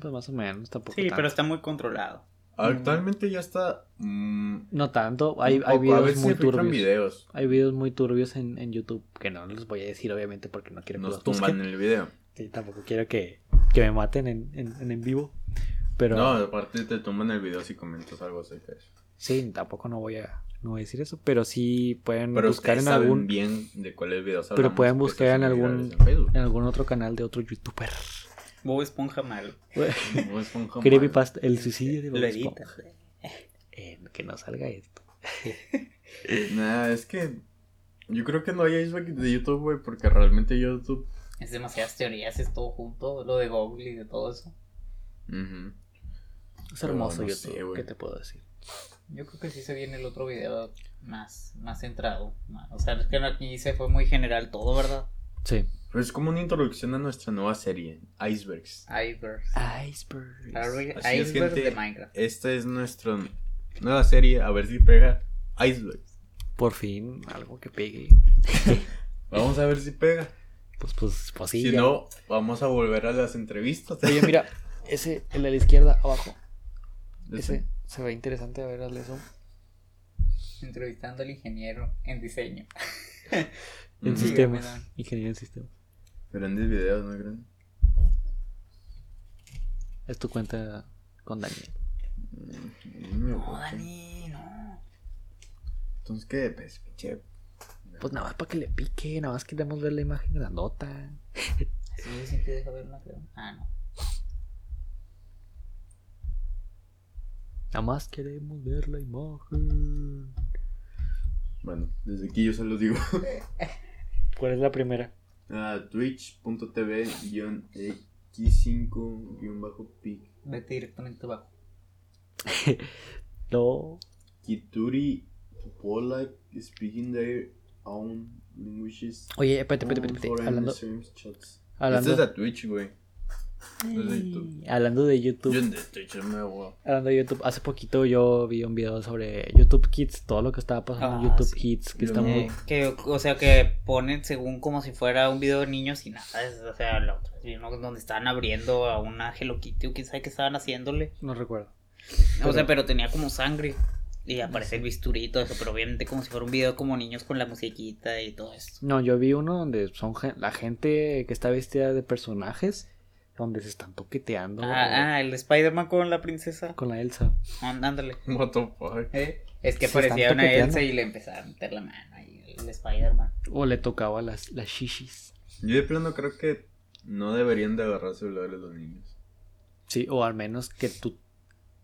Speaker 2: Pues más o menos, tampoco.
Speaker 3: Sí,
Speaker 2: tanto.
Speaker 3: pero está muy controlado.
Speaker 1: Actualmente ya está. mm,
Speaker 2: No tanto. Hay,
Speaker 1: un
Speaker 2: hay
Speaker 1: poco, a
Speaker 2: videos
Speaker 1: veces
Speaker 2: muy
Speaker 1: se filtran
Speaker 2: turbios.
Speaker 1: videos.
Speaker 2: Hay videos muy turbios en, en YouTube que no les voy a decir, obviamente, porque no quiero que
Speaker 1: Nos
Speaker 2: los
Speaker 1: tumban
Speaker 2: busquen.
Speaker 1: el video.
Speaker 2: Sí, tampoco quiero que, que me maten en, en, en en vivo. Pero
Speaker 1: No, aparte te tumban el video si comentas algo acerca de eso.
Speaker 2: sí, tampoco no voy a no voy a decir eso. Pero sí pueden
Speaker 1: Pero
Speaker 2: buscar
Speaker 1: ustedes
Speaker 2: en
Speaker 1: saben
Speaker 2: algún
Speaker 1: bien de cuáles videos
Speaker 2: Pero
Speaker 1: hablamos,
Speaker 2: pueden
Speaker 1: pues,
Speaker 2: buscar en
Speaker 1: hacen
Speaker 2: algún-
Speaker 1: virales en Facebook.
Speaker 2: en algún otro canal de otro youtuber.
Speaker 3: Bob Esponja malo.
Speaker 1: Bob Esponja
Speaker 2: Creepypasta, el suicidio de Bob
Speaker 3: Lo
Speaker 2: Esponja.
Speaker 3: editas.
Speaker 2: Eh, que no salga esto.
Speaker 1: malo. Eh, Nah, es que yo creo que no hay iceberg de YouTube, güey, porque realmente YouTube.
Speaker 3: Es demasiadas teorías, es todo junto, lo de Google y de todo eso.
Speaker 1: Ujú.
Speaker 2: Es
Speaker 1: Pero
Speaker 2: hermoso
Speaker 1: no sé,
Speaker 2: YouTube,
Speaker 1: güey.
Speaker 2: ¿qué te puedo decir?
Speaker 3: Yo creo que sí se viene el otro video más, más centrado. ma- O sea, es que aquí se fue muy general todo, ¿verdad?
Speaker 2: Sí.
Speaker 1: Pero es como una introducción a nuestra nueva serie, Icebergs.
Speaker 3: Icebergs.
Speaker 2: Icebergs.
Speaker 3: Icebergs
Speaker 1: Así es, gente.
Speaker 3: de Minecraft.
Speaker 1: Esta es nuestra nueva serie, a ver si pega Icebergs.
Speaker 2: Por fin, algo que pegue.
Speaker 1: Vamos a ver si pega.
Speaker 2: Pues, pues, pues sí.
Speaker 1: si
Speaker 2: ya.
Speaker 1: no, vamos a volver a las entrevistas.
Speaker 2: Oye, mira, ese, el de la izquierda, abajo. Ese se ve interesante a ver hazle eso.
Speaker 3: Entrevistando al ingeniero en diseño.
Speaker 2: En
Speaker 1: Ujú.
Speaker 3: Sí,
Speaker 2: sistemas.
Speaker 3: bueno.
Speaker 2: Ingeniería en sistemas.
Speaker 1: Grandes videos, ¿no creen?
Speaker 2: Es tu cuenta con Daniel.
Speaker 1: No me
Speaker 3: No,
Speaker 1: gusta.
Speaker 3: Dani, no.
Speaker 1: Entonces, ¿qué? Pues, pinche.
Speaker 2: Pues nada más para que le pique, nada más queremos ver la imagen grandota.
Speaker 3: Sí, sí te deja ver una, creo. Ah, no.
Speaker 2: Nada más queremos ver la imagen.
Speaker 1: Bueno, desde aquí yo se los digo.
Speaker 2: ¿Cuál es la primera?
Speaker 1: Ah, Twitch.tv-x5-pic.
Speaker 3: Vete directamente abajo.
Speaker 2: No.
Speaker 1: Kituri Polak speaking their own languages.
Speaker 2: Oye, espérate, espérate, espérate.
Speaker 1: Foreign
Speaker 2: Hablando,
Speaker 1: service chats.
Speaker 2: hablando,
Speaker 1: Este es de Twitch, güey. es de YouTube.
Speaker 2: Ey, hablando de YouTube.
Speaker 1: Yo en de Twitch me hago.
Speaker 2: Hablando de YouTube, hace poquito yo vi un video sobre YouTube Kids, todo lo que estaba pasando en
Speaker 3: Ah,
Speaker 2: YouTube
Speaker 3: sí.
Speaker 2: Kids, que
Speaker 1: Yo
Speaker 2: está
Speaker 1: no.
Speaker 2: muy...
Speaker 3: Que, o sea, que ponen según como si fuera un video de niños y nada. es- o sea, la otra. y uno donde estaban abriendo a una Hello Kitty o quién sabe qué estaban haciéndole.
Speaker 2: No recuerdo.
Speaker 3: O sea, pero tenía como sangre. Y
Speaker 2: Ah,
Speaker 3: aparece el bisturí y todo eso, pero obviamente como si fuera un video como niños con la musiquita y todo eso.
Speaker 2: No, yo vi uno donde son gen- la gente que está vestida de personajes, donde se están toqueteando
Speaker 3: Ah, ah, el Spider-Man con la princesa.
Speaker 2: con la Elsa.
Speaker 3: Án- Ándale.
Speaker 1: What the fuck.
Speaker 3: Eh, Es que
Speaker 2: Se están
Speaker 3: parecía una
Speaker 2: toqueteando.
Speaker 3: Elsa y le empezaba a meter la mano ahí el Spider-Man.
Speaker 2: O le tocaba las, las shishis.
Speaker 1: Yo de plano creo que no deberían de agarrar celulares los niños.
Speaker 2: Sí, o al menos que tú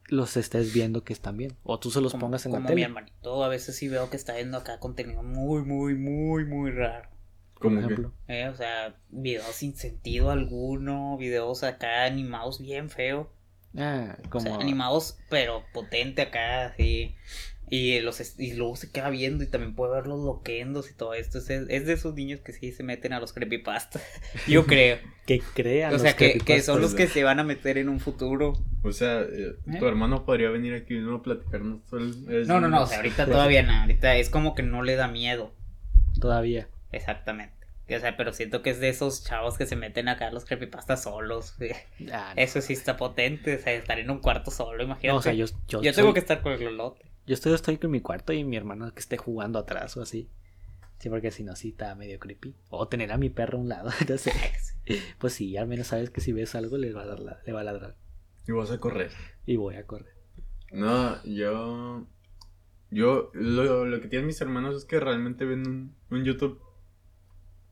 Speaker 2: los estés viendo que están bien. O tú se los
Speaker 3: Como-
Speaker 2: pongas en la
Speaker 3: como mi
Speaker 2: tele.
Speaker 3: hermanito, a veces sí veo que está viendo acá contenido muy, muy, muy, muy raro.
Speaker 2: Por
Speaker 1: Como que.
Speaker 2: ejemplo.
Speaker 3: Eh, o sea, videos sin sentido alguno, videos acá animados bien feo.
Speaker 2: Ah,
Speaker 3: O
Speaker 2: como...
Speaker 3: sea, animados pero potente acá, así. Y, los, es- y luego se queda viendo y también puede ver los loquendos y todo esto. Es, es de esos niños que sí se meten a los creepypastas, yo creo.
Speaker 2: que crean
Speaker 3: o sea,
Speaker 2: los
Speaker 3: que, que son
Speaker 2: creepypastas.
Speaker 3: los que se van a meter en un futuro.
Speaker 1: O sea, eh, tu
Speaker 3: ¿Eh?
Speaker 1: hermano podría venir aquí y no a platicarnos todo el. el-
Speaker 3: No, no, no, o sea, ahorita todavía no, ahorita es como que no le da miedo.
Speaker 2: Todavía.
Speaker 3: Exactamente. O sea, pero siento que es de esos chavos que se meten acá a los creepypastas solos.
Speaker 2: Ah, no.
Speaker 3: Eso sí está potente, o sea, estar en un cuarto solo, imagínate.
Speaker 2: No, o sea,
Speaker 3: yo
Speaker 2: yo, yo,
Speaker 3: tengo
Speaker 2: soy-
Speaker 3: que estar con el lolote.
Speaker 2: Yo estoy, estoy con mi cuarto y mi hermano que esté jugando atrás o así. Sí, porque si no, sí está medio creepy. O tener a mi perro a un lado, no sé. Pues sí, al menos sabes que si ves algo le va a, dar la- le va a ladrar.
Speaker 1: Y vas a correr.
Speaker 2: Y voy a correr.
Speaker 1: No, yo. Yo. Lo, lo que tienen mis hermanos es que realmente ven un, un YouTube.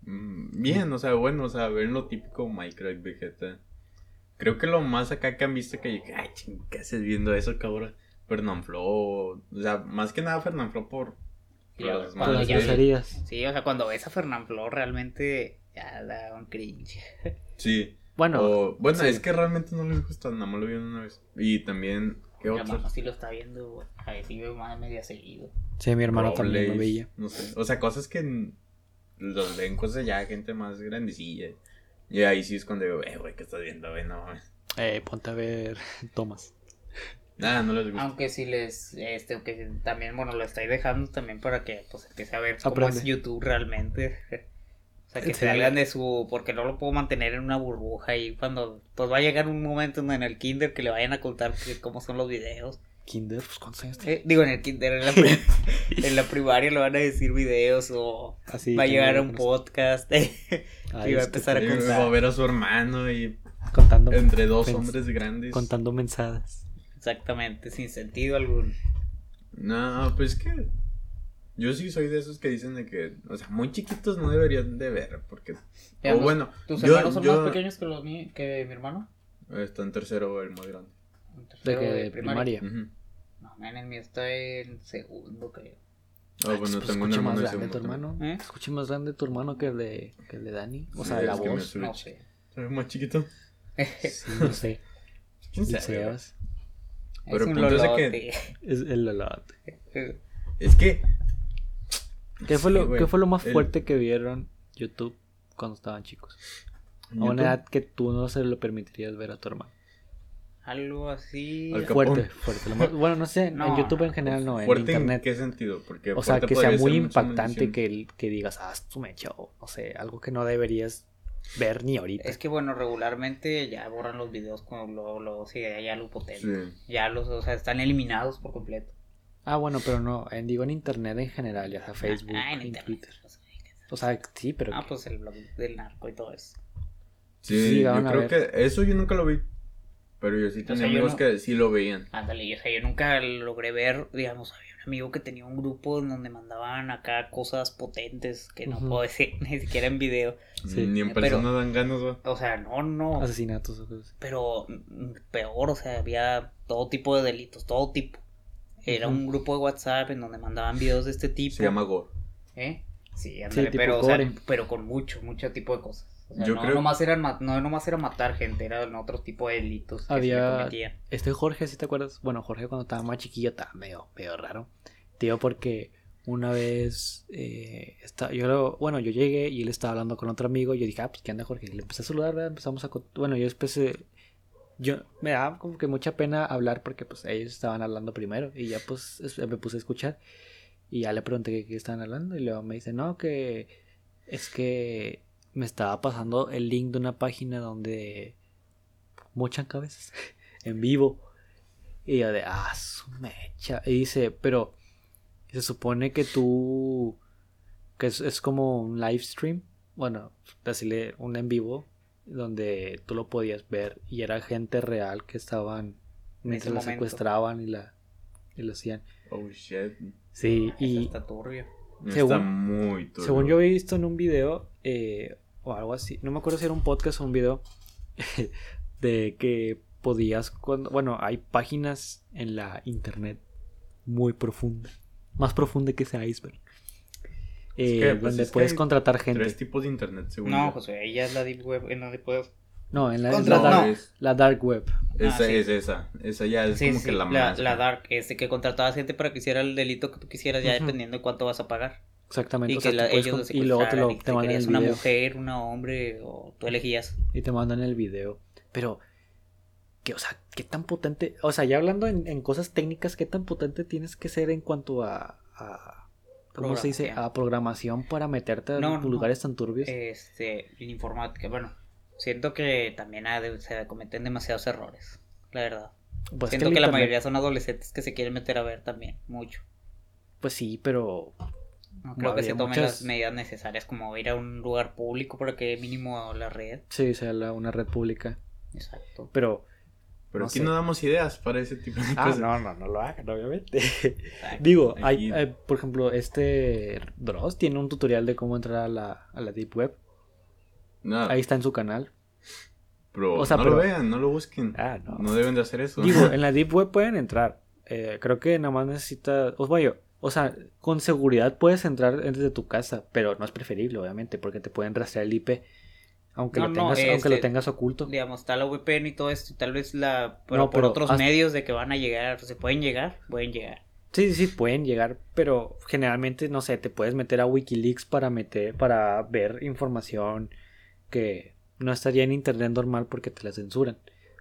Speaker 1: mm, Bien, o sea, bueno, o sea, ven lo típico Minecraft, Vegeta. Creo que lo más acá que han visto que yo, ay, ching, ¿qué haces viendo eso, cabrón? Fernanfloo, o sea, más que nada Fernanfloo por
Speaker 3: Y a ver,
Speaker 1: las
Speaker 2: Con
Speaker 1: malas
Speaker 2: las
Speaker 3: ya-
Speaker 1: que-
Speaker 2: groserías.
Speaker 3: Ah, Sí, o sea, cuando ves a Fernanfloo realmente ya da un cringe.
Speaker 1: Sí,
Speaker 2: Bueno,
Speaker 1: o- bueno,
Speaker 2: sí.
Speaker 1: es que realmente no les gusta, nada más lo vieron una vez. Y también, ¿qué
Speaker 3: Mi
Speaker 1: otros?
Speaker 3: hermano sí lo está viendo, güey. a ver si veo más media seguido.
Speaker 2: sí, mi hermano también lo
Speaker 1: Robles,
Speaker 2: veía.
Speaker 1: No sé. O sea, cosas que n- los ven cosas ya gente más grandecilla. Y ahí sí es cuando digo, eh, güey, ¿qué estás viendo? Güey, no mames.
Speaker 2: Eh, ponte a ver Tomás.
Speaker 1: Nada, no les
Speaker 2: Ah,
Speaker 1: gusta.
Speaker 3: Aunque sí les, este, aunque también, bueno, lo estoy dejando también para que, pues, empiece a ver cómo
Speaker 2: Aprende.
Speaker 3: es YouTube realmente. O sea, que
Speaker 2: Sí.
Speaker 3: salgan de su, porque no lo puedo mantener en una burbuja y cuando, pues, va a llegar un momento en el kinder que le vayan a contar que- cómo son los videos.
Speaker 2: Kinder, pues ¿cuántos años tiene?
Speaker 3: Eh, digo, en el kinder, en la, pri- en la primaria le van a decir videos o
Speaker 2: Así
Speaker 3: va a
Speaker 2: que
Speaker 3: llegar
Speaker 2: no
Speaker 3: un
Speaker 2: lo Ah,
Speaker 3: podcast
Speaker 2: conozco. Ahí
Speaker 3: y va a
Speaker 2: estoy
Speaker 3: empezar a
Speaker 1: Y va a
Speaker 3: contar.
Speaker 1: ver a su hermano y
Speaker 2: contando,
Speaker 1: entre dos
Speaker 2: pens-
Speaker 1: hombres grandes.
Speaker 2: contando mensadas.
Speaker 3: Exactamente, sin sentido alguno.
Speaker 1: No, pues que. Yo sí soy de esos que dicen de que, o sea, muy chiquitos no deberían de ver, porque. o
Speaker 3: Digamos,
Speaker 1: bueno,
Speaker 3: ¿Tus
Speaker 1: yo,
Speaker 3: hermanos son
Speaker 1: yo-
Speaker 3: más pequeños que, los, mí- que mi hermano?
Speaker 1: Está en tercero el más grande.
Speaker 2: De
Speaker 3: Tercero
Speaker 2: que de primaria.
Speaker 1: Ujú.
Speaker 3: No, man, el mío está en segundo, creo.
Speaker 1: Ah, bueno,
Speaker 2: Pues
Speaker 1: tengo un
Speaker 2: escucha
Speaker 1: hermano
Speaker 2: más
Speaker 1: de
Speaker 2: grande
Speaker 1: segundo
Speaker 2: tu
Speaker 1: también.
Speaker 2: hermano.
Speaker 3: ¿Eh?
Speaker 2: Escuché más grande tu hermano que el de, que el de Dani. O
Speaker 1: Sí,
Speaker 2: sea, la
Speaker 1: es que me
Speaker 2: voz.
Speaker 1: sube
Speaker 3: No
Speaker 1: ch-
Speaker 3: sé.
Speaker 1: ¿Soy más chiquito?
Speaker 2: Sí, no sé.
Speaker 1: ¿Quién
Speaker 2: el
Speaker 1: sabe, güey?
Speaker 2: Sebas.
Speaker 1: Pero
Speaker 3: es un
Speaker 1: el punto es de que-
Speaker 3: lolote.
Speaker 2: Es el lolote.
Speaker 1: Es que.
Speaker 2: ¿Qué fue, lo,
Speaker 1: Sí, güey.
Speaker 2: ¿Qué fue lo más
Speaker 1: El-
Speaker 2: fuerte que vieron YouTube cuando estaban chicos? A
Speaker 1: YouTube,
Speaker 2: una edad que tú no se lo permitirías ver a tu hermano.
Speaker 3: Algo así.
Speaker 1: Al Capón.
Speaker 2: Fuerte, fuerte. lo más- Bueno, no sé, en
Speaker 3: No, pues,
Speaker 2: YouTube en general no, en
Speaker 1: ¿Fuerte en
Speaker 2: internet.
Speaker 1: qué sentido? Porque
Speaker 2: o sea,
Speaker 1: fuerte
Speaker 2: que sea
Speaker 1: podría
Speaker 2: muy
Speaker 1: ser mucha
Speaker 2: impactante
Speaker 1: maldición.
Speaker 2: que, el- que digas, ah, es tu mecha, o no sé, algo que no deberías ver ni ahorita.
Speaker 3: Es que bueno, regularmente ya borran los videos cuando luego, luego sí, ya lo potente.
Speaker 1: Sí.
Speaker 3: Ya los, o sea, están eliminados por completo.
Speaker 2: Ah, bueno, pero no, en- digo en internet en general, ya sea Facebook,
Speaker 3: Ah, en
Speaker 2: en
Speaker 3: internet.
Speaker 2: Twitter. O sea, sí, pero
Speaker 3: Ah,
Speaker 2: que-
Speaker 3: pues el blog del narco y todo eso.
Speaker 1: Sí,
Speaker 2: Sí,
Speaker 1: yo
Speaker 2: van a
Speaker 1: creo
Speaker 2: ver.
Speaker 1: que eso yo nunca lo vi. Pero yo sí tenía
Speaker 3: sea, yo
Speaker 1: amigos
Speaker 3: no-
Speaker 1: que sí lo veían.
Speaker 3: Ándale, yo, o sea, yo nunca logré ver, digamos, había un amigo que tenía un grupo en donde mandaban acá cosas potentes que no
Speaker 2: Ujú.
Speaker 3: puedo decir ni siquiera en video.
Speaker 2: Sí.
Speaker 1: Ni en
Speaker 3: Eh, Pero-
Speaker 1: persona dan ganas, güey.
Speaker 3: O sea, no, pues,
Speaker 2: Ah,
Speaker 3: no.
Speaker 2: asesinatos o cosas.
Speaker 3: Pero mm, peor, o sea, había todo tipo de delitos, todo tipo. Era
Speaker 2: Ujú.
Speaker 3: un grupo de WhatsApp en donde mandaban videos de este tipo.
Speaker 1: Se llama Gore.
Speaker 3: ¿Eh? Sí, ándale,
Speaker 2: tipo
Speaker 3: pero, o sea,
Speaker 2: gore.
Speaker 3: pero con mucho, mucho tipo de cosas. O sea,
Speaker 1: Yo
Speaker 3: no,
Speaker 1: creo-
Speaker 3: nomás eran ma- no nomás era matar gente, eran otro tipo de delitos que se
Speaker 2: Había-
Speaker 3: le cometían.
Speaker 2: Este Jorge, si te acuerdas? Bueno, Jorge cuando estaba más chiquillo estaba medio, medio raro. Te digo porque una vez eh, esta- yo lo- bueno, yo llegué y él estaba hablando con otro amigo y yo dije, ah, pues qué anda Jorge. Y le empecé a saludar, ¿verdad? empezamos a... co- Bueno, yo empecé... Yo me daba como que mucha pena hablar porque pues ellos estaban hablando primero y ya pues es- me puse a escuchar y ya le pregunté que- qué estaban hablando y luego me dice, no, que es que me estaba pasando el link de una página donde mochan cabezas en vivo. Y yo de, ah, su mecha. Y dice, pero se supone que tú, que es, es como un live stream, bueno, decirle un en vivo, donde tú lo podías ver y era gente real que estaban,
Speaker 3: En ese
Speaker 2: mientras la
Speaker 3: momento.
Speaker 2: secuestraban y la, y lo hacían.
Speaker 1: Oh shit.
Speaker 2: Sí,
Speaker 3: Eso
Speaker 2: y
Speaker 3: está turbio.
Speaker 1: Está
Speaker 2: Según-
Speaker 1: muy turbio.
Speaker 2: según yo había visto en un video eh, o algo así, no me acuerdo si era un podcast o un video de que podías, cuando, bueno, hay páginas en la internet muy profundas, más profunda que ese iceberg, eh,
Speaker 1: que, pues,
Speaker 2: donde
Speaker 1: es que
Speaker 2: puedes
Speaker 1: hay
Speaker 2: contratar gente.
Speaker 1: Tres tipos de internet, según
Speaker 3: No,
Speaker 1: yo.
Speaker 3: José, ella es la deep web en donde puedes...
Speaker 2: No, en la,
Speaker 3: Contra-
Speaker 2: la dark,
Speaker 3: no.
Speaker 1: es,
Speaker 2: la dark web.
Speaker 1: esa
Speaker 3: Ah, sí.
Speaker 1: es esa. Esa ya es
Speaker 3: Sí,
Speaker 1: como
Speaker 3: sí,
Speaker 1: que la,
Speaker 3: la,
Speaker 1: más.
Speaker 3: la dark, este, que contratabas gente para que hiciera el delito que tú quisieras ya
Speaker 2: Ujú.
Speaker 3: dependiendo de cuánto vas a pagar.
Speaker 2: Exactamente.
Speaker 3: y
Speaker 2: o sea,
Speaker 3: que
Speaker 2: tú
Speaker 3: la-
Speaker 2: puedes
Speaker 3: ellos
Speaker 2: con- y luego te, lo,
Speaker 3: secuestraran y
Speaker 2: te mandan
Speaker 3: querías
Speaker 2: el
Speaker 3: una
Speaker 2: video.
Speaker 3: mujer, un hombre, o tú elegías.
Speaker 2: y te mandan el video. Pero, que, o sea, qué tan potente. O sea, ya hablando en, en cosas técnicas, qué tan potente tienes que ser en cuanto a. a- ¿Cómo se dice?
Speaker 3: Programación.
Speaker 2: A programación para meterte en
Speaker 3: No, no,
Speaker 2: lugares tan turbios.
Speaker 3: Este, en informática, bueno, siento que también ha de- se cometen demasiados errores, la verdad.
Speaker 2: pues
Speaker 3: siento
Speaker 2: el
Speaker 3: que, la
Speaker 2: internet-
Speaker 3: mayoría son adolescentes que se quieren meter a ver también, mucho.
Speaker 2: Pues sí, pero.
Speaker 3: No creo que
Speaker 2: Había
Speaker 3: se tomen
Speaker 2: muchas-
Speaker 3: las medidas necesarias como ir a un lugar público para que mínimo la red.
Speaker 2: Sí, o sea, la- una red pública.
Speaker 3: Exacto.
Speaker 2: Pero.
Speaker 1: Pero
Speaker 2: no
Speaker 1: aquí
Speaker 2: sé.
Speaker 1: no damos ideas para ese tipo de
Speaker 2: Ah,
Speaker 1: cosas.
Speaker 2: no, no, no lo hagan, obviamente.
Speaker 3: Exacto.
Speaker 2: Digo,
Speaker 1: Aquí-
Speaker 2: hay, hay, por ejemplo, este Dross tiene un tutorial de cómo entrar a la, a la Deep Web.
Speaker 1: No,
Speaker 2: Ahí está en su canal.
Speaker 1: pero
Speaker 2: o sea,
Speaker 1: no lo
Speaker 2: pero-
Speaker 1: vean, no lo busquen.
Speaker 2: Ah,
Speaker 1: no. deben de hacer eso.
Speaker 2: Digo, en la Deep Web pueden entrar. Eh, creo que nada más necesitas. O, vaya, o sea, con seguridad puedes entrar desde tu casa, pero no es preferible, obviamente, porque te pueden rastrear el IP. Aunque,
Speaker 3: No,
Speaker 2: lo,
Speaker 3: no,
Speaker 2: tengas, aunque
Speaker 3: este,
Speaker 2: lo tengas oculto.
Speaker 3: Digamos, está la VPN y todo esto, y tal vez la pero
Speaker 2: No,
Speaker 3: por
Speaker 2: pero
Speaker 3: otros
Speaker 2: haz-
Speaker 3: medios de que van a llegar, se pueden llegar, pueden llegar.
Speaker 2: Sí, sí, sí, pueden llegar, pero generalmente, no sé, te puedes meter a Wikileaks para, meter, para ver información que no estaría en internet normal porque te la censuran.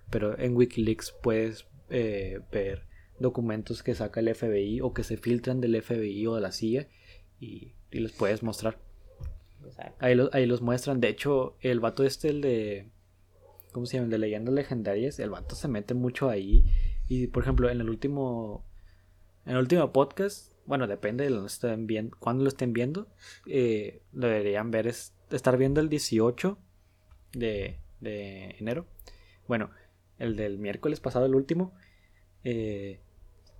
Speaker 2: Pero en Wikileaks puedes eh, ver documentos que saca el FBI o que se filtran del FBI o de la CIA y, y los puedes mostrar.
Speaker 3: Exacto.
Speaker 2: Ahí, lo- ahí los muestran. De hecho, el vato este, el de. ¿Cómo se llama? El de leyendas legendarias. El vato se mete mucho ahí. Y por ejemplo, en el último. En el último podcast. Bueno, depende de lo estén viendo, cuándo lo estén viendo. eh, lo deberían ver. Es, estar viendo el 18 de, de enero. Bueno, el del miércoles pasado, el último. eh,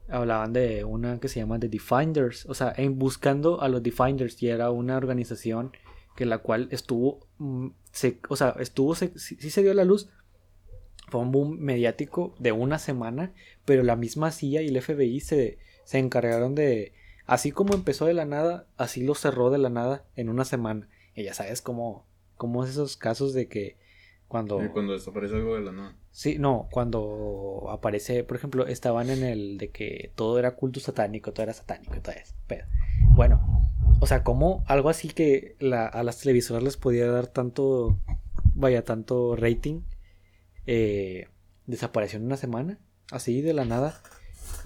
Speaker 2: hablaban de una que se llama The Defenders. O sea, en buscando a los Defenders. Y era una organización que la cual estuvo, mm, se, o sea, estuvo, se- sí, sí se dio a la luz, fue un boom mediático de una semana, pero la misma CIA y el FBI se, se encargaron de, así como empezó de la nada, así lo cerró de la nada en una semana. Y ya sabes cómo, cómo es esos casos de que cuando...
Speaker 1: Y Eh, cuando desaparece algo de la nada.
Speaker 2: Sí, no, cuando aparece, por ejemplo, estaban en el de que todo era culto satánico, todo era satánico, todo eso, pero bueno, o sea, como algo así que la- a las televisoras les podía dar tanto, vaya, tanto rating, eh, desapareció en una semana, así de la nada,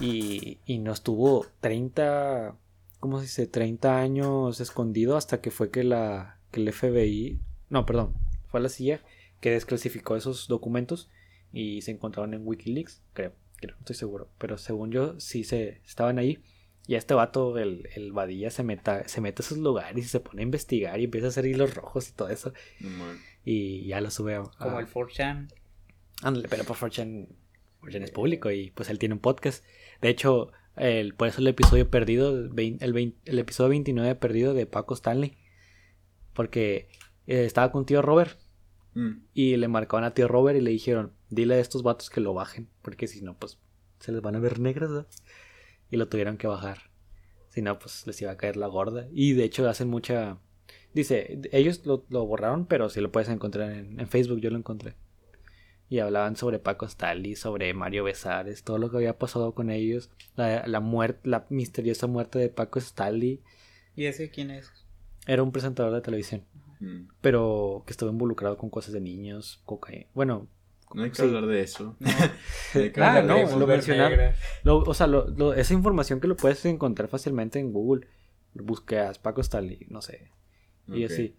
Speaker 2: y, y no estuvo 30, ¿cómo se dice? 30 años escondido hasta que fue que la, que el FBI, no, perdón, fue a la CIA que desclasificó esos documentos y se encontraron en Wikileaks, creo, creo, no estoy seguro, pero según yo sí se estaban ahí. Y a este vato, el, el Badilla, se, meta, se mete a esos lugares y se pone a investigar y empieza a hacer hilos rojos y todo eso.
Speaker 1: No mames.
Speaker 2: Y ya lo sube a...
Speaker 3: Como
Speaker 1: Ah.
Speaker 2: a-
Speaker 3: el 4chan.
Speaker 2: Ándale, pero por Fortune, Fortune es público y pues él tiene un podcast. De hecho, el, por eso el episodio perdido, el, vein- el vein- el episodio 29 perdido de Paco Stanley. Porque eh, estaba con tío Robert
Speaker 1: Mm.
Speaker 2: y le marcaban a tío Robert y le dijeron, dile a estos vatos que lo bajen, porque si no, pues se les van a ver negras. ¿verdad?". Y lo tuvieron que bajar. Si no, pues les iba a caer la gorda. Y de hecho hacen mucha... Dice, ellos lo, lo borraron, pero si lo puedes encontrar en, en Facebook, yo lo encontré. Y hablaban sobre Paco Stanley, sobre Mario Besares, todo lo que había pasado con ellos, la, la muerte, la misteriosa muerte de Paco Stanley.
Speaker 3: ¿Y ese quién es?
Speaker 2: Era un presentador de televisión,
Speaker 1: Mm.
Speaker 2: pero que estuvo involucrado con cosas de niños, cocaína. Bueno,
Speaker 1: No hay que
Speaker 2: sí.
Speaker 1: hablar de eso.
Speaker 3: No.
Speaker 1: No hay que
Speaker 2: Ah,
Speaker 1: hablar
Speaker 2: no,
Speaker 1: de eso.
Speaker 2: lo mencionaron. Lo- o sea, lo- lo- esa información que lo puedes encontrar fácilmente en Google. Buscas Paco Stanley, no sé. Y
Speaker 1: Ok.
Speaker 2: así.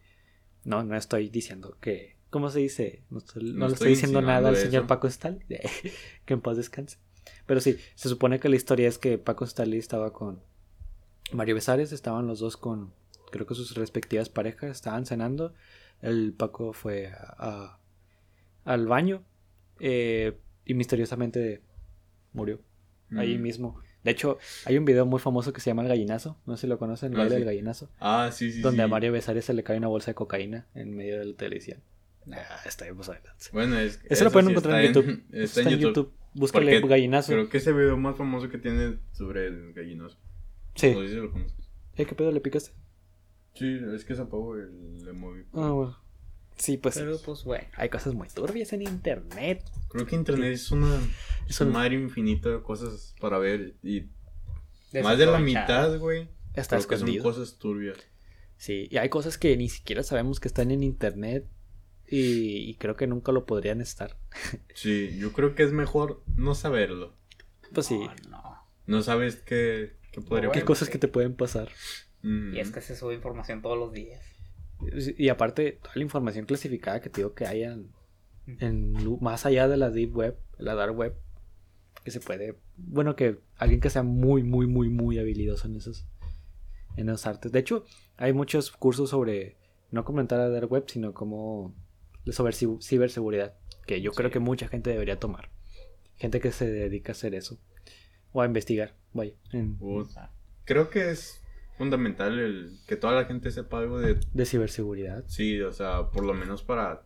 Speaker 2: No, no estoy diciendo que. ¿Cómo se dice? No, estoy- no
Speaker 1: No
Speaker 2: le
Speaker 1: estoy
Speaker 2: estoy diciendo nada al
Speaker 1: insinuando
Speaker 2: señor
Speaker 1: eso.
Speaker 2: Paco Stanley. que en paz descanse. Pero sí, se supone que la historia es que Paco Stanley estaba con Mario Besares, estaban los dos con. Creo que sus respectivas parejas estaban cenando. El Paco fue a- a- al baño eh, y misteriosamente murió
Speaker 1: Mm.
Speaker 2: ahí mismo. De hecho, hay un video muy famoso que se llama El Gallinazo, no sé si lo conocen, el
Speaker 1: Ah,
Speaker 2: baile
Speaker 1: sí.
Speaker 2: del gallinazo,
Speaker 1: Ah, sí, sí.
Speaker 2: donde
Speaker 1: sí.
Speaker 2: a Mario Besares se le cae una bolsa de cocaína en medio de la televisión. Ah, está bien, pues adelante.
Speaker 1: Bueno, es
Speaker 2: Eso lo pueden
Speaker 1: sí
Speaker 2: encontrar en
Speaker 1: está
Speaker 2: YouTube.
Speaker 1: Está, en YouTube.
Speaker 2: Búscale
Speaker 1: Porque
Speaker 2: gallinazo.
Speaker 1: Creo que ese video más famoso que tiene sobre el gallinazo.
Speaker 2: Sí.
Speaker 1: No sé si lo conoces.
Speaker 2: Eh, ¿Qué pedo le picaste?
Speaker 1: Sí, es que se apagó el, el móvil.
Speaker 2: Ah, bueno. Sí, pues.
Speaker 3: Pero pues bueno.
Speaker 2: Hay cosas muy turbias en internet.
Speaker 1: Creo que internet es una
Speaker 2: Es
Speaker 1: es
Speaker 2: un-
Speaker 1: un mar infinito de cosas para ver. Y más de la mitad, güey.
Speaker 2: Está
Speaker 1: Creo que son
Speaker 2: escondido.
Speaker 1: cosas turbias.
Speaker 2: Sí, y hay cosas que ni siquiera sabemos que están en internet. Y, y creo que nunca lo podrían estar.
Speaker 1: Sí, yo creo que es mejor no saberlo.
Speaker 2: Pues sí,
Speaker 1: Ah,
Speaker 3: Oh, no.
Speaker 1: No sabes qué, qué podría
Speaker 2: qué
Speaker 3: bueno,
Speaker 2: cosas
Speaker 3: sí.
Speaker 2: que te pueden pasar.
Speaker 1: Mm.
Speaker 3: Y es que se sube información todos los días.
Speaker 2: Y aparte, toda la información clasificada que te digo que hay en, en lu- más allá de la deep web, la dark web, que se puede, bueno, que alguien que sea muy, muy, muy, muy habilidoso en esos, en esas artes. De hecho, hay muchos cursos sobre, no comentar la dark web, sino como sobre ci- ciberseguridad, que yo creo
Speaker 3: Sí.
Speaker 2: que mucha gente debería tomar. Gente que se dedica a hacer eso, o a investigar, vaya, en-
Speaker 1: O- creo que es fundamental el que toda la gente sepa algo de
Speaker 2: de ciberseguridad.
Speaker 1: Sí, o sea, por lo menos para...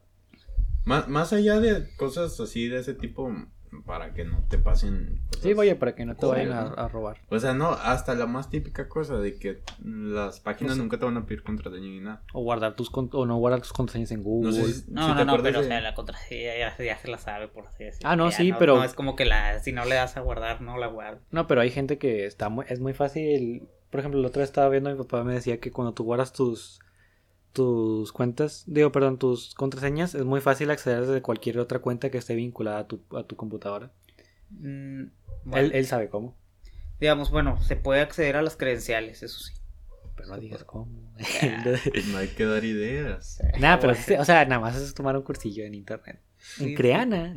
Speaker 1: Más, más allá de cosas así de ese tipo, para que no te pasen... cosas.
Speaker 2: Sí, vaya, para que no te
Speaker 1: Obvio,
Speaker 2: vayan a,
Speaker 1: ¿no?
Speaker 2: a robar.
Speaker 1: O sea, no, hasta la más típica cosa de que las páginas
Speaker 2: No sé.
Speaker 1: nunca te van a pedir contraseña ni nada.
Speaker 2: O guardar tus cont- o no guardar tus contraseñas en Google.
Speaker 1: No sé si,
Speaker 3: No,
Speaker 1: si te
Speaker 3: no, no,
Speaker 1: acuerdas
Speaker 3: pero o
Speaker 1: de-
Speaker 3: sea, la contraseña ya, ya se la sabe, por así decirlo.
Speaker 2: Ah, no,
Speaker 3: Ya
Speaker 2: sí, pero-
Speaker 3: No, es como que la, si no le das a guardar, no la guardas.
Speaker 2: No, pero hay gente que está muy, es muy fácil. Por ejemplo, la otra vez estaba viendo, mi papá me decía que cuando tú guardas tus tus cuentas, digo, perdón, tus contraseñas, es muy fácil acceder desde cualquier otra cuenta que esté vinculada a tu, a tu computadora.
Speaker 3: Mm, bueno,
Speaker 2: Él, él sabe cómo,
Speaker 3: Digamos, bueno, se puede acceder a las credenciales, eso sí.
Speaker 2: pero no digas cómo.
Speaker 1: No hay que dar ideas.
Speaker 2: Nada, pero sí, o sea, nada más es tomar un cursillo en internet. En
Speaker 3: Sí.
Speaker 2: Creana.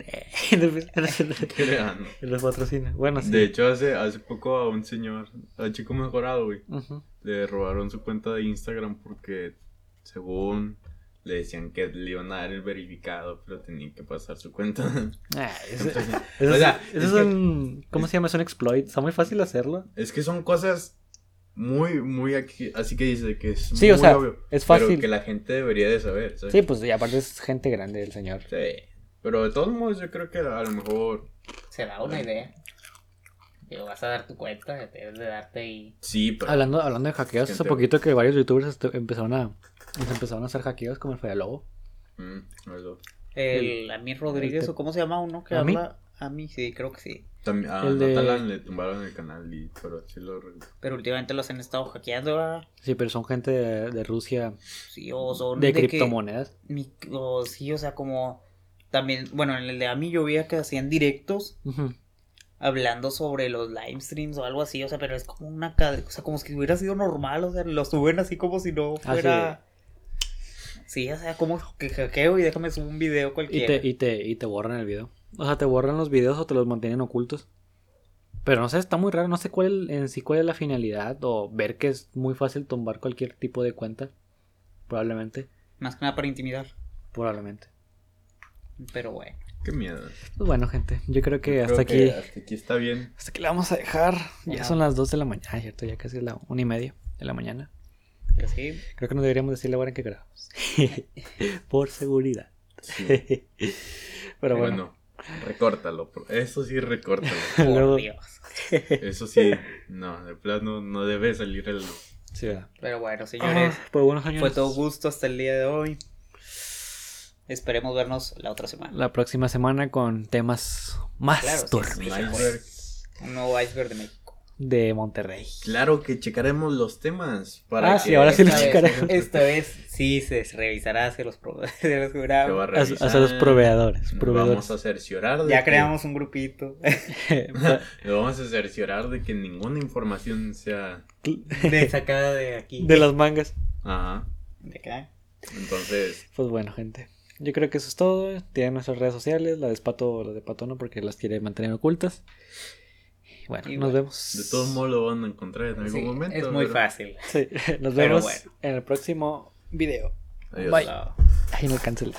Speaker 1: Crean.
Speaker 2: Los patrocina. Bueno, Ah, sí.
Speaker 1: De hecho, hace, hace poco a un señor, a Chico Mejorado, güey,
Speaker 2: Ujú.
Speaker 1: le robaron su cuenta de Instagram porque, según... Le decían que le iban a dar el verificado, pero tenía que pasar su cuenta.
Speaker 2: Ah, eso-
Speaker 1: Entonces,
Speaker 2: Eso,
Speaker 1: O sea,
Speaker 2: eso
Speaker 1: es
Speaker 2: es un- ¿Cómo se llama? Es un exploit. Está muy fácil hacerlo.
Speaker 1: Es que son cosas muy, muy aquí, así que dice que es
Speaker 2: Sí,
Speaker 1: muy
Speaker 2: o sea,
Speaker 1: obvio,
Speaker 2: es fácil.
Speaker 1: Pero que la gente debería de saber, ¿sabes?
Speaker 2: Sí, pues y aparte es gente grande el señor.
Speaker 1: Sí. Pero de todos modos yo creo que a lo mejor
Speaker 3: Se da una idea. Pero vas a dar tu cuenta, te debes de darte y...
Speaker 1: sí, pero
Speaker 2: Hablando, hablando de hackeos, hace
Speaker 1: Gente-
Speaker 2: poquito que varios youtubers este, empezaron a nos empezaron a hacer hackeos como el Fede Lobo.
Speaker 1: Mm, eso.
Speaker 3: El Amir Rodríguez,
Speaker 2: el te-
Speaker 3: o cómo se llama uno que
Speaker 2: ¿Ami?
Speaker 3: habla... A mí, sí, creo que sí.
Speaker 1: También a
Speaker 2: El de-
Speaker 1: Natalan le tumbaron el canal y pero sí lo re-
Speaker 3: Pero últimamente los han estado hackeando, ¿verdad?
Speaker 2: Sí, pero son gente de, de Rusia
Speaker 3: Sí, o son
Speaker 2: de,
Speaker 3: que-
Speaker 2: criptomonedas.
Speaker 3: mi- o sí, o sea, como también, bueno, en el de Ami yo veía que hacían directos
Speaker 2: Ujú.
Speaker 3: hablando sobre los live streams o algo así, o sea, pero es como una ca- o sea, como si hubiera sido normal, o sea, lo suben así como si no
Speaker 2: Ah, sí.
Speaker 3: fuera Sí, o sea, como que hackeo y déjame subir un video
Speaker 2: Y
Speaker 3: cualquiera.
Speaker 2: te, y, te, y te borran el video. O sea, te borran los videos o te los mantienen ocultos. Pero no sé, está muy raro. No sé cuál en sí cuál es la finalidad. O ver que es muy fácil tumbar cualquier tipo de cuenta. Probablemente.
Speaker 3: Más que nada para intimidar.
Speaker 2: Probablemente.
Speaker 3: Pero bueno.
Speaker 1: Qué miedo.
Speaker 2: Pues bueno, gente. Yo creo que
Speaker 1: Yo
Speaker 2: hasta
Speaker 1: creo que
Speaker 2: aquí.
Speaker 1: Hasta aquí está bien.
Speaker 2: Hasta aquí la vamos a dejar. Ya
Speaker 3: Ajá.
Speaker 2: son las 2 de la mañana. Ah, cierto, ya casi es la 1 y media de la mañana.
Speaker 3: pero sí.
Speaker 2: Creo que no deberíamos decir la hora en que grabamos. Por seguridad.
Speaker 1: Sí.
Speaker 2: Pero bueno.
Speaker 1: bueno. recórtalo. por- Eso sí, recórtalo.
Speaker 2: luego-
Speaker 3: Por Dios.
Speaker 1: Eso sí, no, de plano no debe salir el.
Speaker 2: Sí, ¿verdad?
Speaker 3: Pero bueno, señores.
Speaker 2: Ah, pues bueno, señores.
Speaker 3: Fue todo gusto hasta el día de hoy. Esperemos vernos la otra semana.
Speaker 2: la próxima semana con temas más
Speaker 3: Claro, sí,
Speaker 2: turbios
Speaker 3: sí.
Speaker 1: iceberg.
Speaker 3: Un nuevo iceberg de México.
Speaker 2: de Monterrey.
Speaker 1: Claro que checaremos los temas. Para
Speaker 2: Ah,
Speaker 1: que
Speaker 2: sí, ahora sí lo
Speaker 3: Esta vez-
Speaker 2: checaré.
Speaker 3: Esta vez sí se revisará hacia los pro- de los
Speaker 1: se va a
Speaker 3: programas.
Speaker 1: revisar.
Speaker 2: Hasta los proveedores.
Speaker 1: Nos
Speaker 2: proveedores.
Speaker 1: Vamos a cerciorar. de
Speaker 3: Ya
Speaker 1: que-
Speaker 3: creamos un grupito
Speaker 1: Nos vamos a cerciorar de que ninguna información sea.
Speaker 3: de sacada de aquí.
Speaker 2: de las mangas.
Speaker 1: Ajá.
Speaker 3: De acá.
Speaker 1: Entonces,
Speaker 2: Pues bueno, gente. Yo creo que eso es todo. Tienen nuestras redes sociales, la de Espato, la de Patono, porque las quiere mantener ocultas. Y Bueno,
Speaker 3: Y
Speaker 2: nos
Speaker 3: bueno.
Speaker 2: vemos.
Speaker 1: de todos modos lo van a encontrar en algún
Speaker 3: Sí,
Speaker 1: momento.
Speaker 3: es muy
Speaker 1: ¿verdad?
Speaker 3: fácil.
Speaker 2: Sí, nos
Speaker 3: Pero
Speaker 2: vemos
Speaker 3: bueno.
Speaker 2: en el próximo video.
Speaker 1: Adiós.
Speaker 2: Bye.
Speaker 3: No.
Speaker 2: Ay, no canceles.